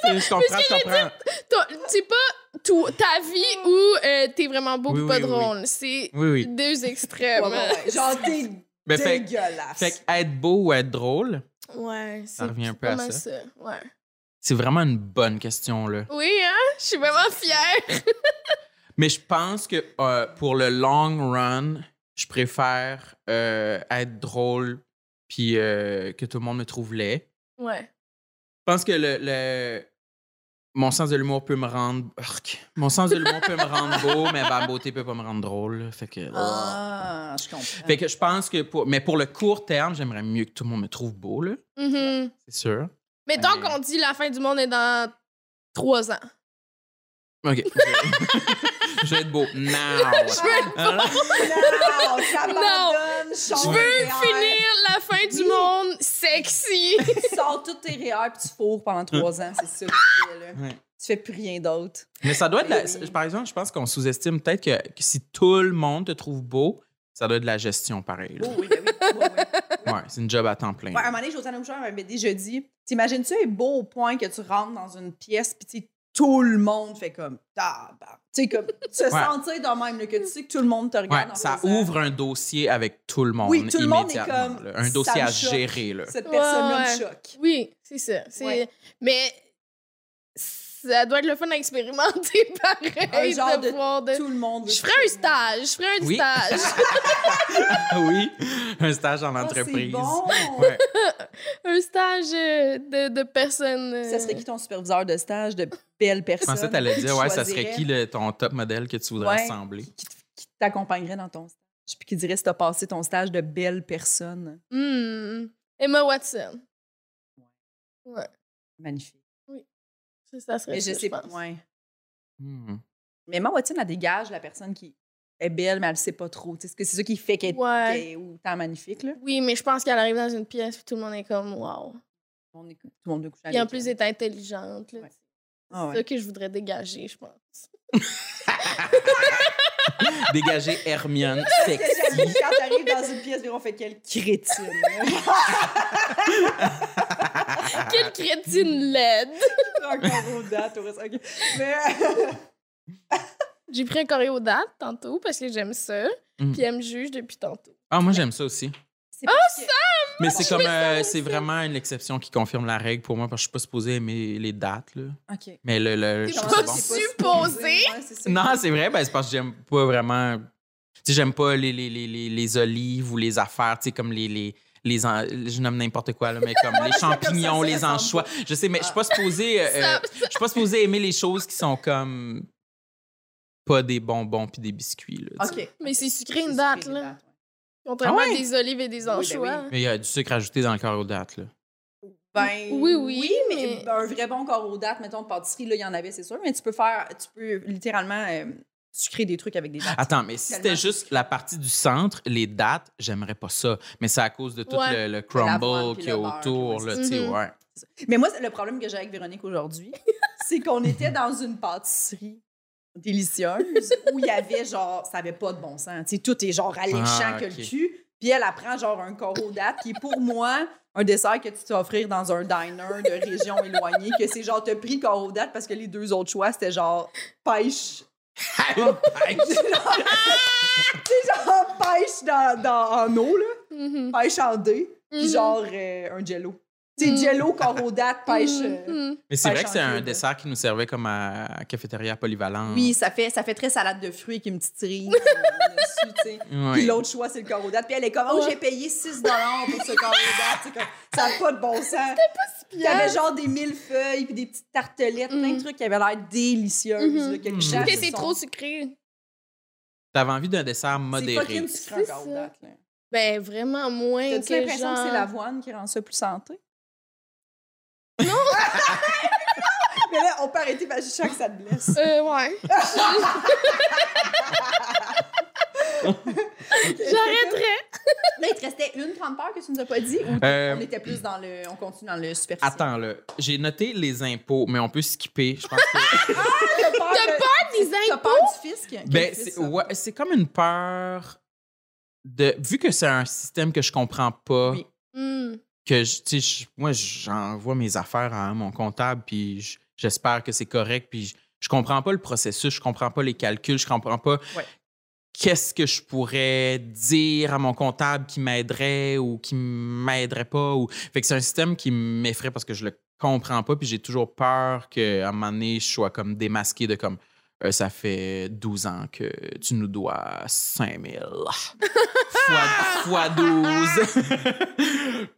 Speaker 4: Je comprends, je comprends.
Speaker 3: Toi, C'est pas tout- ta vie où euh, t'es vraiment beau
Speaker 4: Oui,
Speaker 3: ou pas
Speaker 4: oui, oui,
Speaker 3: drôle. C'est
Speaker 4: Oui, oui.
Speaker 3: deux
Speaker 2: Ouais,
Speaker 3: extrêmes.
Speaker 2: ouais, ouais. Genre, t'es
Speaker 4: Mais Ben, fait,
Speaker 2: dégueulasse.
Speaker 4: fait que être beau ou être drôle,
Speaker 3: Ouais, c'est
Speaker 4: Ça revient un peu
Speaker 3: pas
Speaker 4: à
Speaker 3: mal
Speaker 4: ça.
Speaker 3: Ouais.
Speaker 4: c'est vraiment une bonne question, là.
Speaker 3: Oui, hein? Je suis vraiment fière.
Speaker 4: Mais je pense que euh, pour le long run, je préfère euh, être drôle puis euh, que tout le monde me trouve laid.
Speaker 3: Ouais.
Speaker 4: Je pense que le, le- mon sens de l'humour peut me rendre Urk. mon sens de l'humour peut me rendre beau, mais ma beauté peut pas me rendre drôle. là. Fait que euh,
Speaker 2: Ah, je comprends.
Speaker 4: fait que je pense que pour mais pour le court terme, j'aimerais mieux que tout le monde me trouve beau là,
Speaker 3: Mhm.
Speaker 4: c'est sûr.
Speaker 3: Mettons
Speaker 4: Ouais.
Speaker 3: qu'on dit la fin du monde est dans trois ans.
Speaker 4: Ok. je vais être beau.
Speaker 3: Je
Speaker 4: Now. Ah,
Speaker 3: veux
Speaker 2: Non, j'abandonne,
Speaker 4: Je
Speaker 2: change
Speaker 4: veux
Speaker 2: de verre,
Speaker 3: finir la fin du
Speaker 2: Oui.
Speaker 3: monde sexy.
Speaker 2: Sors toutes tes réheures puis tu fourres pendant trois ans, c'est ça que tu fais, là.
Speaker 4: Ouais.
Speaker 2: Tu fais plus rien d'autre.
Speaker 4: Mais ça doit être.
Speaker 2: Mais
Speaker 4: la-
Speaker 2: oui.
Speaker 4: Par exemple, je pense qu'on sous-estime peut-être que, que si tout le monde te trouve beau, ça doit être de la gestion pareil. là.
Speaker 2: Oh, oui, ben oui. Ouais, ouais.
Speaker 4: Ouais, c'est une job à temps plein.
Speaker 2: Ouais, à un moment donné, Josiane Bouchard m'avait dit, je dis, t'imagines-tu être beau au point que tu rentres dans une pièce, puis tu sais, tout le monde fait comme ah, bah. tu sais comme se
Speaker 4: Ouais.
Speaker 2: sentir de même là, que tu sais que tout le monde te regarde
Speaker 4: Ouais,
Speaker 2: en
Speaker 4: ça
Speaker 2: faisant,
Speaker 4: ouvre un dossier avec tout le monde
Speaker 2: Oui, tout le monde est
Speaker 4: immédiatement,
Speaker 2: comme,
Speaker 4: là. un
Speaker 2: ça
Speaker 4: dossier
Speaker 2: me
Speaker 4: à
Speaker 2: choque.
Speaker 4: gérer. Là.
Speaker 2: cette
Speaker 3: Ouais,
Speaker 2: personne là
Speaker 3: ouais.
Speaker 2: me choque
Speaker 3: Oui, c'est ça. C'est-
Speaker 2: Ouais.
Speaker 3: Mais ça doit être le fun à expérimenter pareil.
Speaker 2: Un genre
Speaker 3: de
Speaker 2: de
Speaker 3: pouvoir de-
Speaker 2: tout le monde veut
Speaker 3: Je ferais un stage. Je ferais un
Speaker 4: Oui.
Speaker 3: stage.
Speaker 4: oui, un stage en
Speaker 2: Ah, c'est
Speaker 4: entreprise.
Speaker 2: bon
Speaker 4: Ouais.
Speaker 3: un stage euh, de, de personnes. euh,
Speaker 2: ça serait qui ton superviseur de stage de belle
Speaker 4: Je
Speaker 2: personne
Speaker 4: pensais que t'allais dire,
Speaker 2: Tu
Speaker 4: ouais, ça serait
Speaker 2: choisirais.
Speaker 4: qui le- ton top modèle que tu voudrais
Speaker 2: Ouais.
Speaker 4: ressembler?
Speaker 2: qui, te- qui t'accompagnerait dans ton stage puis qui dirait si t'as passé ton stage de belle personne
Speaker 3: hmm, Emma Watson.
Speaker 2: magnifique
Speaker 3: Ça, ça serait
Speaker 2: mais
Speaker 3: ça,
Speaker 2: je sais pas
Speaker 3: pense.
Speaker 2: ouais.
Speaker 4: Hmm.
Speaker 2: mais moi Watson elle dégage la personne qui est belle mais elle sait pas trop tu sais, c'est ça qui fait qu'elle
Speaker 3: Ouais.
Speaker 2: qu'elle est autant magnifique là
Speaker 3: Oui, mais je pense qu'elle arrive dans une pièce et tout le monde est comme wow.
Speaker 2: tout le monde est- tout le monde veut coucher
Speaker 3: Et en
Speaker 2: avec
Speaker 3: plus,
Speaker 2: elle.
Speaker 3: elle est intelligente. là.
Speaker 2: Ouais.
Speaker 3: C'est
Speaker 2: Ah ouais.
Speaker 3: ça que je voudrais dégager, je pense.
Speaker 4: Dégager Hermione,
Speaker 2: Qu'est-ce que
Speaker 4: sexy.
Speaker 2: j'aime quand t'arrives dans une pièce, on fait quelle crétine. Ah.
Speaker 3: Quelle crétine laide!
Speaker 2: Encore aux dates, au reste. ok. Mais euh,
Speaker 3: J'ai pris un choré aux dates tantôt parce que j'aime ça.
Speaker 4: Mm.
Speaker 3: Puis elle me juge depuis tantôt.
Speaker 4: Ah, moi, j'aime ça aussi.
Speaker 2: c'est
Speaker 3: Ah,
Speaker 2: parce que-
Speaker 4: Mais c'est
Speaker 2: Je
Speaker 4: comme, euh, c'est vraiment une exception qui confirme la règle pour moi parce que je suis pas supposée aimer les dates, là.
Speaker 2: Ok.
Speaker 4: Mais le... le- je
Speaker 2: Comment
Speaker 4: trouve
Speaker 3: pas
Speaker 4: ça
Speaker 2: ça,
Speaker 4: bon.
Speaker 2: c'est
Speaker 3: supposé?
Speaker 2: Ouais, c'est ça.
Speaker 4: Non, c'est vrai, ben, c'est parce que j'aime pas vraiment. Tu sais, j'aime pas les, les, les, les, les olives ou les affaires, tu sais, comme les. les les en- je nomme n'importe quoi là, mais comme les champignons
Speaker 2: ça
Speaker 4: les
Speaker 2: ressemble
Speaker 4: anchois je sais mais je suis pas supposée euh,
Speaker 3: Ça-
Speaker 4: je suis pas supposée aimer les choses qui sont comme pas des bonbons puis des biscuits là, tu sais.
Speaker 2: Ok.
Speaker 3: Mais c'est sucré une
Speaker 2: C'est
Speaker 3: date,
Speaker 2: sucré, les
Speaker 3: là.
Speaker 2: dates, ouais.
Speaker 3: Contrairement
Speaker 4: Ah ouais?
Speaker 3: à des olives et des
Speaker 2: ben oui.
Speaker 3: anchois.
Speaker 4: mais il y a du sucre ajouté dans le corps aux dates là
Speaker 2: Ben,
Speaker 3: Oui, oui, mais-
Speaker 2: un vrai bon corps aux dates, mettons, de pâtisserie, là, il y en avait, c'est sûr, mais tu peux faire, tu peux littéralement euh, sucrer des trucs avec des dates.
Speaker 4: attends mais si c'était
Speaker 2: Tellement
Speaker 4: juste la partie du centre les dates j'aimerais pas ça mais c'est à cause de tout
Speaker 3: Ouais.
Speaker 4: le, le
Speaker 2: l'avoine
Speaker 4: crumble
Speaker 2: puis
Speaker 4: qu'il y a
Speaker 2: le beurre,
Speaker 4: autour
Speaker 2: puis Mhm.
Speaker 4: là
Speaker 3: ouais,
Speaker 4: tu
Speaker 3: c'est
Speaker 4: sais
Speaker 3: ça.
Speaker 4: ouais
Speaker 2: Mais moi, c'est- le problème que j'ai avec Véronique aujourd'hui, c'est qu'on était dans une pâtisserie délicieuse où il y avait genre, ça avait pas de bon sens. Tu sais, tout est genre alléchant
Speaker 4: Ah,
Speaker 2: que
Speaker 4: ok.
Speaker 2: le cul. Puis elle apprend genre un corps aux dates qui est pour moi un dessert que tu t'offrir dans un diner de région éloignée, que c'est genre, t'as pris le corps aux dates parce que les deux autres choix, c'était genre pêche C'est genre- c'est genre pêche dans, dans- en eau, là.
Speaker 3: Mhm.
Speaker 2: Pêche en dé, puis
Speaker 3: Mhm.
Speaker 2: genre euh, un jello. C'est
Speaker 3: Mhm.
Speaker 2: jello, corodate, pêche. euh.
Speaker 3: Mhm.
Speaker 4: Mais c'est
Speaker 2: Pas
Speaker 4: vrai que c'est
Speaker 2: chanceux,
Speaker 4: un
Speaker 2: là.
Speaker 4: dessert qui nous servait comme à, à cafétéria
Speaker 3: Mm.
Speaker 4: polyvalente.
Speaker 2: Oui, ça fait, ça fait très salade de fruits avec une petite cerise euh, dessus, tu sais.
Speaker 4: Ouais.
Speaker 2: Puis l'autre choix, c'est le corodate. Puis elle est comme, oh,
Speaker 3: Ouais.
Speaker 2: j'ai payé 6 pour ce corodate. C'est comme, ça n'a pas de bon sens. Il y avait genre des mille feuilles, puis des petites tartelettes, plein de
Speaker 3: Mhm.
Speaker 2: trucs qui avaient l'air délicieuses.
Speaker 3: Mhm.
Speaker 2: là, que les
Speaker 4: Mhm.
Speaker 2: gens
Speaker 3: Je trouve que
Speaker 2: se
Speaker 3: c'est
Speaker 2: sont-
Speaker 3: trop sucré.
Speaker 4: T'avais envie d'un dessert
Speaker 2: C'est
Speaker 4: modéré.
Speaker 2: fucking sucré, un
Speaker 3: C'est ça.
Speaker 2: corodate, là.
Speaker 3: Ben, vraiment moins
Speaker 2: T'as-tu
Speaker 3: que
Speaker 2: l'impression que c'est
Speaker 3: genre...
Speaker 2: l'avoine qui rend ça plus santé? Non! Mais là, on peut arrêter parce que je sens que ça te blesse.
Speaker 3: Euh, ouais. J'arrêterais.
Speaker 2: Là, il te restait une grande peur que tu nous as pas dit ou
Speaker 4: Euh,
Speaker 2: on était plus dans le. On continue dans le superficiel?
Speaker 4: Attends, là. J'ai noté les impôts, mais on peut skipper. Je pense que.
Speaker 2: T'as peur,
Speaker 3: T'as
Speaker 2: de-
Speaker 3: peur des
Speaker 2: t'as
Speaker 3: impôts?
Speaker 2: peur du fisc? Quel
Speaker 4: ben,
Speaker 2: fisc,
Speaker 4: c'est
Speaker 2: ça?
Speaker 4: ouais, c'est comme une peur de. Vu que c'est un système que je comprends pas,
Speaker 2: Oui.
Speaker 3: Hmm.
Speaker 4: que je, tu sais, je- moi, j'envoie mes affaires à mon comptable, puis je- j'espère que c'est correct, puis je, je comprends pas le processus, je comprends pas les calculs, je comprends pas
Speaker 2: Ouais.
Speaker 4: qu'est-ce que je pourrais dire à mon comptable qui m'aiderait ou qui m'aiderait pas. Ou... Fait que c'est un système qui m'effraie parce que je le comprends pas, puis j'ai toujours peur qu'à un moment donné, je sois comme démasqué de comme. Euh, ça fait 12 ans que tu nous dois 5000 fois, fois 12.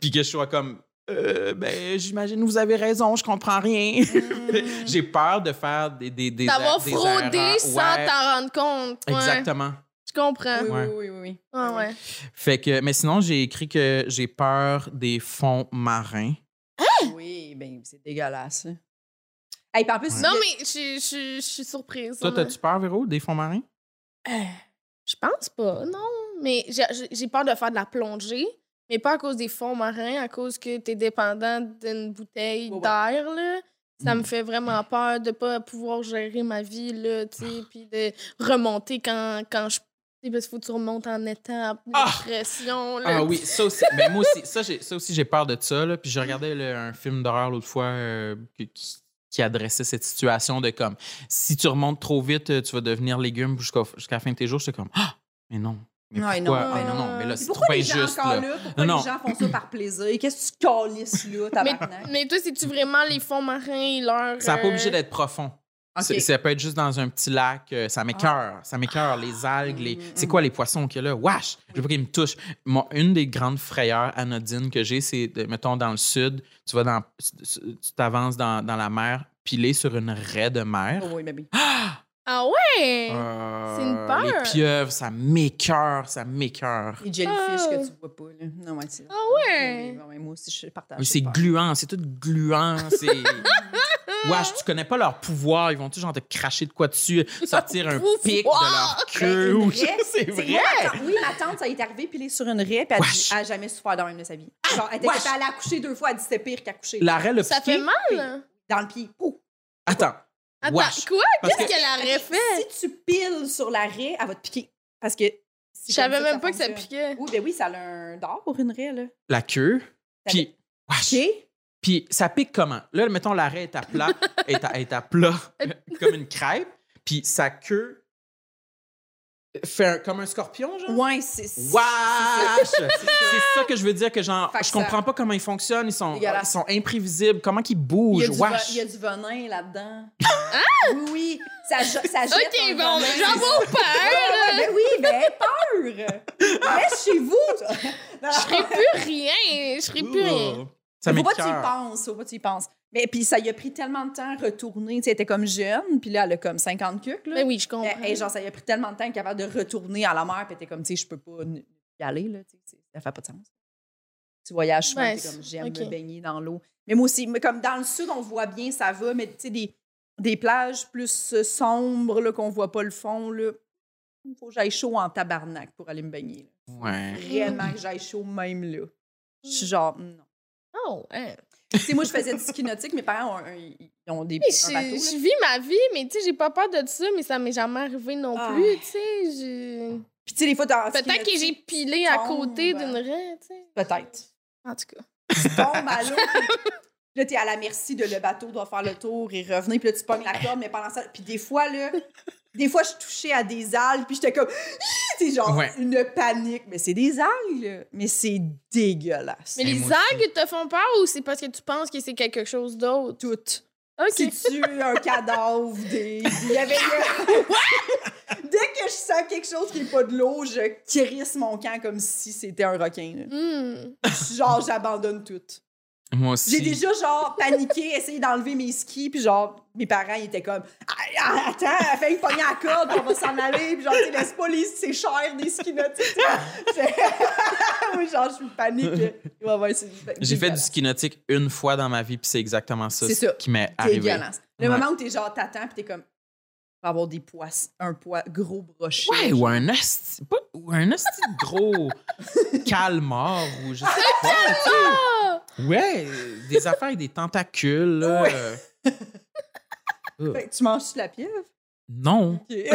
Speaker 4: Puis que je sois comme, Euh, ben, j'imagine vous avez raison, je comprends rien. J'ai peur de faire des. des, des
Speaker 3: T'avoir
Speaker 4: Mm-hmm. des
Speaker 3: fraudé
Speaker 4: erreurs.
Speaker 3: sans
Speaker 4: Ouais,
Speaker 3: t'en rendre compte. Ouais.
Speaker 4: Exactement. Mm-hmm.
Speaker 3: Je comprends.
Speaker 2: Oui,
Speaker 4: Ouais.
Speaker 2: oui, oui, oui, oui.
Speaker 3: Ah ouais.
Speaker 4: Fait que, mais sinon, j'ai écrit que j'ai peur des fonds marins.
Speaker 3: Ah.
Speaker 2: Oui, ben, c'est dégueulasse. Hey, puis en plus,
Speaker 4: Ouais.
Speaker 2: tu
Speaker 3: Non,
Speaker 2: voulais-
Speaker 3: mais je, je- je suis surprise.
Speaker 4: Toi, t'as-tu peur, Véro, des fonds marins?
Speaker 3: Euh, je pense pas, non. Mais j'ai- j'ai j'ai peur de faire de la plongée, mais pas à cause des fonds marins, à cause que t'es dépendant d'une bouteille
Speaker 2: Ouais, ouais.
Speaker 3: d'air, là. Ça
Speaker 4: Mm.
Speaker 3: me fait vraiment peur de pas pouvoir gérer ma vie, là, tu
Speaker 4: Ah.
Speaker 3: sais, puis de remonter quand, quand je... tu sais, Parce qu'il faut que tu remontes en étape,
Speaker 4: Ah!
Speaker 3: pression, là.
Speaker 4: Ah oui, ça aussi. Mais moi aussi, ça, j'ai, ça aussi, j'ai peur de ça. Là. Puis je regardais là, un film d'horreur l'autre fois euh, qui, qui- qui adressait cette situation de comme si tu remontes trop vite, euh, tu vas devenir légume jusqu'à jusqu'à la fin de tes jours. J'étais comme Ah, mais non. Mais
Speaker 2: Ouais,
Speaker 4: pourquoi?
Speaker 2: non,
Speaker 4: Ah,
Speaker 2: ouais,
Speaker 4: non,
Speaker 3: non.
Speaker 4: non, mais là,
Speaker 3: Et
Speaker 2: Puis
Speaker 4: c'est trop
Speaker 2: Pourquoi les gens
Speaker 4: injuste.
Speaker 2: encore là?
Speaker 4: là.
Speaker 2: Pourquoi
Speaker 4: Non,
Speaker 2: les
Speaker 4: non.
Speaker 2: gens font ça par plaisir? Qu'est-ce que tu calisses là, tabarnak?
Speaker 3: Mais toi, c'est-tu vraiment les fonds marins et leur.
Speaker 4: Ça n'a pas
Speaker 3: euh,
Speaker 4: obligé d'être profond.
Speaker 2: Ok.
Speaker 4: C'est- Ça peut être juste dans un petit lac. euh, ça m'écœure. Ça m'écœure. Les algues, les...
Speaker 2: Mm,
Speaker 4: c'est
Speaker 2: mm.
Speaker 4: quoi les poissons qu'il y a là? Wesh! Je veux pas qu'ils me touchent. Mon- une des grandes frayeurs anodines que j'ai, c'est, de- mettons, dans le sud, tu vas dans... Tu t'avances dans, dans la mer, pilé sur une raie de mer.
Speaker 2: Oh oui, bébé.
Speaker 3: Ah ouais!
Speaker 4: Euh,
Speaker 3: C'est une peur.
Speaker 4: Les pieuvres, ça m'écœure. Ça m'écœure.
Speaker 2: Les jellyfish
Speaker 3: Ah.
Speaker 2: que tu vois pas, là. Non, ouais, c'est...
Speaker 3: Ah ouais!
Speaker 2: Oui, oui, moi aussi, je
Speaker 3: Ah,
Speaker 2: partage.
Speaker 4: Oui, c'est
Speaker 2: cette peur.
Speaker 4: gluant, c'est tout gluant. C'est. Wesh, tu connais pas leur pouvoir. Ils vont tout genre te cracher de quoi dessus, sortir un
Speaker 3: pouvoir!
Speaker 4: pic de leur
Speaker 2: Ben,
Speaker 4: queue.
Speaker 2: Une
Speaker 4: ou-
Speaker 2: raie,
Speaker 4: C'est
Speaker 2: tu sais,
Speaker 4: vrai.
Speaker 2: moi, ma tante- oui, ma tante, ça est arrivé, puis elle est sur une raie, puis elle dit,
Speaker 4: Wesh.
Speaker 2: elle a jamais souffert de même de sa vie. Genre, elle était
Speaker 4: Wesh.
Speaker 2: capable d'accoucher deux fois, elle dit, c'est pire qu'accoucher.
Speaker 4: L'arrêt le
Speaker 3: Ça fait mal? hein?
Speaker 2: Dans le pied. Ouh.
Speaker 4: Attends.
Speaker 3: Attends,
Speaker 4: Wesh.
Speaker 3: quoi?
Speaker 4: Parce
Speaker 3: Qu'est-ce
Speaker 4: que-
Speaker 3: qu'elle aurait fait?
Speaker 2: Si tu piles sur la raie, elle va te piquer. Parce que. c'est
Speaker 3: Je savais
Speaker 2: comme
Speaker 3: même pas que ça
Speaker 2: fonctionne.
Speaker 3: piquait.
Speaker 2: Oui, ben oui, ça a un d'or pour une raie, là.
Speaker 4: La queue.
Speaker 2: Ça
Speaker 4: Puis. Wesh.
Speaker 2: OK?
Speaker 4: Puis ça pique comment? Là, mettons, l'arrêt est à plat, est à, est à plat, comme une crêpe. Puis sa queue fait un- comme un scorpion, genre?
Speaker 2: Ouais, c'est. c'est-
Speaker 4: Wesh! C'est ça que je veux dire que genre,
Speaker 2: Fait que
Speaker 4: je
Speaker 2: ça-
Speaker 4: comprends pas comment ils fonctionnent, ils sont,
Speaker 2: Dégueulasse.
Speaker 4: ils sont imprévisibles, comment ils
Speaker 2: Il y,
Speaker 4: bougent,
Speaker 2: a du ve-
Speaker 4: wesh!
Speaker 2: il y a du venin là-dedans. Oui, oui. Ça, je- ça jette.
Speaker 3: Ah! Ok,
Speaker 2: un
Speaker 3: bon,
Speaker 2: venin.
Speaker 3: j'en vois peur!
Speaker 2: Ah, ben oui, ben peur! Reste chez vous! Non.
Speaker 3: Je ferai plus rien! Je ferai plus rien!
Speaker 4: Ouh. Ça
Speaker 2: faut pas que tu y
Speaker 4: m'écoeure.
Speaker 2: penses, faut pas que tu y penses. Mais puis ça y a pris tellement de temps à retourner. Tu sais, elle était comme jeune, puis là, elle a comme 50 cucs. Là.
Speaker 3: Mais oui, je comprends.
Speaker 2: Eh, eh, genre, ça y a pris tellement de temps qu'elle capable de retourner à la mer, puis t'es comme, tu sais, je peux pas n- y aller, là, tu sais, ça fait pas de sens. Tu voyages souvent,
Speaker 3: Ouais,
Speaker 2: t'es comme, j'aime
Speaker 3: ok.
Speaker 2: me baigner dans l'eau. Mais moi aussi, mais comme dans le sud, on voit bien, ça va, mais tu sais, des, des plages plus euh, sombres, là, qu'on voit pas le fond, là, il faut que j'aille chaud en tabarnak pour aller me baigner. là.
Speaker 3: Ah.
Speaker 4: Ouais.
Speaker 2: Vraiment que j'aille chaud, même là. Je
Speaker 3: Mm.
Speaker 2: suis genre, non.
Speaker 3: Oh, hein.
Speaker 2: tu sais, moi, je faisais du ski nautique, mes parents ont, un- ils ont des,
Speaker 3: Mais
Speaker 2: un bateau.
Speaker 3: Je,
Speaker 2: là.
Speaker 3: je vis ma vie, mais tu sais, j'ai pas peur de ça, mais ça m'est jamais arrivé non
Speaker 2: Ah.
Speaker 3: plus, tu sais. je-
Speaker 2: Puis tu hein. sais, des fois, t'es en ski
Speaker 3: Peut-être que
Speaker 2: nautique,
Speaker 3: j'ai pilé à côté
Speaker 2: tombe.
Speaker 3: d'une raie, tu sais.
Speaker 2: Peut-être.
Speaker 3: En tout cas.
Speaker 2: tombes à l'eau. puis Là, t'es à la merci de le bateau doit faire le tour et revenir. Puis là, tu pognes la corde, mais pendant ça... Puis des fois, là... Des fois, je touchais à des algues, puis j'étais comme... C'est genre
Speaker 4: Ouais.
Speaker 2: une panique. Mais c'est des algues, là. Mais c'est dégueulasse.
Speaker 3: Mais
Speaker 4: Et
Speaker 3: les
Speaker 4: moi aussi.
Speaker 3: algues te font peur ou c'est parce que tu penses que c'est quelque chose d'autre?
Speaker 2: Toutes.
Speaker 3: Ok.
Speaker 2: Si tu un cadavre, des... Il y avait... Dès que je sens quelque chose qui est pas de l'eau, je crisse mon camp comme si c'était un requin. là.
Speaker 3: Hmm.
Speaker 2: Je suis Genre, j'abandonne tout.
Speaker 4: Moi aussi.
Speaker 2: J'ai déjà, genre, paniqué, essayé d'enlever mes skis, puis genre, mes parents, ils étaient comme « Ah, Attends, elle fait une poignée à corde, on va s'en aller, puis genre, tu sais, laisse pas les, c'est cher, des skis nautiques. » C'est- Oui, genre, je suis panique. Ouais, ouais, c'est-
Speaker 4: J'ai fait du
Speaker 2: dégueulasse.
Speaker 4: ski nautique une fois dans ma vie, puis c'est exactement ça,
Speaker 2: C'est ça.
Speaker 4: qui m'est arrivé.
Speaker 2: Dégueulasse. Le
Speaker 4: Ouais.
Speaker 2: moment où t'es genre, t'attends, puis t'es comme « Va avoir des poissons, un poids gros brochet.
Speaker 4: Ouais, ou un asti, pas- ou un asti de gros calmar, ou je sais pas. tu sais. Ouais, des affaires avec des tentacules, là. euh,
Speaker 2: Fait que Tu manges-tu la pieuvre?
Speaker 4: Non,
Speaker 2: Ok.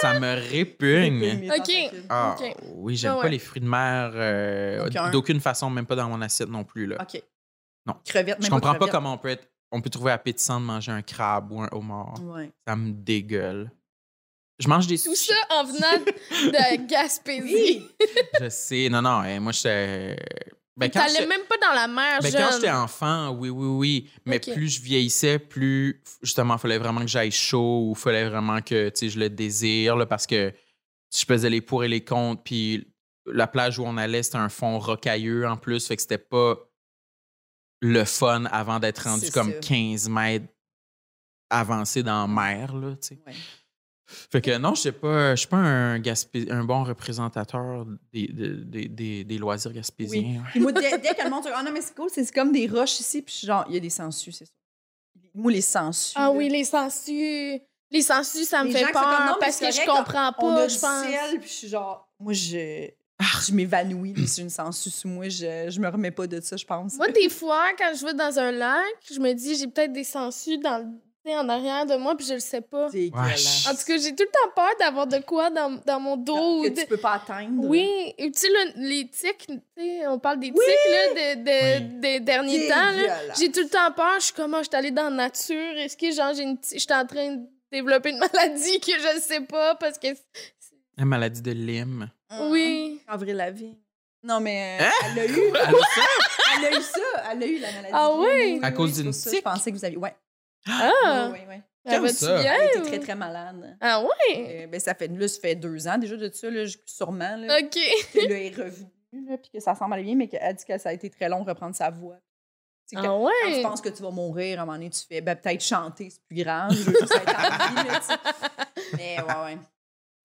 Speaker 4: ça me répugne.
Speaker 3: Ok.
Speaker 4: Ah,
Speaker 3: Ok.
Speaker 4: oui, j'aime
Speaker 3: Ah ouais.
Speaker 4: pas les fruits de mer euh,
Speaker 2: Aucun.
Speaker 4: d'aucune façon, même pas dans mon assiette non plus, là.
Speaker 2: Ok.
Speaker 4: Non.
Speaker 2: Crevette,
Speaker 4: Je
Speaker 2: même
Speaker 4: comprends pas
Speaker 2: crevette.
Speaker 4: comment on peut être. On peut trouver appétissant de manger un crabe ou un homard.
Speaker 2: Ouais.
Speaker 4: Ça me dégueule. Je mange des
Speaker 3: Mm. Tout
Speaker 4: sushis.
Speaker 3: ça en venant de Gaspésie.
Speaker 2: Oui!
Speaker 4: Je sais. Non, non. eh, moi, j'étais. Ben, quand
Speaker 3: T'allais
Speaker 4: j'étais-
Speaker 3: même pas dans la mer,
Speaker 4: ben, quand
Speaker 3: jeune.
Speaker 4: j'étais enfant, oui, oui, oui. Mais
Speaker 3: Ok.
Speaker 4: plus je vieillissais, plus justement, il fallait vraiment que j'aille chaud ou fallait vraiment que tu sais, je le désire là, parce que je faisais les pour et les contre. Puis la plage où on allait, c'était un fond rocailleux en plus. Fait que c'était pas le fun avant d'être rendu
Speaker 2: C'est
Speaker 4: comme
Speaker 2: ça.
Speaker 4: 15 mètres avancé dans la mer. Là, tu sais.
Speaker 2: Ouais.
Speaker 4: Fait que non, je sais pas, je suis pas un, Gaspé- un bon représentateur des, des- des- des- des loisirs gaspésiens. ouais.
Speaker 2: Puis moi, dès, dès que le monde dit Ah non, mais c'est cool, c'est c'est comme des roches ici. Puis je suis genre, il y a des sangsues, c'est ça. Moi, les sangsues.
Speaker 3: Ah
Speaker 2: là,
Speaker 3: oui, les sangsues. Les sangsues, ça me
Speaker 2: Les
Speaker 3: fait
Speaker 2: gens qui sont
Speaker 3: peur
Speaker 2: comme, non, mais
Speaker 3: parce
Speaker 2: c'est
Speaker 3: que je
Speaker 2: correct,
Speaker 3: comprends
Speaker 2: on
Speaker 3: pas,
Speaker 2: a
Speaker 3: je
Speaker 2: du
Speaker 3: pense.
Speaker 2: ciel, puis je suis genre, moi, je, je m'évanouis, mais c'est une sangsue sous moi, je, je me remets pas de ça, je pense.
Speaker 3: Moi, des fois, quand je vais dans un lac, je me dis, j'ai peut-être des sangsues dans, sais, en arrière de moi, puis je le sais pas.
Speaker 2: Dégueulasse.
Speaker 3: En tout cas, j'ai tout le temps peur d'avoir de quoi dans, dans mon dos. ou
Speaker 2: que
Speaker 3: de-
Speaker 2: tu peux pas atteindre.
Speaker 3: Oui, et tu sais, là, les tics, tu sais, on parle des tics là, de, de-
Speaker 4: Oui.
Speaker 3: des derniers temps. là. J'ai tout le temps peur. Je suis comme, Ah, je suis allée dans la nature. Est-ce que, genre, j'ai une petite- je suis en train de développer une maladie que je ne sais pas parce que.
Speaker 4: La maladie de Lyme.
Speaker 2: Ah.
Speaker 3: Oui.
Speaker 2: Avril Lavigne. Non, mais euh,
Speaker 4: Hein?
Speaker 2: elle l'a eu.
Speaker 4: Elle a ça?
Speaker 2: Elle a eu ça. Elle a eu la maladie.
Speaker 3: Ah
Speaker 2: du-
Speaker 3: oui?
Speaker 4: À cause
Speaker 2: c'est
Speaker 4: d'une
Speaker 2: pour ça, Je
Speaker 4: tique?
Speaker 2: pensais que vous aviez. Ouais.
Speaker 3: Ah!
Speaker 2: Oui, oui, oui.
Speaker 3: Ah,
Speaker 4: Comme
Speaker 3: vas-tu
Speaker 4: ça.
Speaker 3: bien?
Speaker 2: Elle était
Speaker 3: ou-
Speaker 2: très, très malade.
Speaker 3: Ah ouais?
Speaker 2: Euh, ben, ça fait, là, ça fait deux ans déjà de ça, là, je- sûrement. Là,
Speaker 3: OK.
Speaker 2: Qu'elle est revenue, là, puis que ça semble aller bien, mais qu'elle dit que ça a été très long de reprendre sa voix. C'est
Speaker 3: Ah
Speaker 2: Quand tu
Speaker 3: ouais?
Speaker 2: penses que tu vas mourir, à un moment donné, tu fais ben, peut-être chanter, c'est plus grave. Je veux juste être en vie, là, tu sais. Mais ouais, ouais.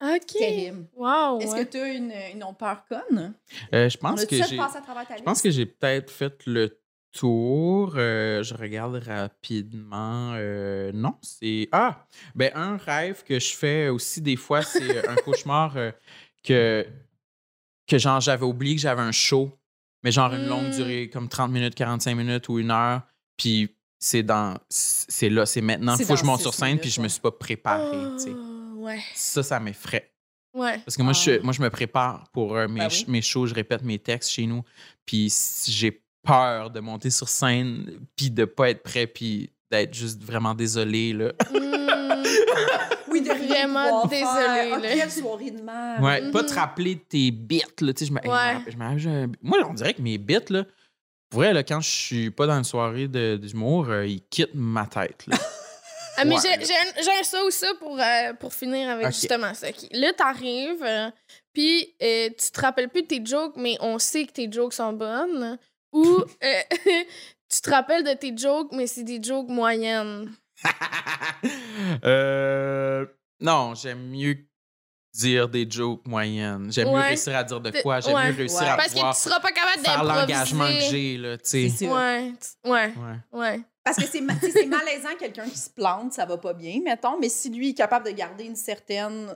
Speaker 3: OK.
Speaker 2: Terrible.
Speaker 3: Wow.
Speaker 2: Est-ce
Speaker 3: ouais.
Speaker 2: que tu as une, une autre peur conne?
Speaker 4: Euh, je
Speaker 2: On
Speaker 4: pense
Speaker 2: a-tu
Speaker 4: que
Speaker 2: ça de
Speaker 4: j'ai.
Speaker 2: passer à travers ta
Speaker 4: Je
Speaker 2: liste?
Speaker 4: pense que j'ai peut-être fait le tour. Euh, je regarde rapidement. Euh, non, c'est. Ah! Ben, un rêve que je fais aussi des fois, c'est un cauchemar euh, que, que genre j'avais oublié que j'avais un show, mais genre une longue
Speaker 3: Mm.
Speaker 2: Mmh.
Speaker 4: durée, comme 30 minutes, 45 minutes ou une heure. Puis c'est dans. C'est là, c'est maintenant.
Speaker 2: C'est
Speaker 4: Il faut que je
Speaker 2: dans
Speaker 4: monte
Speaker 2: six
Speaker 4: sur scène, puis
Speaker 2: minutes,
Speaker 4: je me
Speaker 2: ouais.
Speaker 4: suis pas préparé. tu sais.
Speaker 3: Oh, ouais.
Speaker 4: Ça, ça m'effraie.
Speaker 3: Ouais.
Speaker 4: Parce que moi,
Speaker 2: Ah.
Speaker 4: je, moi, je me prépare pour euh, mes,
Speaker 2: Ben
Speaker 4: ch-
Speaker 2: oui.
Speaker 4: mes shows, je répète mes textes chez nous. Puis si j'ai peur de monter sur scène, puis de pas être prêt, puis d'être juste vraiment désolé. Là.
Speaker 3: Mm.
Speaker 2: Oui, de rien
Speaker 3: Vraiment
Speaker 2: pouvoir faire.
Speaker 3: désolée,
Speaker 2: Ah,
Speaker 3: là.
Speaker 2: Quelle soirée de merde.
Speaker 4: Ouais,
Speaker 3: Mhm.
Speaker 4: Pas te rappeler de tes bits. Là, tu sais, je me- hey, je me
Speaker 3: Ouais.
Speaker 4: rappelle- je me rappelle, j'ai un- moi, on dirait que mes bits, là, pour vrai, là, quand je suis pas dans une soirée de- d'humour, euh, ils quittent ma tête. là.
Speaker 3: Ah, mais
Speaker 4: Ouais.
Speaker 3: j'ai- j'ai un- j'ai un ça ou ça pour, euh, pour finir avec
Speaker 4: Ok.
Speaker 3: justement ça. Ok. Là, t'arrives, euh, puis euh, tu te rappelles plus de tes jokes, mais on sait que tes jokes sont bonnes. Ou euh, tu te rappelles de tes jokes, mais c'est des jokes moyennes.
Speaker 4: Euh, non, j'aime mieux dire des jokes moyennes. J'aime mieux
Speaker 3: Ouais.
Speaker 4: réussir à dire de
Speaker 3: T'es-
Speaker 4: quoi. J'aime
Speaker 3: ouais.
Speaker 4: mieux réussir
Speaker 2: Ouais.
Speaker 4: à
Speaker 3: Parce que
Speaker 4: pouvoir
Speaker 3: tu seras pas capable
Speaker 4: Ah, faire l'engagement que
Speaker 3: d'improviser.
Speaker 4: j'ai, là, tu sais.
Speaker 2: C'est ça.
Speaker 3: Ouais, tu- ouais,
Speaker 4: Ouais.
Speaker 3: ouais.
Speaker 2: Parce que c'est ma- tu sais, c'est malaisant, quelqu'un qui se plante, ça va pas bien, mettons. Mais si lui est capable de garder une certaine.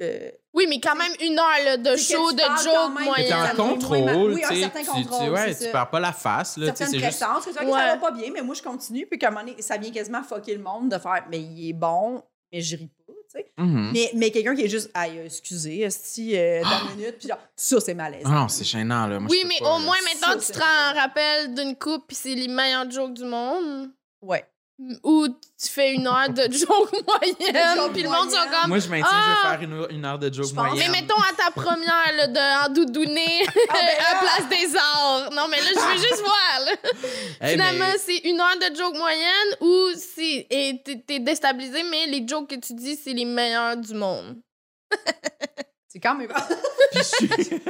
Speaker 2: euh,
Speaker 3: Oui, mais quand même une heure là, de
Speaker 2: C'est que
Speaker 3: show,
Speaker 2: tu
Speaker 3: de
Speaker 2: parles quand même.
Speaker 3: jokes
Speaker 4: T'es
Speaker 2: Ça
Speaker 4: en
Speaker 2: me
Speaker 3: moyens.
Speaker 2: donne moins mal-
Speaker 4: contrôle,
Speaker 2: oui,
Speaker 4: tu
Speaker 2: un
Speaker 4: sais.
Speaker 2: certain
Speaker 4: tu-
Speaker 2: contrôle,
Speaker 4: tu, ouais,
Speaker 2: c'est
Speaker 4: tu
Speaker 2: ça.
Speaker 4: perds pas la face, là, tu sais.
Speaker 2: certaines
Speaker 4: C'est juste.
Speaker 2: prestance, que tu vois que
Speaker 3: Ouais.
Speaker 2: ça va pas bien, mais moi je continue, puis qu'à un moment donné, ça vient quasiment fucker le monde de faire mais il est bon, mais je ris pas, tu sais.
Speaker 4: Mhm.
Speaker 2: Mais, mais quelqu'un qui est juste aïe, euh, excusez, si dans une minute, puis là, ça c'est malaisant.
Speaker 4: Ah non, c'est gênant, là. Moi, je
Speaker 3: Oui,
Speaker 4: peux
Speaker 3: mais
Speaker 4: pas,
Speaker 3: au
Speaker 4: là.
Speaker 3: moins
Speaker 2: Ça,
Speaker 3: maintenant, tu
Speaker 2: c'est-
Speaker 3: te rends rappel d'une coupe, puis c'est les meilleurs jokes du monde.
Speaker 2: Ouais.
Speaker 3: Ou tu fais une heure de joke
Speaker 2: De
Speaker 3: moyenne,
Speaker 2: joke
Speaker 3: puis le monde sont
Speaker 2: moyenne.
Speaker 3: comme.
Speaker 4: Moi, je maintiens,
Speaker 3: Ah!
Speaker 4: je vais faire une, une heure de joke
Speaker 2: Je pense-
Speaker 4: moyenne.
Speaker 3: Mais mettons à ta première, là, de en doudouné
Speaker 2: Ah, ben
Speaker 3: à
Speaker 2: là!
Speaker 3: Place des Arts. Non, mais là, je veux juste voir. là.
Speaker 4: Hey, Eh, mais-
Speaker 3: Finalement, c'est une heure de joke moyenne ou c'est. et t'es- T'es déstabilisé, mais les jokes que tu dis, c'est les meilleurs du monde.
Speaker 2: C'est quand même.
Speaker 4: Ah! Puis je suis-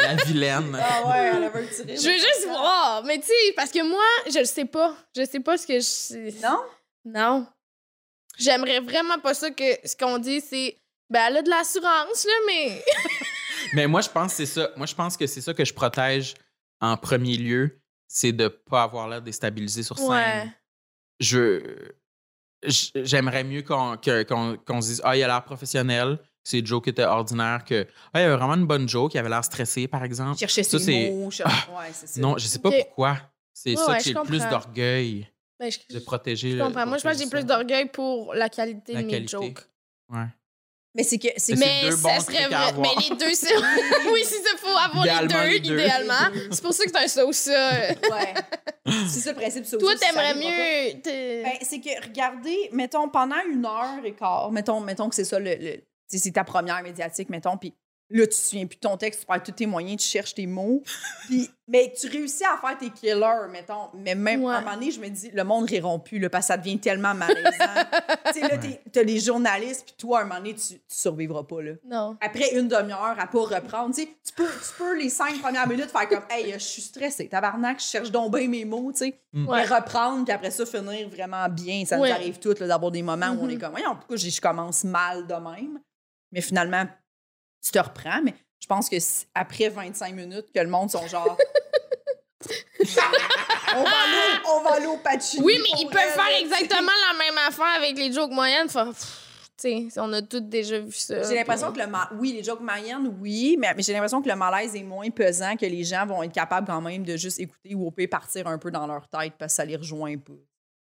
Speaker 4: la vilaine.
Speaker 2: ah ouais, elle avait un petit rire.
Speaker 3: Je veux juste voir. Mais tu sais, parce que moi, je le sais pas. Je sais pas ce que je.
Speaker 2: Non?
Speaker 4: Ah!
Speaker 3: Non. J'aimerais vraiment pas ça que ce qu'on dit, c'est. Ben, elle a de l'assurance, là, mais.
Speaker 4: Mais moi, je pense que c'est ça. Moi, je pense que c'est ça que je protège en premier lieu, c'est de pas avoir l'air déstabilisé sur scène.
Speaker 3: Ouais.
Speaker 4: Je j- j'aimerais mieux qu'on que- qu'on- qu'on se dise ah il a l'air professionnel, ses jokes étaient ordinaires que ah il avait vraiment une bonne joke, il avait l'air stressé par exemple.
Speaker 2: Chercher
Speaker 4: Ça, c'est- Ah!
Speaker 2: ses mots, chercher. Ouais, c'est ça.
Speaker 4: Non, je sais pas
Speaker 3: Ok.
Speaker 4: pourquoi. C'est
Speaker 3: Ouais,
Speaker 4: ça
Speaker 3: ouais,
Speaker 4: que j'ai
Speaker 3: je
Speaker 4: le plus
Speaker 3: comprends.
Speaker 4: d'orgueil
Speaker 3: Ben, je,
Speaker 4: de protéger.
Speaker 3: je
Speaker 4: le-
Speaker 3: comprends. Moi, je pense que j'ai plus
Speaker 4: protéger
Speaker 3: d'orgueil pour la qualité
Speaker 4: La
Speaker 3: de mes
Speaker 4: qualité.
Speaker 3: jokes.
Speaker 4: ça.
Speaker 2: Mais c'est que. c'est
Speaker 4: Mais
Speaker 2: que-
Speaker 4: deux
Speaker 3: Mais
Speaker 4: bons
Speaker 3: ça serait
Speaker 4: trucs à
Speaker 3: vrai.
Speaker 4: avoir.
Speaker 3: Mais les deux, c'est. oui, c'est ça, faut avoir les
Speaker 4: Idéalement,
Speaker 3: deux,
Speaker 4: les deux.
Speaker 3: idéalement. C'est pour ça que t'as un ça ou ça.
Speaker 2: Ouais. c'est ça le principe. ça
Speaker 3: Toi,
Speaker 2: aussi, si ça
Speaker 3: t'aimerais
Speaker 2: arrivera pas.
Speaker 3: mieux. t'es-
Speaker 2: Ben, c'est que, regardez, mettons, pendant une heure et quart, mettons, mettons que c'est ça, le, le- c'est c'est ta première médiatique, mettons, puis là, tu te souviens plus de ton texte, tu perds tous tes moyens, tu cherches tes mots, puis, mais tu réussis à faire tes killers, mettons, mais même
Speaker 3: Ouais.
Speaker 2: à un moment donné, je me dis, le monde riront plus, là, parce que ça devient tellement malaisant. tu sais, là, t'es- t'as les journalistes, puis toi, à un moment donné, tu, tu survivras pas, là.
Speaker 3: Non.
Speaker 2: Après une demi-heure, à pas reprendre, tu sais, tu peux, tu peux les cinq premières minutes faire comme, hey, je suis stressée, tabarnak, je cherche donc bien mes mots, tu sais.
Speaker 3: Ouais.
Speaker 2: Mais reprendre, puis après ça, finir vraiment bien. Ça
Speaker 3: Ouais.
Speaker 2: nous arrive toutes là, d'avoir des moments où on est
Speaker 3: Mhm.
Speaker 2: comme, voyons, pourquoi j'ai- je commence mal de même? Mais finalement, tu te reprends. Mais je pense que c'est après 25 minutes, que le monde sont genre. on va aller, au- on va aller au patching.
Speaker 3: Oui, mais ils peuvent faire exactement la même affaire avec les jokes moyennes. Faut- pff, Tu sais, on a toutes déjà vu ça.
Speaker 2: J'ai l'impression que le ma- oui, les jokes moyennes, oui, mais, mais j'ai l'impression que le malaise est moins pesant, que les gens vont être capables quand même de juste écouter ou au pire partir un peu dans leur tête parce que ça les rejoint pas.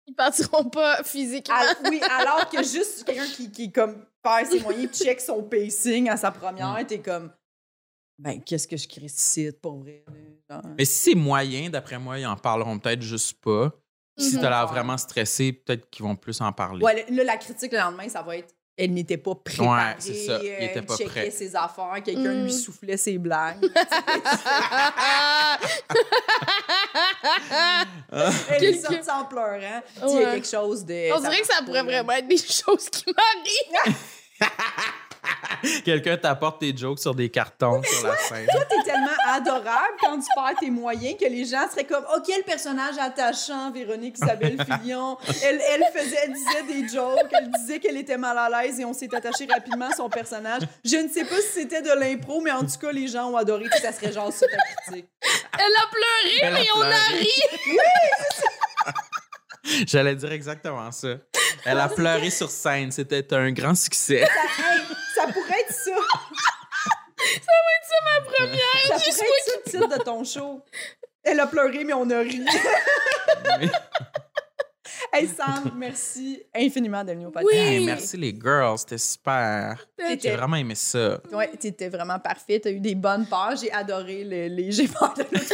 Speaker 3: Ils partiront pas physiquement.
Speaker 2: Al- oui, alors que juste quelqu'un qui, qui comme perd ses moyens, check son pacing à sa première, t'es comme ben qu'est-ce que je crée ici pour vrai là? Genre.
Speaker 4: Mais si c'est moyen, d'après moi, ils en parleront peut-être juste pas. Si
Speaker 3: Mhm.
Speaker 4: t'as l'air vraiment stressé, peut-être qu'ils vont plus en parler.
Speaker 2: Ouais, le- là la critique le lendemain, ça va être elle n'était pas préparée,
Speaker 4: Ouais, c'est ça, il
Speaker 2: euh,
Speaker 4: était pas
Speaker 2: checkait
Speaker 4: prêt.
Speaker 2: ses affaires, quelqu'un
Speaker 3: Mm.
Speaker 2: lui soufflait ses blagues. elle est
Speaker 3: Quelqu'un-
Speaker 2: sortie en pleurant. Tu sais, Il y a
Speaker 3: Ouais.
Speaker 2: quelque chose de
Speaker 3: On dirait que ça
Speaker 2: marche
Speaker 3: pourrait
Speaker 2: pas, là.
Speaker 3: vraiment être des choses qui m'arrivent.
Speaker 4: Quelqu'un t'apporte tes jokes sur des cartons sur la scène.
Speaker 2: T'es tellement adorable quand tu perds tes moyens que les gens seraient comme Oh, quel personnage attachant, Véronique Isabelle Fillon. Elle, elle faisait, elle disait des jokes, elle disait qu'elle était mal à l'aise et on s'est attaché rapidement à son personnage. Je ne sais pas si c'était de l'impro, mais en tout cas, les gens ont adoré. Tu sais, Ça serait genre ça ta critique.
Speaker 3: Elle a pleuré,
Speaker 4: Elle a
Speaker 3: mais on a
Speaker 4: pleuré.
Speaker 3: ri.
Speaker 4: J'allais dire exactement ça. Elle a pleuré sur scène. C'était un grand succès.
Speaker 2: Ça, hey, ça pourrait être ça. Ça pourrait être ça le titre de ton show. Elle a pleuré, mais on a ri. Hey, Sam, merci infiniment d'être venue au podcast.
Speaker 3: Oui.
Speaker 4: Hey, merci les girls. C'était super. J'ai vraiment aimé ça.
Speaker 2: Ouais, t'étais vraiment parfait. T'as eu des bonnes peurs. J'ai adoré le- les. J'ai peur de l'autre.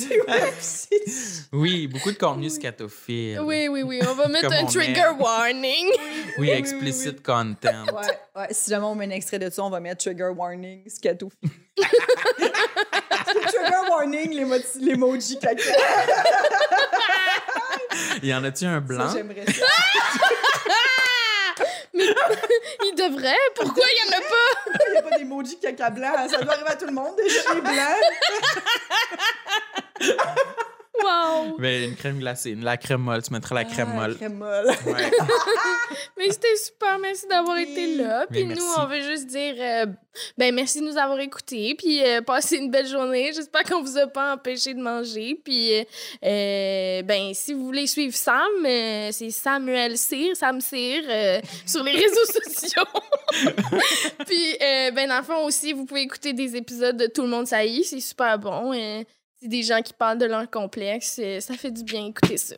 Speaker 2: Je suis
Speaker 4: Oui, beaucoup de contenu scatophile.
Speaker 3: Oui, oui, oui. On va mettre
Speaker 4: Comme
Speaker 3: un
Speaker 4: on
Speaker 3: trigger
Speaker 4: aime.
Speaker 3: warning.
Speaker 4: Oui, explicit content.
Speaker 2: Ouais, ouais. Si jamais on met un extrait de ça, on va mettre trigger warning, scatophile. trigger warning, l'émo- l'emoji caca.
Speaker 4: Il Y en a-tu un blanc?
Speaker 2: Ça, J'aimerais ça.
Speaker 3: Il devrait. Pourquoi il y en a pas?
Speaker 2: Il n'y a pas d'emoji caca blanc. hein. Ça doit arriver à tout le monde de chier blanc.
Speaker 3: Wow.
Speaker 4: Mais Ben, une crème glacée, une- la crème molle. Tu mettrais la crème
Speaker 2: Ah,
Speaker 4: molle.
Speaker 2: Crème molle.
Speaker 4: Ouais.
Speaker 3: Mais c'était super. Merci d'avoir
Speaker 2: Oui.
Speaker 3: été là.
Speaker 4: Mais
Speaker 3: Puis nous,
Speaker 4: merci.
Speaker 3: on veut juste dire euh, ben merci de nous avoir écoutés. Puis euh, passez une belle journée. J'espère qu'on vous a pas empêché de manger. Puis euh, euh, ben si vous voulez suivre Sam, euh, c'est Samuel Cyr, Sam Cyr, euh, sur les réseaux sociaux. Puis euh, ben dans le fond aussi, vous pouvez écouter des épisodes de Tout le monde saillit. C'est super bon. euh, c'est des gens qui parlent de leur complexe. euh, Ça fait du bien écouter ça.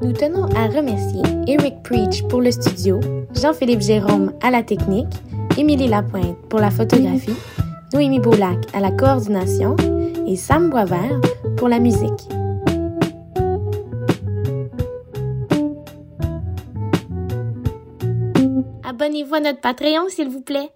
Speaker 5: Nous tenons à remercier Eric Preach pour le studio, Jean-Philippe Jérôme à la technique, Émilie Lapointe pour la photographie, Noémie Boulac à la coordination et Sam Boisvert pour la musique. Abonnez-vous à notre Patreon, s'il vous plaît.